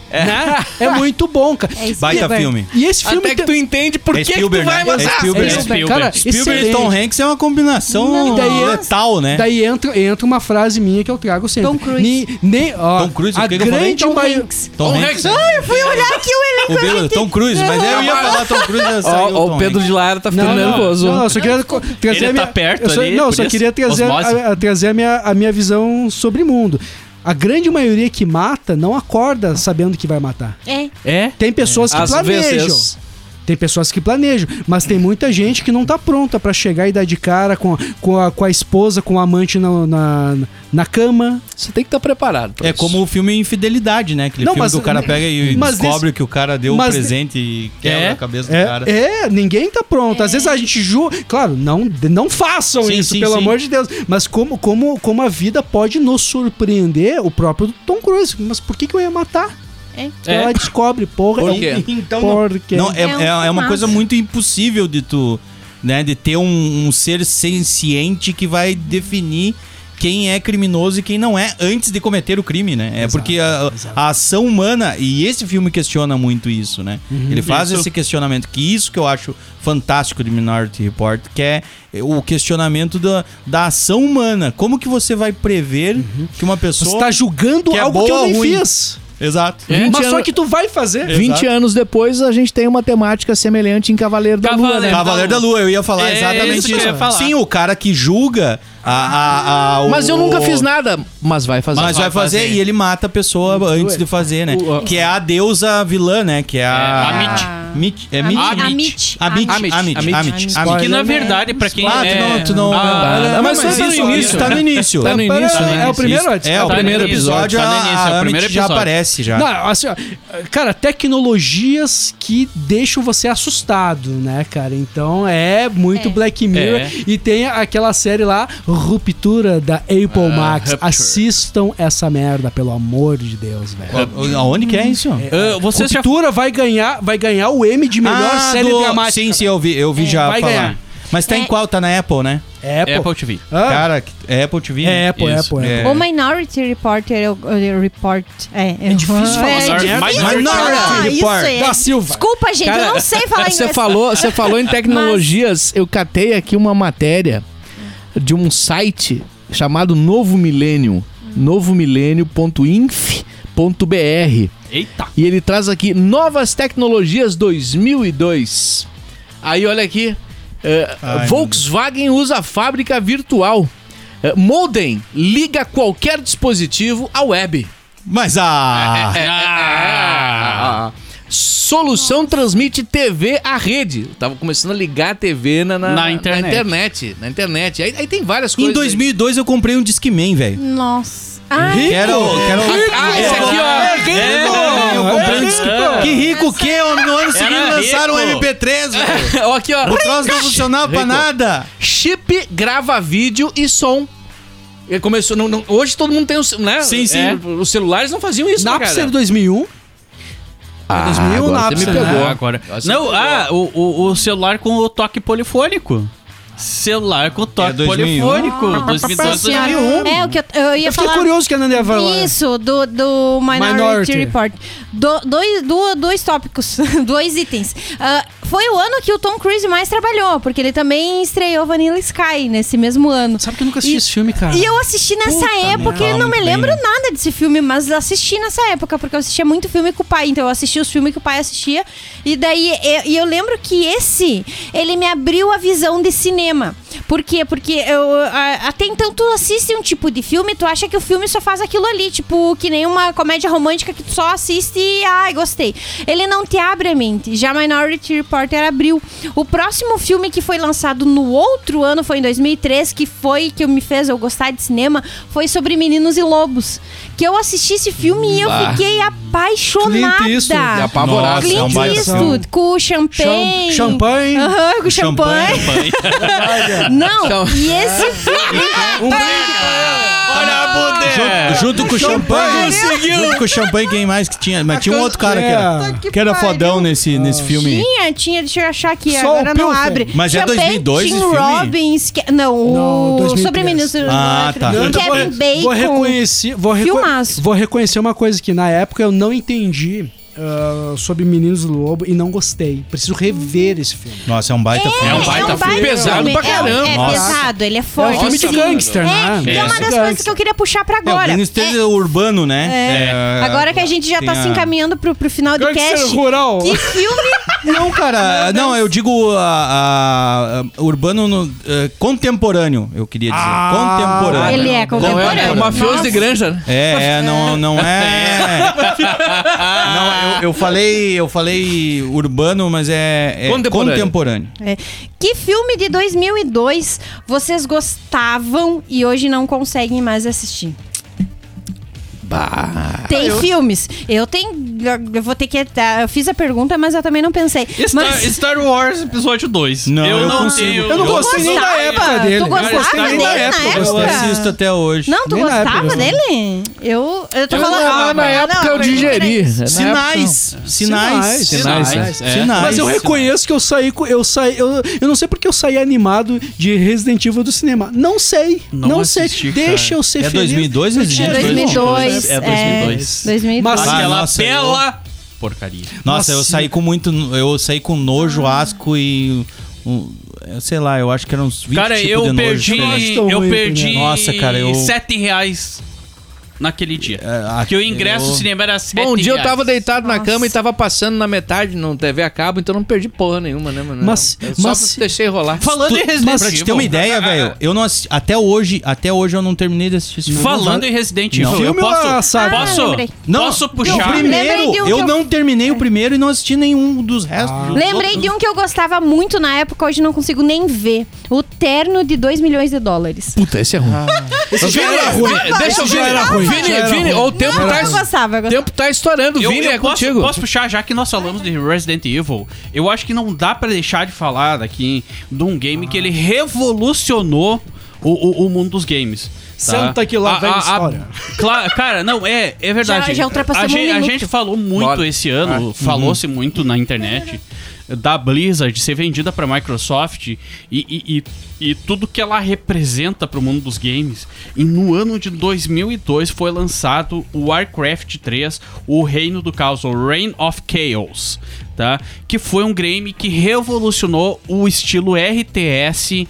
S5: É, né? é muito bom, cara.
S3: É isso
S4: Baita
S3: aí, velho.
S4: filme.
S5: E esse filme...
S2: Até que
S5: tem-
S2: tu entende por
S4: É
S2: que, que tu
S4: Spielberg,
S2: vai
S4: né? É
S2: matar.
S4: Spielberg.
S5: É,
S4: É
S5: Spielberg.
S1: Spielberg.
S5: Cara,
S4: Spielberg e
S5: excelente.
S4: Tom Hanks é uma combinação
S5: Não, daí- é-
S4: letal, né?
S5: Daí entra, entra uma frase minha que eu trago sempre.
S3: Tom Cruise.
S5: Ni- nem- ó,
S4: Tom Cruise,
S5: a
S4: é o que que eu falei?
S5: grande
S3: Tom
S5: maio-
S3: Hanks.
S4: Tom, Hanks.
S3: Ai, eu fui olhar aqui o
S5: é
S3: elenco.
S4: O Pedro, Tom Cruise, mas é, eu ia falar Tom Cruise. mas
S2: Ó,
S4: saiu
S2: ó,
S4: Tom
S2: o Pedro
S4: Hanks.
S2: de Lara tá ficando
S5: Não, não,
S2: nervoso.
S5: não, eu só queria co- trazer
S1: Ele
S5: a minha,
S1: tá perto
S5: eu só,
S1: ali,
S5: Não, eu
S1: por
S5: só
S1: isso,
S5: queria trazer,
S1: osmose.
S5: a, a- trazer a, minha, a minha visão sobre mundo. A grande maioria que mata não acorda sabendo que vai matar.
S3: É,
S1: É?
S5: Tem pessoas que
S2: Às
S5: planejam.
S2: vezes.
S5: Tem pessoas que planejam, mas tem muita gente que não tá pronta pra chegar e dar de cara com, a- com, a, com a esposa, com o amante na, na, na cama.
S2: Você tem que estar preparado. pra
S4: É
S2: isso.
S4: como o filme Infidelidade, né? Aquele
S5: Não,
S4: filme
S5: mas-
S4: que o cara pega e
S5: mas
S4: descobre que o cara deu o
S5: mas-
S4: presente e quebra
S1: É?
S4: a cabeça do cara.
S5: É, é, ninguém tá pronto. Às vezes a gente ju, Claro, não, não façam
S4: Sim,
S5: isso,
S4: sim,
S5: pelo
S4: sim.
S5: amor de Deus. Mas como, como, como a vida pode nos surpreender, o próprio Tom Cruise. Mas por que, que eu ia matar?
S3: é.
S5: Ela descobre, porra. é um
S2: Por
S5: eu-
S2: quê?
S4: Então não-
S5: Por quê?
S4: Não, é,
S3: É um
S4: é, é uma
S3: filmaço.
S4: coisa muito impossível de tu, né, de ter um, um ser senciente que vai definir quem é criminoso e quem não é antes de cometer o crime, né? É porque a, a ação humana e esse filme questiona muito isso, né? Ele faz esse questionamento que isso que eu acho fantástico de Minority Report, que é o questionamento da, da ação humana. Como que você vai prever que uma pessoa
S5: Você tá julgando
S4: que é
S5: algo que eu
S4: boa ou
S5: nem
S4: ruim.
S5: fiz.
S4: Exato.
S2: É. 20
S5: Mas só
S2: anos-
S5: que tu vai fazer.
S2: 20 anos depois, a gente tem uma temática semelhante em Cavaleiro da Lua, né?
S1: Cavaleiro.
S4: Cavaleiro da Lua, eu ia falar
S1: É
S4: exatamente
S1: isso que
S4: isso.
S1: eu ia falar.
S4: Sim, o cara que julga a. a- a- o-
S2: Mas eu nunca fiz nada. Mas vai fazer.
S4: Mas vai fazer, e ele mata a pessoa antes de fazer, né?
S2: o-
S4: que é a deusa vilã, né? Que é a.
S3: a
S4: Mit. É
S3: A
S4: Mit?
S3: Mit.
S4: A Mit. A Mit. A Mit. A Mit. A
S1: Que
S4: Mit.
S1: na verdade, pra quem
S4: Ah,
S1: é...
S4: tu não- tu não-
S1: Ah,
S2: não, mas
S1: mas
S2: tá no
S1: isso-
S2: início,
S1: isso
S4: tá no início.
S2: Tá no início,
S5: É,
S2: né?
S5: o primeiro
S4: Isso, É,
S5: Edson?
S4: o
S1: Tá no
S4: primeiro
S1: início,
S4: episódio.
S1: tá no
S4: a-
S1: início, é o
S4: a
S1: primeiro
S4: Amit já
S1: episódio.
S4: aparece já.
S5: Não, assim, ó, cara, tecnologias que deixam você assustado, né, cara? Então é muito
S3: É.
S5: Black Mirror.
S1: É.
S5: E tem aquela série lá, Ruptura da Apple Max.
S1: Rupture.
S5: Assistam essa merda, pelo amor de Deus, velho.
S4: A- Aonde que é isso?
S1: Ah, vocês já...
S5: Ruptura vai ganhar, vai ganhar o M de melhor
S4: Ah,
S5: série
S4: do-
S5: dramática.
S4: Sim, sim, eu vi, eu vi já
S5: vai
S4: falar.
S5: ganhar.
S4: Mas tá em
S3: É.
S4: qual? Tá na Apple, né?
S5: Apple.
S1: Apple TV.
S5: Ah,
S4: Cara, que- é Apple TV?
S5: é Apple,
S1: É. Isso.
S5: Apple, Apple.
S4: É.
S3: O Minority Reporter é o, o report. É, é,
S5: difícil falar
S3: é,
S5: certo.
S3: difícil
S4: Minority
S3: falar,
S4: Report.
S3: isso aí.
S5: Da Silva.
S3: Desculpa, gente, eu não sei falar
S2: Ah, Você
S3: inglês.
S2: falou, você falou em tecnologias. Eu catei aqui uma matéria de um site chamado Novo Milênio, novomilênio.inf.br.
S1: Eita.
S2: E ele traz aqui Novas Tecnologias 2002. Aí olha aqui, é,
S4: Ai,
S2: Volkswagen usa fábrica virtual. É, modem liga qualquer dispositivo à web.
S4: Mas ah, a.
S2: Solução transmite TV à rede. Eu tava começando a ligar a TV na, na,
S1: Na
S2: na internet.
S1: internet.
S2: na internet. Aí, aí tem várias
S4: Em
S2: coisas.
S4: 2002 eu comprei um Discman, velho.
S3: Nossa. Ai,
S4: Quero, quero... um
S2: Ah, esse aqui, ó.
S4: É, Eu comprei um Discman. Que rico que, é, homem. No ano seguinte
S1: rico.
S4: lançaram um MP3, velho.
S2: Ó, aqui, ó.
S4: O troço não funcionava pra
S2: Rico.
S4: nada.
S2: Chip grava vídeo e som. Ele começou. não- não- hoje todo mundo tem o. ce- Né?
S4: Sim, sim.
S2: É, os celulares não faziam isso, né,
S5: Napster
S2: cara?
S5: 2001.
S2: Ah,
S5: 2000
S2: agora você me
S5: um Napster, né?
S2: pegou.
S1: Ah, agora.
S2: Agora
S4: assim,
S2: você
S1: Não,
S2: pegou.
S1: ah, o, o, o celular com o toque polifônico. Celular
S4: É
S1: com toque
S4: 2001. Ah,
S1: polifônico.
S3: Nossa
S1: 2002,
S3: senhora.
S1: 2001.
S3: É, o que eu, eu ia
S5: um. Eu fiquei
S3: falar.
S5: curioso que a Nanda ia falar.
S3: Isso, do, do Minority,
S5: Minority.
S3: Report. Do- dois, do- dois tópicos, dois itens. Ah, Foi o ano que o Tom Cruise mais trabalhou, porque ele também estreou Vanilla Sky nesse mesmo ano.
S5: Sabe que eu nunca assisti
S3: E-
S5: esse filme, cara?
S3: E eu assisti nessa
S5: Puta
S3: época
S4: merda.
S3: e não me
S4: Fala muito
S3: lembro
S4: bem, né?
S3: nada desse filme, mas assisti nessa época, porque eu assistia muito filme com o pai. Então eu assistia os filmes que o pai assistia. E daí, e- e eu, lembro que esse, ele me abriu a visão de cinema. Por quê? Porque eu, a- até então tu assiste um tipo de filme, tu acha que o filme só faz aquilo ali, tipo, que nem uma comédia romântica que tu só assiste e, ai, gostei. Ele não te abre a mente. Já Minority Reporter abriu. O próximo filme que foi lançado no outro ano foi em 2003, que foi que me fez eu gostar de cinema, foi sobre Meninos e Lobos. Que eu assisti esse filme e eu
S2: Bah.
S3: fiquei apaixonada.
S5: Clint Eastwood.
S2: É apavorado.
S4: Nossa, é um
S3: Clint
S4: baita
S3: Eastwood, com o champanhe.
S5: champanhe.
S3: Aham, com champanhe.
S4: Champanhe.
S3: Não,
S2: Cham-
S3: e esse filme.
S4: Olha a Buda! Junto, com o champanhe. Junto com o champanhe, quem mais que tinha? Mas tinha um outro cara que
S5: É.
S4: era, que era
S3: pariu.
S4: fodão nesse, nesse filme.
S3: Tinha, tinha, deixa eu achar aqui,
S5: Só
S3: agora
S5: o
S3: não
S5: Pilsen.
S3: abre.
S4: Mas é
S3: Champagne,
S4: 2002
S3: Tim
S4: esse filme?
S3: Robbins, que- não,
S5: Não,
S3: o
S5: 2003.
S3: sobre ministro
S4: Ah, tá.
S5: Eu ainda
S3: Kevin um Bacon.
S5: Vou reconhecer, vou, reco-
S3: Filmaço.
S5: vou reconhecer uma coisa que na época eu não entendi ah, sobre Meninos do Lobo e não gostei. Preciso rever esse filme.
S4: Nosa, é um baita filme.
S3: É um
S2: baita
S3: baita
S2: filme. Pesado
S3: filme.
S2: pra
S3: É-
S2: caramba.
S3: É,
S4: Nossa.
S3: pesado, ele é
S5: É
S3: forte.
S5: um filme de
S3: sim.
S5: gangster,
S3: É,
S5: né?
S3: e é uma das
S5: Gangster.
S3: coisas que eu queria puxar pra
S4: É, o
S3: agora.
S4: Ministério Urbano, né? É.
S3: Agora que a gente já tá
S4: Tem
S3: se
S4: a-
S3: encaminhando pro, pro final do
S5: Gangster
S3: cast.
S5: rural.
S3: Que filme
S4: Não, cara, não, eu digo a- a- urbano no- eh, contemporâneo, eu queria dizer.
S5: Ah,
S4: contemporâneo.
S3: ele é
S2: Não é, é
S3: contemporâneo.
S2: mafioso
S3: Nossa.
S2: de granja. né?
S4: É, é, não, não é. Não, eu, eu falei, eu falei urbano, mas é, é
S2: Contemporâneo.
S4: contemporâneo.
S3: É. Que filme de 2002 vocês gostavam e hoje não conseguem mais assistir? Tem filmes. Eu tenho. Eu vou ter que. tá, Eu fiz a pergunta, mas eu também não pensei.
S1: Star,
S3: mas
S1: Star Wars Episódio 2.
S4: Não, eu consigo.
S1: tenho-
S5: Eu não gostei nem da
S3: gostava.
S5: época dele.
S3: Tu gostava
S5: Eu gostei nem
S3: dele
S5: da
S3: na
S5: época.
S3: época?
S5: eu
S4: Eu
S5: gostei.
S4: assisto até hoje.
S3: Não, tu
S5: Nem na
S3: gostava
S5: época,
S3: dele? Eu. Eu tô
S2: Eu,
S3: falando.
S2: na, na época eu né? digeri. Na época-
S4: Sinais, sinais,
S5: Sinais.
S4: sinais,
S2: Sinais,
S1: é.
S4: sinais.
S5: Mas eu reconheço que eu saí. co- Eu, saí eu, eu não sei porque eu saí animado de Resident Evil do cinema. Não sei. Não,
S1: Não
S5: sei.
S1: assisti, cara.
S5: Deixa eu ser
S4: É
S5: feliz.
S4: 2002,
S3: É
S4: Resident Evil?
S3: 2002.
S1: É 2002.
S3: 2002.
S5: Mas-
S4: Ah,
S1: Aquela
S4: nossa, eu-
S1: bela porcaria.
S4: Nossa, eu
S5: Nossa.
S4: saí com muito. Eu saí com nojo,
S1: Ah.
S4: asco e. um- eu sei lá, eu acho que eram uns 20
S1: Cara,
S4: tipos
S1: eu
S4: de nojo,
S1: perdi.
S4: sei lá.
S5: acho tão
S1: eu
S5: ruim,
S1: perdi.
S4: né? Nossa, cara, eu-
S1: 7 reais naquele dia.
S4: É,
S1: que o ingresso do cinema era 7
S2: Bom, um dia eu tava
S1: reais.
S2: deitado na
S3: Nossa.
S2: cama e tava passando na metade no TV a cabo, então não perdi porra nenhuma, né, mano?
S5: Mas-
S2: Eu só
S5: mas-
S2: deixei rolar.
S1: Falando em Resident
S4: Mas pra te ter uma ideia, velho, eu não assisti, até hoje, até hoje eu não terminei de assistir esse filme.
S1: Falando em Resident Evil,
S5: Filme
S1: eu
S5: ou a
S1: posso,
S5: saga?
S3: Ah,
S1: posso,
S3: lembrei.
S4: Não,
S1: posso
S4: O
S1: puxar.
S3: Lembrei
S4: primeiro,
S3: de um que
S4: eu
S3: eu-
S4: não terminei o primeiro e não assisti nenhum dos restos. dos
S3: Lembrei
S4: outros.
S3: de um que eu gostava muito na época, hoje não consigo nem ver. O terno de 2 milhões de dólares.
S2: Puta, esse é ruim.
S5: Esse já era ruim.
S2: Deixa eu
S5: Esse já
S2: ver.
S5: era ruim.
S2: Vini,
S5: Já era
S2: Vini,
S5: ruim.
S2: ó, o tempo
S3: não,
S2: tá,
S3: eu gostava. eu
S2: o
S3: gostava.
S2: tempo tá estourando.
S1: Eu,
S2: Vini,
S1: eu
S2: é
S1: posso,
S2: contigo.
S1: posso puxar, já que nós falamos de Resident Evil, eu acho que não dá pra deixar de falar daqui de um game
S2: Ah.
S1: que ele revolucionou o, o- o mundo dos games. tá?
S5: Senta que lá
S1: A-
S5: vem
S1: a- a-
S5: história.
S1: Cla- cara, não, é, é verdade.
S3: Já- já ultrapassamos
S1: a gente,
S3: um
S1: a
S3: minuto.
S1: gente falou muito
S2: Bora.
S1: esse ano, falou-se muito na internet da Blizzard ser vendida pra Microsoft e, e, e, e tudo que ela representa pro mundo dos games. E no ano de 2002 foi lançado o Warcraft 3, o Reino do Caos, o Reign of Chaos, tá? Que foi um game que revolucionou o estilo RTS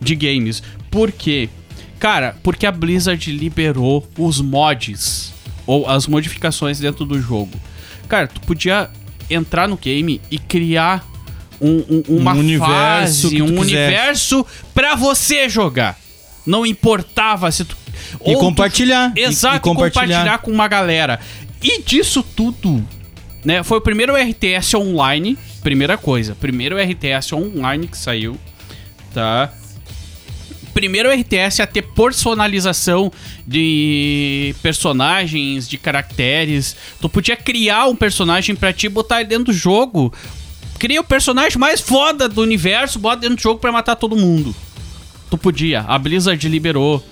S1: de games. Por quê? Cara, porque a Blizzard liberou os mods ou as modificações dentro do jogo. Cara, tu podia entrar no game e criar um, um- uma
S4: Um universo
S1: fase,
S4: que tu
S1: um
S4: quisesse.
S1: universo pra você jogar. Não importava se tu
S4: E
S1: ou tu-
S4: compartilhar. e-
S1: Exato,
S4: e
S1: e compartilhar. com uma galera. E disso tudo, né? Foi o primeiro RTS online, primeira coisa. Primeiro RTS online que saiu, tá? Primeiro RTS a ter personalização de personagens, de caracteres. Tu podia criar um personagem pra ti e botar ele dentro do jogo. Cria o personagem mais foda do universo, bota dentro do jogo pra matar todo mundo. Tu podia. A Blizzard liberou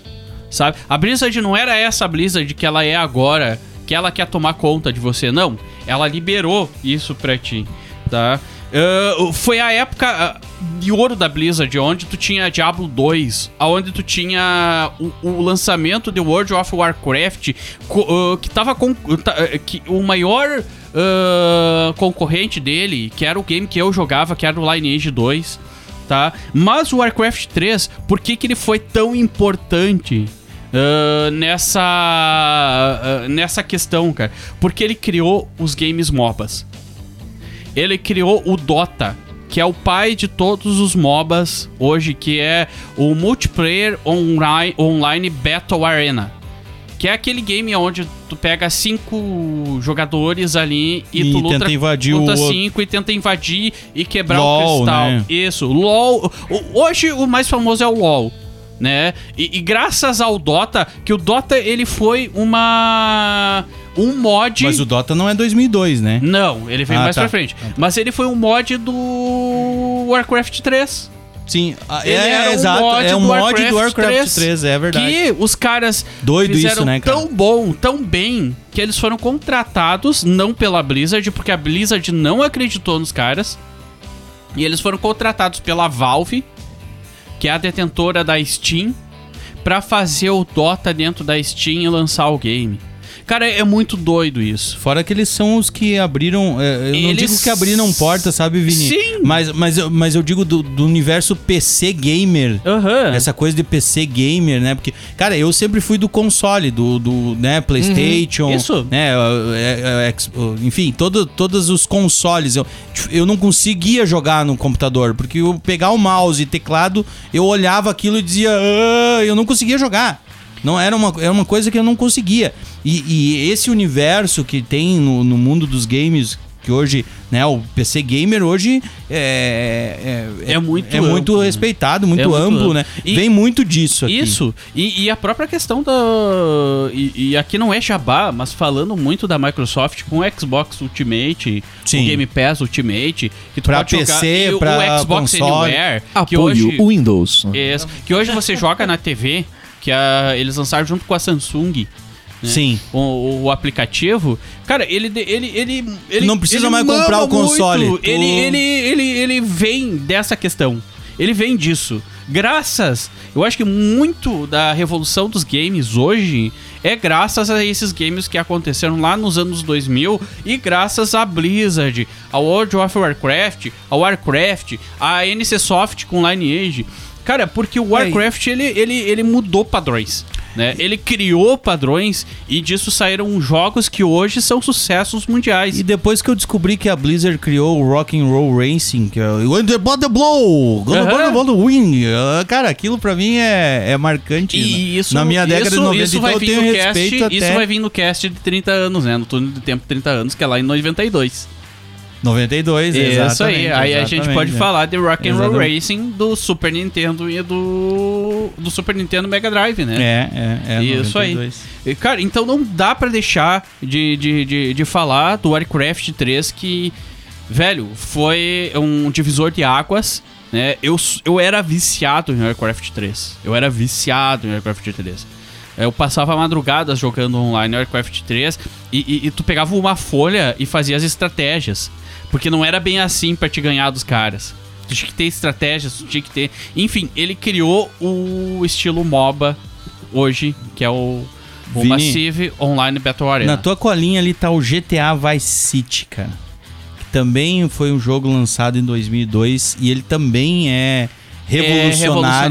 S1: sabe? A Blizzard não era essa Blizzard que ela é agora, que ela quer tomar conta de você, não. Ela liberou isso pra ti, tá? Ah, foi a época ah, de ouro da Blizzard, onde tu tinha Diablo 2, aonde tu tinha o, o lançamento de World of Warcraft, co- ah, que tava com. tá, ah, que o maior ah, concorrente dele, que era o game que eu jogava, que era o Lineage 2, tá? Mas o Warcraft 3, por que, que ele foi tão importante? ah, nessa ah, nessa questão, cara, porque ele criou os games MOBAs ele criou o Dota, que é o pai de todos os MOBAs hoje, que é o Multiplayer Onri- Online Battle Arena. Que é aquele game onde tu pega cinco jogadores ali e,
S4: E
S1: tu
S4: tenta
S1: luta,
S4: invadir o
S1: luta
S4: outro.
S1: cinco e tenta invadir e quebrar
S4: LOL,
S1: o cristal.
S4: né?
S1: Isso, LOL. o- Hoje o mais famoso é o LOL, né? E, e graças ao Dota, que o Dota ele foi uma um mod
S4: Mas o Dota não é 2002, né?
S1: não, ele veio
S4: Ah,
S1: mais
S4: tá.
S1: pra frente. Mas ele foi um mod do Warcraft 3.
S4: Sim, a-
S1: Ele era um mod
S4: é um
S1: do
S4: mod
S1: Warcraft
S4: do Warcraft 3,
S1: 3,
S4: é verdade.
S1: Que os caras
S4: Doido
S1: fizeram
S4: isso, né, cara?
S1: tão bom, tão bem, que eles foram contratados, não pela Blizzard, porque a Blizzard não acreditou nos caras. E eles foram contratados pela Valve, que é a detentora da Steam, pra fazer o Dota dentro da Steam e lançar o game. Cara, é muito doido isso.
S4: Fora que eles são os que abriram. é, Eu não
S1: Eles-
S4: digo que abriram porta, sabe, Vini?
S1: Sim.
S4: Mas, mas, eu- mas eu digo do, do universo PC gamer.
S1: Aham.
S4: Essa coisa de PC gamer, né? Porque, cara, eu sempre fui do console, do, do né, PlayStation,
S1: Uhum. Isso.
S4: né? é, é, é, ex- Enfim, todo, todos os consoles. Eu, eu não conseguia jogar no computador, porque eu pegar o mouse e teclado, eu olhava aquilo e dizia, "Ah", eu não conseguia jogar. Não era uma, era uma coisa que eu não conseguia. E, e esse universo que tem no, no mundo dos games, que hoje, né, o PC gamer hoje é,
S1: É muito
S4: é muito
S1: amplo, né?
S4: respeitado, muito
S1: É
S4: muito
S1: muito
S4: amplo,
S1: amplo.
S4: né?
S1: E-
S4: Vem muito disso aqui.
S1: Isso. E, e a própria questão da. E, e aqui não é jabá, mas falando muito da Microsoft com o Xbox Ultimate,
S4: Sim.
S1: o Game Pass Ultimate, que tu
S4: Pra
S1: pode jogar,
S4: PC,
S1: e o,
S4: pra
S1: o Xbox
S4: console.
S1: Anywhere, que
S2: Apoio
S1: hoje,
S2: Windows.
S1: Isso. que hoje você joga na TV, que a- eles lançaram junto com a Samsung. né?
S4: Sim.
S1: O, o aplicativo, cara, ele de- ele ele, ele
S4: não precisa
S1: ele
S4: mais comprar
S1: mama
S4: o console.
S1: muito.
S4: Tu-
S1: Ele, ele ele ele vem dessa questão. Ele vem disso. Graças, eu acho que muito da revolução dos games hoje é graças a esses games que aconteceram lá nos anos 2000 e graças à Blizzard, ao World of Warcraft, ao Warcraft, à NC Soft com Lineage. Cara, porque o Warcraft ele, ele, ele mudou padrões. Né? Ele criou padrões e disso saíram jogos que hoje são sucessos mundiais.
S4: E depois que eu descobri que a Blizzard criou o Rock and Roll Racing, que é o When the Body Blow, Gonna
S1: Aham.
S4: Body Blow Win, ah, cara, aquilo pra mim é, é marcante.
S1: E
S4: né?
S1: isso,
S4: Na minha década de
S1: isso-
S4: 90,
S1: isso
S4: então
S1: vai
S4: eu
S1: vir
S4: tenho
S1: no
S4: respeito
S1: cast,
S4: até...
S1: Isso vai vir no cast de 30 anos, né? No turno de tempo 30 anos, que é lá em 92.
S4: 92,
S1: isso aí. Aí a gente
S4: exatamente,
S1: pode
S4: né?
S1: falar de Rock and Roll
S4: Exatamente.
S1: Racing do Super Nintendo e do do Super Nintendo Mega Drive, né?
S4: É, é, é.
S1: Isso aí.
S4: 92.
S1: E, Cara, então não dá pra deixar de, de, de, de falar do Warcraft 3 que, velho, foi um divisor de águas, né? Eu, s- eu era viciado em Warcraft 3. Eu era viciado em Warcraft 3. Eu passava madrugadas jogando online Warcraft 3 e, e- e tu pegava uma folha e fazia as estratégias. Porque não era bem assim pra te ganhar dos caras. Tu tinha que ter estratégias, tu tinha que ter. Enfim, ele criou o estilo MOBA hoje, que é o, o
S4: Vini,
S1: Massive Online Battle Arena.
S4: Na tua colinha ali tá o GTA Vice City, cara. Que também foi um jogo lançado em 2002 e ele também é revolucionário,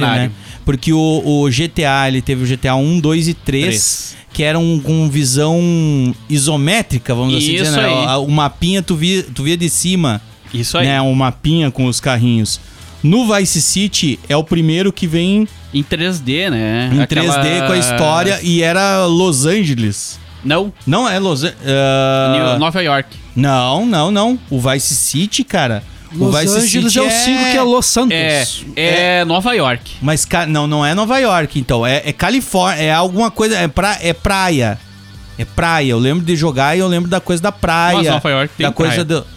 S1: revolucionário.
S4: né? Porque o, o GTA, ele teve o GTA 1, 2 um, e 3,
S1: Três.
S4: que eram com visão isométrica, vamos assim
S1: Isso
S4: dizer, né?
S1: aí.
S4: O- O mapinha tu via, tu via de cima,
S1: Isso aí.
S4: né? Um mapinha com os carrinhos. No Vice City é o primeiro que vem
S1: Em 3D, né?
S4: em
S1: Aquela-
S4: 3D com a história e era Los Angeles.
S1: Não,
S4: Não é Los Angeles.
S1: New- Nova York.
S4: Não, não, não. O Vice City, cara.
S5: Los
S4: o Vice
S5: Angeles é o 5 que é Los Santos.
S1: É, é, Nova York.
S4: Mas ca- não, não é Nova York, então. É, é Califórnia. É alguma coisa. É, pra... é praia. É praia. Eu lembro de jogar e eu lembro da coisa da praia.
S1: Mas Nova York tem
S4: da coisa
S1: praia.
S4: do.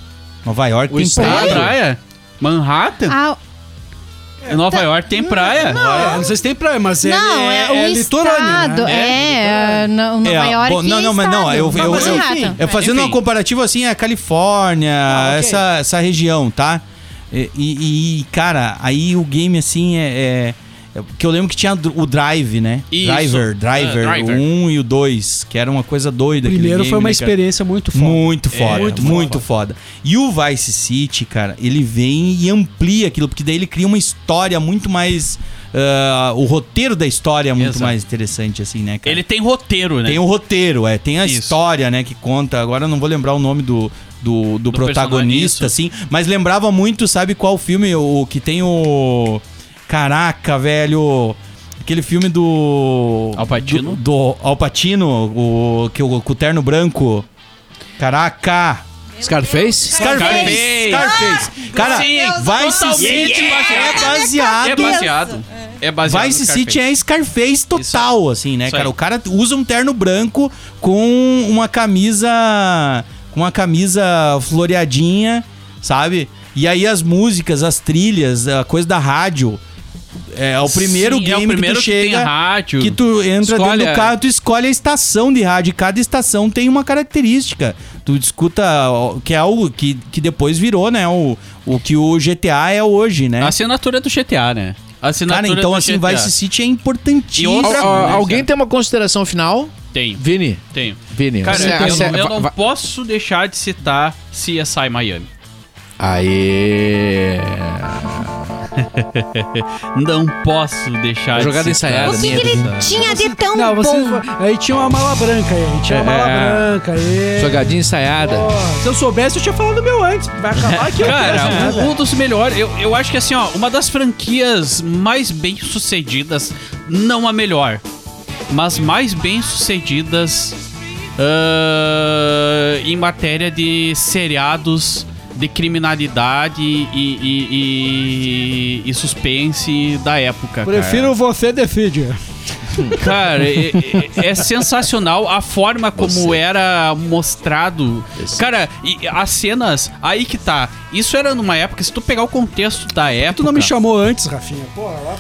S4: Nova York
S1: O
S4: tem
S1: estado
S4: praia.
S1: tem praia? Manhattan?
S3: Ah,
S1: Nova York tem praia.
S5: É, não sei se tem praia, mas ele
S3: não, é,
S5: é,
S3: o
S5: é litorâneo,
S3: estado.
S5: né?
S3: ah, É, no- Nova
S4: É,
S3: York.
S4: bom, não, não, mas
S3: estado.
S4: não, eu- eu-
S3: Mas
S4: eu-
S3: Manhattan.
S4: É fazendo
S1: Enfim. Ah,
S4: uma comparativa assim, a Califórnia, essa, essa região, tá? E, e- e, cara, aí o game assim é. é- É, Porque eu lembro que tinha dr- o Drive, né?
S1: Isso.
S4: Driver,
S1: Ah,
S4: Driver,
S1: Driver.
S4: o 1 e o 2, que era uma coisa doida. aquele
S5: Primeiro
S4: game,
S5: foi uma
S4: né, cara?
S5: experiência muito foda.
S4: Muito foda,
S1: É,
S4: muito,
S1: muito
S4: foda. E o Vice City, cara, ele vem e amplia aquilo, porque daí ele cria uma história muito mais. ah, o roteiro da história é muito
S1: Exato.
S4: mais interessante, assim, né, cara?
S1: Ele tem roteiro, né?
S4: Tem o roteiro, é, tem a
S1: Isso.
S4: história, né, que conta. Agora eu não vou lembrar o nome do. Do, do
S1: Do
S4: protagonista,
S1: personagem, isso.
S4: assim, mas lembrava muito, sabe qual filme? O que tem o. Caraca, velho! Aquele filme do.
S1: Al
S4: Do,
S1: Pacino?
S4: do Alpatino, o, que o, com o terno branco. Caraca!
S2: Scarface?
S4: Scarface! Scarface! um- Cara,
S1: Ah, Sim,
S4: Vice
S1: totalmente
S4: City é
S1: baseado.
S4: baseado.
S1: É baseado. É baseado no
S4: Vice
S1: Scarface.
S4: City é Scarface total, assim, né,
S1: Isso
S4: cara?
S1: aí.
S4: O cara usa um terno branco com uma camisa. com uma camisa floreadinha, sabe? E aí as músicas, as trilhas, a coisa da rádio. É o primeiro
S1: Sim, é o
S4: game
S1: primeiro
S4: que tu
S1: que
S4: chega.
S1: tem rádio.
S4: que tu entra
S1: Escolhe
S4: dentro do
S1: a-
S4: carro, tu escolhe a estação de rádio. e Cada estação tem uma característica. Tu escuta, ó, que é algo que, que depois virou, né? O, o que o GTA é hoje, né?
S1: A assinatura do GTA, né? A assinatura
S4: Cara, então
S1: do
S4: assim,
S1: GTA.
S4: Vice City é importantíssimo.
S1: E outra-
S2: Al- al-
S1: né,
S2: alguém
S1: cara?
S2: tem uma consideração final?
S1: Tem,
S2: Vini,
S1: tem.
S2: Vini.
S1: Cara,
S2: você-
S1: eu,
S2: você-
S1: não, eu não
S2: é- va-
S1: posso deixar de citar CSI Miami.
S2: Aê!
S1: Não posso deixar
S2: Jogada
S1: de citar.
S2: ensaiada,
S3: O que,
S2: minha
S3: que ele
S2: vida.
S3: tinha de tão
S5: Não, você.
S3: bom?
S5: Aí tinha uma mala branca aí. aí Tinha uma mala
S2: É.
S5: branca aí.
S2: Jogadinha ensaiada.
S5: Porra, se eu soubesse, eu tinha falado meu antes. Vai acabar aqui. eu não
S1: Cara,
S5: quero nada.
S1: um, um dos melhores. Eu, eu acho que assim, ó, uma das franquias mais bem sucedidas, não a melhor, mas mais bem sucedidas ah, em matéria de seriados de criminalidade e, e- e- e suspense da época.
S5: Prefiro você decide.
S1: Cara, é, é- é sensacional a forma como era mostrado. Cara, e as cenas, aí que tá. Isso era numa época, se tu pegar o contexto da época.
S5: Tu não me chamou antes, Rafinha. Porra, lá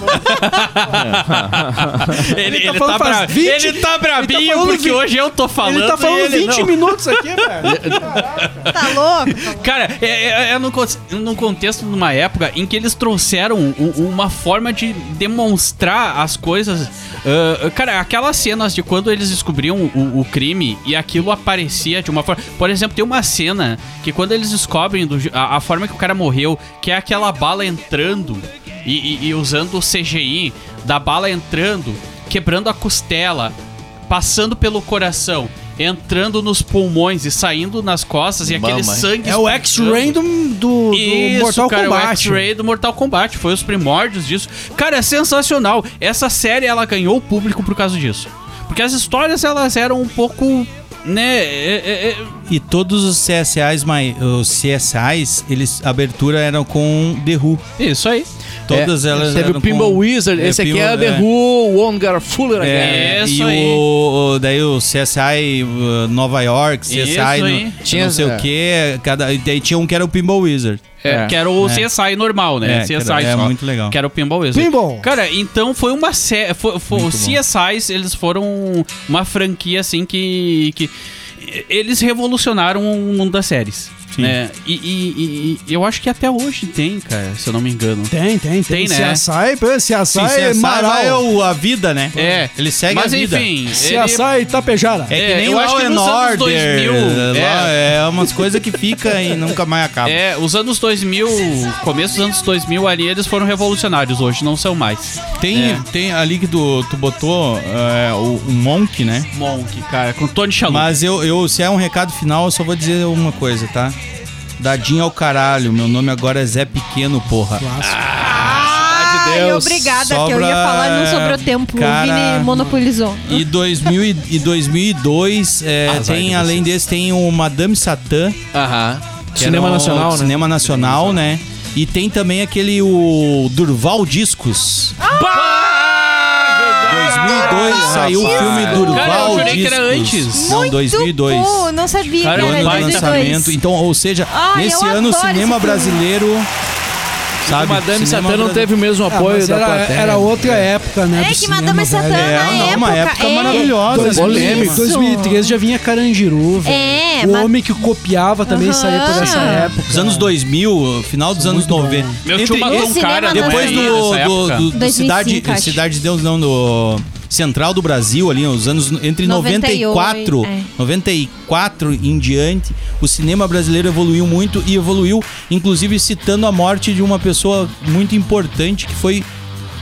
S5: vamos.
S1: Ele,
S5: Ele tá
S1: ele tá,
S5: falando
S1: bra-
S5: faz 20
S1: ele tá brabinho
S5: ele tá falando
S1: porque
S5: 20
S1: hoje eu tô falando.
S5: Ele tá falando
S1: e ele
S5: 20
S1: não.
S5: minutos aqui, velho.
S3: Tá louco?
S1: Cara, é, é, é num, cons- num contexto, numa época em que eles trouxeram u- uma forma de demonstrar as coisas. Ah, cara, aquelas cenas de quando eles descobriam o, o crime e aquilo aparecia de uma forma. Por exemplo, tem uma cena que quando eles descobrem do je- a, a forma que o cara morreu, que é aquela bala entrando e- e- e usando o CGI da bala entrando, quebrando a costela passando pelo coração, entrando nos pulmões e saindo nas costas e aquele
S2: Mama, hein?
S1: sangue.
S5: É o
S1: espumando.
S5: X-Ray do, do, do
S1: Isso,
S5: Mortal
S1: cara, é o
S5: Kombat.
S1: X-Ray do Mortal Kombat. Foi os primórdios disso. Cara, é sensacional. Essa série, ela ganhou o público por causa disso. Porque as histórias, elas eram um pouco... Né? é- é- é-
S4: E todos os CSIs, mai- os CSIs, eles, a abertura eram com The Who.
S1: é, Isso aí.
S4: Todas
S2: É,
S4: elas
S2: Teve
S4: eram
S2: o Pinball
S4: com-
S2: Wizard,
S4: É,
S2: esse aqui
S4: Pinball-
S2: é The Who, né, One Got a Fuller Again.
S4: É, e
S1: Isso aí.
S4: o, o- daí o CSI uh, Nova York, CSI
S1: Isso
S4: no-
S1: aí.
S4: não
S2: Tinha-
S4: sei
S2: é.
S4: o que, cada, e daí tinha um que era o Pinball Wizard.
S2: É.
S1: Que era o CSI normal, né?
S4: É, que
S1: CSI
S4: era- é
S1: só.
S4: muito legal.
S1: Que era o Pinball Wizard.
S5: Pinball.
S1: Cara, então foi uma série. Foi, foi,
S4: Muito
S1: os CSIs, eles foram uma franquia assim que. que eles revolucionaram o mundo das séries.
S4: Sim.
S1: Né? E, e- e- e eu acho que até hoje tem, cara, se eu não me engano.
S5: Tem, tem, tem.
S1: Tem, né?
S5: CSI, pô, CSI,
S4: Sim, CSI
S5: Marau.
S4: é o- a vida, né?
S1: É.
S4: Ele segue
S1: Mas
S4: a vida.
S1: enfim. ele-
S5: CSI Itapejara.
S4: É que
S1: É,
S4: nem
S1: eu
S4: Law
S1: acho que
S4: and
S1: nos anos
S4: Order.
S1: 2000,
S4: lá- é. umas coisas que fica e nunca mais acaba.
S1: É, os anos 2000, começo dos anos 2000 ali, eles foram revolucionários, hoje não são mais.
S4: Tem,
S1: É.
S4: tem ali que tu, tu botou é, o, o Monk, né?
S1: Monk, cara, com Tony Shalhoub.
S4: Mas eu, eu, se é um recado final, eu só vou dizer uma coisa, tá? Dadinho ao caralho, meu nome agora é Zé Pequeno, porra.
S3: Ai,
S2: Deus,
S3: obrigada, que eu
S4: sobra-
S3: ia falar e não sobrou tempo.
S4: Cara,
S3: o Vini monopolizou.
S4: E, 2000 e, e 2002,
S1: Ah,
S4: é, tem, além desse, tem o Madame Satã.
S2: Aham.
S4: que
S2: Cinema
S4: era um-
S2: Nacional, né?
S4: Cinema Nacional, né? E tem também aquele, o Durval Discos. 2002 saiu o filme
S2: Cara,
S4: Durval
S1: Cara, eu jurei que
S4: Discos.
S1: era antes.
S4: Não,
S3: Muito
S4: 2002.
S3: bom, não sabia
S1: Cara,
S3: que
S4: ano do
S3: era 2002.
S4: lançamento. Então, ou seja,
S3: Ai,
S4: nesse
S3: eu
S4: ano o
S3: adoro
S4: cinema
S3: esse filme.
S4: brasileiro sabe?
S2: Madame
S4: Cinema
S2: Satã não
S4: brasileiro.
S2: teve o mesmo
S5: Ah,
S2: apoio
S5: mas
S2: da
S5: era,
S2: plateia.
S5: era outra época, né?
S3: É
S5: do
S3: que
S5: cinema,
S3: Madame Satã
S5: velho.
S3: na
S4: É, não, uma
S3: época,
S4: época
S3: é.
S4: maravilhosa.
S2: Dois-
S4: né?
S2: Polêmico.
S5: 2003 já vinha Carandiru, velho.
S3: É,
S5: O
S3: mas-
S5: homem que copiava também
S3: Aham.
S5: saía por essa época.
S4: Os anos 2000, final dos anos 90.
S1: Meu
S4: Entre-
S1: tio matou um
S3: Entre-
S1: cara
S3: Cinema
S1: depois
S4: Depois
S3: Não é
S1: do, nessa
S4: do, do,
S1: época.
S4: do- do
S3: 2005,
S4: Cidade,
S3: acho.
S4: Cidade de Deus, não, do Central do Brasil, ali, os anos entre
S3: 98,
S4: 94,
S3: é.
S4: 94 em diante, o cinema brasileiro evoluiu muito e evoluiu, inclusive citando a morte de uma pessoa muito importante que foi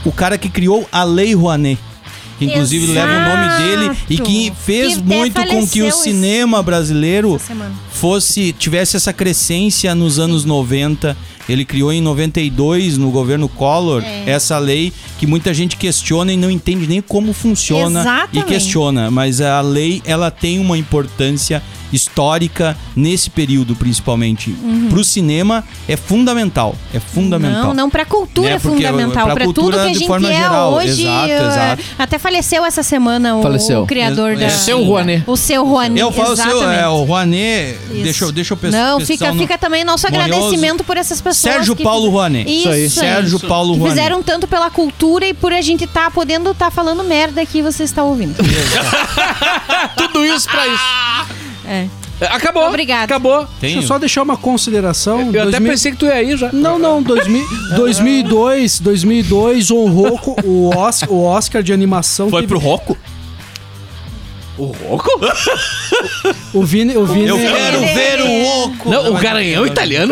S4: o cara que criou a Lei Rouanet. Que inclusive
S3: Exato.
S4: leva o nome dele e que fez
S3: Que até
S4: muito com que
S3: faleceu
S4: o
S3: esse-
S4: cinema brasileiro
S3: Essa semana.
S4: fosse tivesse essa crescência nos anos 90. Ele criou em 92 no governo Collor
S3: É.
S4: essa lei que muita gente questiona e não entende nem como funciona e
S3: Exatamente.
S4: questiona, mas a lei ela tem uma importância histórica nesse período principalmente. Pro cinema é fundamental, é fundamental.
S3: Uhum. Não, não, pra cultura
S4: Né,
S3: é
S4: porque,
S3: fundamental,
S4: pra
S3: pra tudo que
S4: cultura
S3: a
S4: de
S3: gente
S4: forma
S3: é
S4: geral,
S3: hoje.
S4: exato,
S3: eh,
S4: exato.
S3: Até faleceu essa semana o,
S2: Faleceu.
S3: o criador
S4: Ex-
S3: da.
S4: é.
S2: Seu um Rouanet.
S3: O seu Rouanet.
S4: Eu falo seu,
S3: exatamente.
S4: é, o Rouanet,
S3: Isso.
S4: deixa, eu- deixa eu pensar.
S3: Não, fica, fica também nosso
S4: Glorioso.
S3: agradecimento por essas pessoas.
S4: Sérgio
S3: que
S4: Paulo
S3: fizeram-
S4: Rouanet.
S3: Isso, aí.
S4: Sérgio Paulo
S3: Que
S4: Rouanet.
S3: fizeram tanto pela cultura e por a gente tá podendo estar falando merda que você está ouvindo.
S2: Tudo isso pra isso.
S3: É.
S2: Acabou.
S3: Obrigada.
S2: Acabou.
S3: um
S5: Deixa eu só deixar uma consideração.
S2: Eu até
S5: 2000
S2: pensei que tu ia ir já.
S5: Não, não, 2000, 2002, 2002 honrou co- o Oscar, o Oscar de animação.
S1: Foi
S5: teve-
S1: pro Roco?
S2: O Rocco?
S5: O Vini, o Vini,
S4: Eu quero ver o oco.
S2: Não, o garanhão italiano?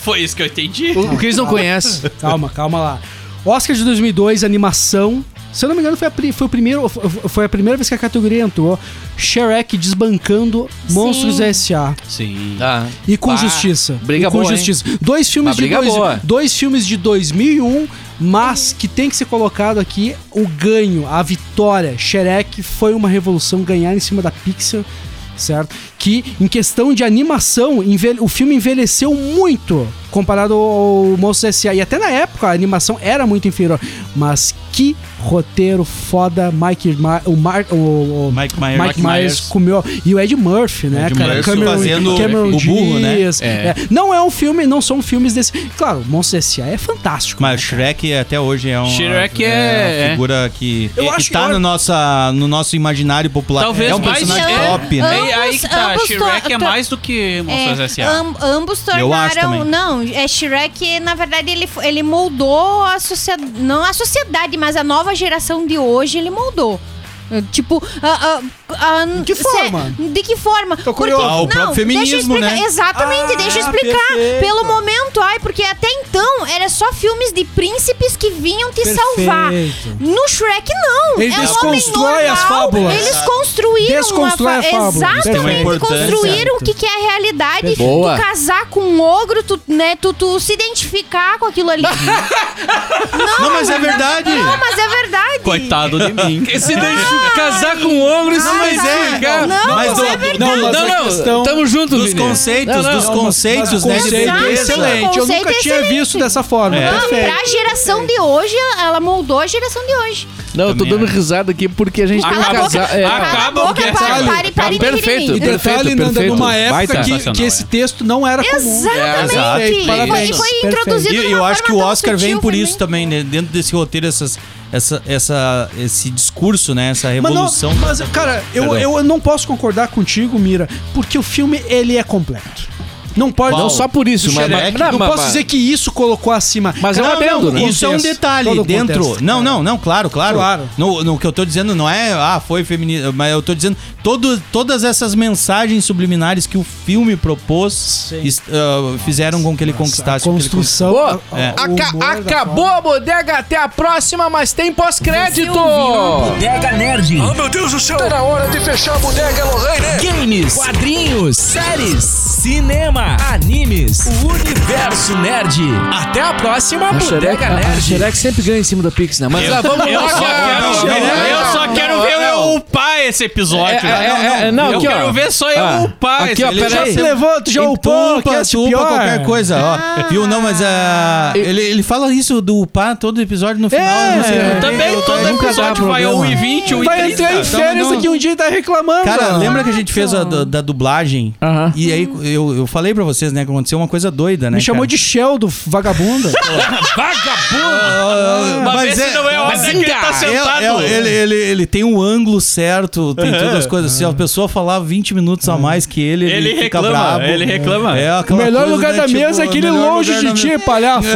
S1: Foi isso que eu entendi.
S2: O Cris não conhece.
S5: Calma, calma lá. Oscar de 2002, animação. Se eu não me engano, foi a, pri- foi o primeiro, foi a primeira vez que a categoria entrou. Shrek desbancando Monstros S.A.
S1: Sim.
S2: Tá.
S5: E com
S2: Pá,
S5: justiça.
S2: briga
S5: e com
S2: boa, hein?
S5: justiça. Dois
S2: Uma
S5: filmes de
S2: briga
S5: dois,
S2: boa.
S5: dois filmes de 2001, mas que tem que ser colocado aqui o ganho, a vitória. Shrek foi uma revolução ganhar em cima da Pixar, certo? Que em questão de animação, envelhe- o filme envelheceu muito comparado ao Monstros S.A. E até na época a animação era muito inferior, mas que roteiro foda Mike Ma- o, Mar, o, o-
S4: Mike Myers.
S5: Mike, Myers, comeu. E o Ed Murphy, né,
S4: Ed
S5: cara?
S4: Murphy
S5: Cameron,
S4: fazendo
S5: Cameron
S4: o burro, né?
S5: Diaz.
S2: É.
S5: É. Não é um filme, não são filmes desse. Claro, Monstro S.A. é fantástico.
S4: Mas Shrek até hoje é um
S1: Shrek
S4: é
S1: é-
S4: uma figura que
S5: Eu
S4: é-
S5: acho
S4: está
S5: que-
S4: no, nossa, no nosso imaginário popular.
S1: Talvez
S4: é um
S1: mais-
S4: personagem
S1: é-
S4: top, né?
S3: Ambos-
S1: Aí, aí que tá,
S3: ambos
S1: Shrek
S3: to-
S1: é
S3: to-
S1: mais do que Monstros
S3: É,
S1: S.A.
S3: am- ambos
S4: Eu acho
S3: tornaram.
S4: também.
S3: Não, é Shrek, na verdade, ele, fo- ele moldou a sociedade. Não a sociedade, mas a nova geração de hoje ele moldou. Eh, Tipo, ah, ah, ah, de
S5: que forma?
S3: de que forma? Tô
S5: curioso.
S4: Ah, o próprio feminismo,
S3: explicar,
S4: né?
S3: Exatamente,
S5: Ah,
S3: deixa eu explicar.
S5: perfeito.
S3: Pelo momento, ai, porque até então era só filmes de príncipes que vinham te salvar.
S5: Perfeito.
S3: No Shrek, não.
S5: Eles
S3: é um homem
S5: desconstrói as
S3: normal,
S5: fábulas.
S3: Eles construíram
S5: Desconstrói
S3: uma
S5: a
S3: fa-
S5: fábula. Tem
S4: é
S5: uma
S3: Exatamente,
S4: importância.
S3: construíram o que, que é a realidade.
S2: Boa.
S3: Tu casar com um ogro, tu, né, tu, tu se identificar com aquilo ali.
S4: Uhum.
S3: não,
S4: Não, mas é verdade.
S3: mas é verdade.
S1: Coitado de mim.
S2: Se deixa casar com o ogro, isso
S4: Não, mas é.
S3: Não,
S4: mas
S3: mas
S4: do-
S3: é verdade.
S4: não,
S2: Não,
S4: mas-
S2: não,
S5: questão
S2: tamo junto,
S4: dos
S2: Vini.
S4: conceitos,
S2: Não, não.
S4: dos conceitos,
S5: Mas o
S4: né? de
S5: conceito é
S4: beleza.
S5: excelente.
S3: O
S5: eu
S3: conceito
S5: nunca
S3: é
S5: tinha
S3: excelente.
S5: visto dessa forma.
S4: É.
S3: Não,
S5: Perfeito.
S3: pra geração de hoje, ela moldou a geração de hoje.
S2: Não, eu tô
S4: Também
S2: dando
S4: é.
S2: risada aqui porque a gente tem
S3: Cala
S2: que
S3: a boca,
S2: casar. é.
S3: cala a
S1: Acaba o
S3: boca,
S1: cast.
S3: pare, pare, pare,
S2: Ah, perfeito.
S3: piriri.
S5: E detalhe,
S2: Perfeito,
S5: Nanda,
S2: perfeito.
S5: numa época
S2: Baita.
S5: que,
S1: Sensacional,
S5: que esse
S1: é.
S5: texto não era comum.
S3: Exatamente.
S4: É, Exato.
S3: E foi,
S4: Parabéns.
S3: e foi
S5: Perfeito.
S3: introduzido
S4: E
S3: de
S4: eu
S3: uma
S4: acho que o
S3: forma tão
S4: Oscar vem
S3: sutil
S4: por
S3: também.
S4: isso também, né? Dentro desse roteiro, essas, essa, essa, esse discurso, né? Essa
S5: Mas, não,
S4: revolução.
S5: mas cara, eu,
S4: Perdão.
S5: eu não posso concordar contigo, Mira, porque o filme ele é completo. Não pode.
S2: Não só por isso,
S4: Do
S2: mas. mas-
S4: Shrek,
S2: não,
S5: não
S2: mas-
S5: posso dizer que isso colocou acima.
S2: Mas é um
S5: Não,
S2: adendo,
S5: não,
S2: né?
S4: Isso é um
S5: contexto,
S4: detalhe
S5: todo o
S4: dentro.
S5: contexto,
S4: não,
S5: cara.
S4: não, não, claro, claro.
S5: Claro.
S4: No, no que eu tô dizendo não é, ah, foi feminista, mas eu tô dizendo todo, todas essas mensagens subliminares que o filme propôs est- ah, fizeram com que ele conquistasse
S5: A
S4: o que ele
S5: construção.
S2: Pô,
S5: a- a-
S4: é.
S5: o humor
S2: Aca-
S5: da
S2: acabou
S5: forma.
S2: a bodega, até a próxima, mas tem pós-crédito!
S7: Bodega Nerd. Oh, meu Deus
S2: né?
S7: do céu! Tá na hora de fechar a Bodega Lorraine. Games, quadrinhos, séries, cinema, animes, o universo nerd. Até a próxima
S2: A
S7: Bodega
S2: Xereca, a
S7: Nerd.
S2: Xereca sempre ganha em cima da Pix, né? Mas lá, vamos
S1: Eu
S2: lá,
S1: só
S2: cara.
S7: É,
S1: quero, eu só quero ver eu upar esse episódio.
S2: É,
S1: né?
S2: é, é, é, não,
S1: eu
S2: aqui, ó.
S1: quero ver só eu
S2: Ah,
S1: upar
S2: aqui, ó,
S1: esse-
S4: Ele já
S2: peraí.
S4: se
S5: levou, tu já
S4: Ele
S5: upou, que é
S4: upa,
S5: esse
S4: tu upa
S5: pior.
S4: qualquer coisa, ó. Viu? Não, mas a... ele, ele fala isso do upar todo episódio no final.
S5: É,
S4: não sei o quê.
S2: eu
S1: Também
S4: Eu tô-
S1: todo
S2: nunca dá
S1: episódio vai
S2: problema.
S1: 1,20, 1,30.
S5: Vai entrar em
S4: Então,
S5: férias
S4: não.
S5: aqui um dia e tá reclamando.
S4: Cara, lembra que a gente fez a da, da dublagem?
S2: Aham.
S4: E aí eu, eu falei pra vocês, né, que aconteceu uma coisa doida, né?
S5: Me chamou
S4: cara?
S5: de Shell do vagabunda.
S4: Ah,
S1: Mas esse não é a hora que ele tá sentado.
S4: é- ele, ele, ele tem um ângulo certo, tem todas as coisas. Se a pessoa falar 20 minutos a mais que ele, ele,
S1: Ele
S4: fica
S1: reclama,
S4: bravo.
S1: ele reclama.
S4: É
S5: O
S4: aquela
S5: melhor
S4: coisa,
S5: lugar
S4: né,
S5: da
S4: tipo,
S5: mesa é aquele
S4: melhor
S5: longe
S4: lugar
S5: de
S4: da
S5: ti,
S4: mesa. É.
S5: palhaço.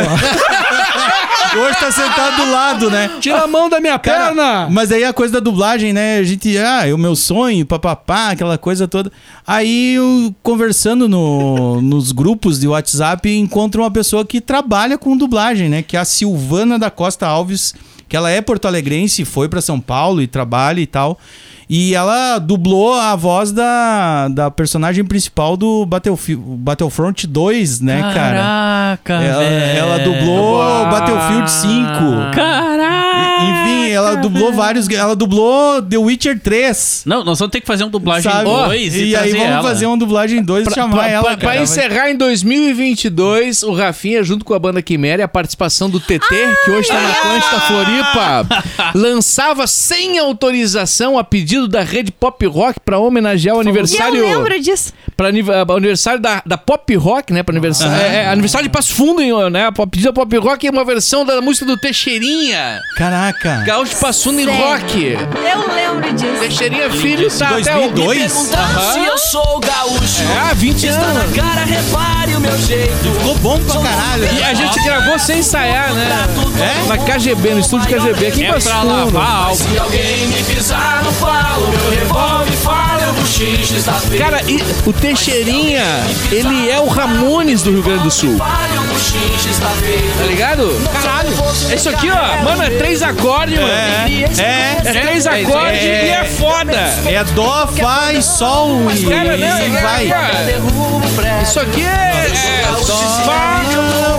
S4: Hoje tá sentado do lado, né?
S5: Tira a mão da minha
S4: Cara,
S5: perna.
S4: Mas aí a coisa da dublagem, né? A gente, ah, é o meu sonho, papapá, aquela coisa toda. Aí eu conversando no- nos grupos de WhatsApp, encontro uma pessoa que trabalha com dublagem, né? Que é a Silvana da Costa Alves, que ela é porto-alegrense, foi pra São Paulo e trabalha e tal. E ela dublou a voz da, da personagem principal do Battlefi- Battlefront 2, né, cara?
S1: Caraca,
S4: Ela,
S1: velho.
S4: ela dublou Battlefield 5.
S1: Caraca.
S4: Enfim, ela dublou vários. Ela dublou The Witcher 3.
S1: Não, nós vamos ter que fazer uma dublagem
S4: Sabe?
S1: 2 e,
S4: e aí
S1: trazer
S4: vamos
S1: ela.
S4: fazer um- uma dublagem 2 e chamar
S2: Pra-
S4: ela.
S2: pra- pra
S4: cara.
S2: encerrar em 2022, o Rafinha, junto com a banda Quimera e a participação do TT, que hoje
S8: Ah!
S2: tá na Atlântida Floripa, lançava sem autorização a pedido da rede Pop Rock pra homenagear o aniversário.
S3: Eu lembro disso.
S2: Pra aniv- ah, aniversário da, da Pop Rock, né? Pra aniversário. É, é, aniversário de Passo Fundo, em, né? a Pedido da Pop Rock é uma versão da música do Teixeirinha.
S4: Caraca.
S2: Gaúcho de Passo Fundo em
S3: Sério?
S2: rock.
S3: Eu lembro disso.
S2: Teixeirinha Filho tá até o.
S4: 2002?
S2: Aham.
S8: eu sou gaúcho.
S2: Ah, 20
S8: Está
S2: anos.
S8: na cara, repare o meu jeito.
S4: Ficou bom pra caralho.
S2: E a gente gravou sem ensaiar, né? Na KGB, no estúdio KGB, aqui em
S1: É
S2: Passo
S1: pra
S2: Fundo.
S1: lavar algo.
S8: Se alguém me pisar no palo, meu revólver fala, eu bochicho, está feio.
S2: Cara, e o Teixeirinha, ele é o Ramones do Rio Grande do Sul,
S8: Fala, eu bochicho, está
S2: tá
S8: feio.
S2: ligado? Caralho. Isso aqui, ó, mano, é três acordes, mano.
S4: É.
S2: É três acordes
S4: é,
S2: e é foda.
S4: É dó, fá e sol e,
S2: Cara, não,
S4: e
S2: é,
S4: vai.
S2: cara,
S8: Derrubo um prédio,
S2: isso aqui é... é fá,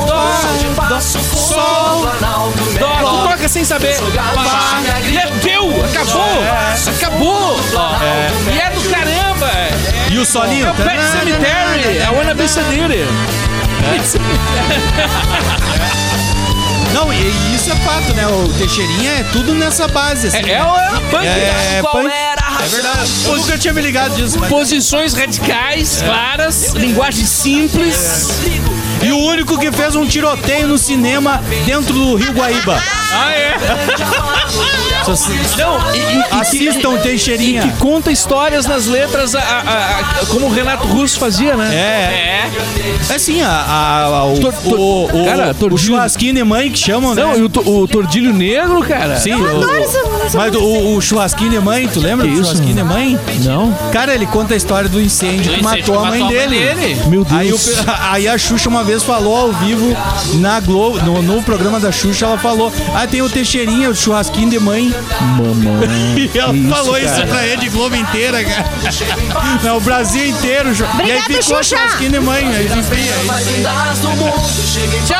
S2: dó,
S8: de passo
S2: sol,
S8: fundo, banal do
S2: dó.
S8: mel.
S2: Tu É, toca sem saber. Pá. E é teu, acabou,
S4: É.
S2: acabou. E é do caramba.
S4: E o solinho.
S2: É o Pet Cemetery, é o Wanna Be Cemetery.
S4: Não, e isso é fato, né? O Teixeirinha é tudo nessa base. Assim.
S2: É, é a punk.
S4: É,
S8: Qual
S4: punk.
S8: era a
S4: É verdade. Eu nunca tinha me ligado disso. mas-
S2: Posições
S4: É.
S2: radicais, claras, linguagem simples.
S4: E o único que fez um tiroteio no cinema dentro do Rio Guaíba.
S2: Ah, é?
S4: Só se-
S2: Não, e, e- e que-
S4: Assistam Teixeirinha.
S2: que conta histórias nas letras, a- a- a- a- como o Renato Russo fazia, né?
S4: É. É assim, a, a- a- o,
S2: Tor- tor-
S4: o, o,
S2: cara,
S4: o
S2: tordilho.
S4: churrasquinho de mãe que chamam,
S2: Não,
S4: né?
S2: e o, to- o Tordilho Negro, cara.
S4: Sim, o- mas o, o churrasquinho de mãe, tu lembra
S2: Que
S4: do
S2: isso?
S4: churrasquinho de mãe?
S2: Não.
S4: Cara, ele conta a história do incêndio
S1: Do
S4: que
S1: incêndio
S4: matou
S1: que
S4: a mãe
S1: matou a mãe
S4: dele.
S1: dele.
S2: Meu
S4: Aí, o
S2: Deus.
S4: pe- aí a Xuxa uma vez falou ao vivo na Globo, no, no programa da Xuxa, ela falou: Ah, tem o Teixeirinha, o churrasquinho de mãe. Mamãe. e ela falou isso pra Rede Globo inteira, cara. Não, o Brasil inteiro. Ju- e aí
S3: Obrigada,
S4: ficou o
S3: Xuxa.
S4: churrasquinho de mãe. Aí, enfim, aí-
S8: Lindas do mundo, cheguei
S2: Tchau,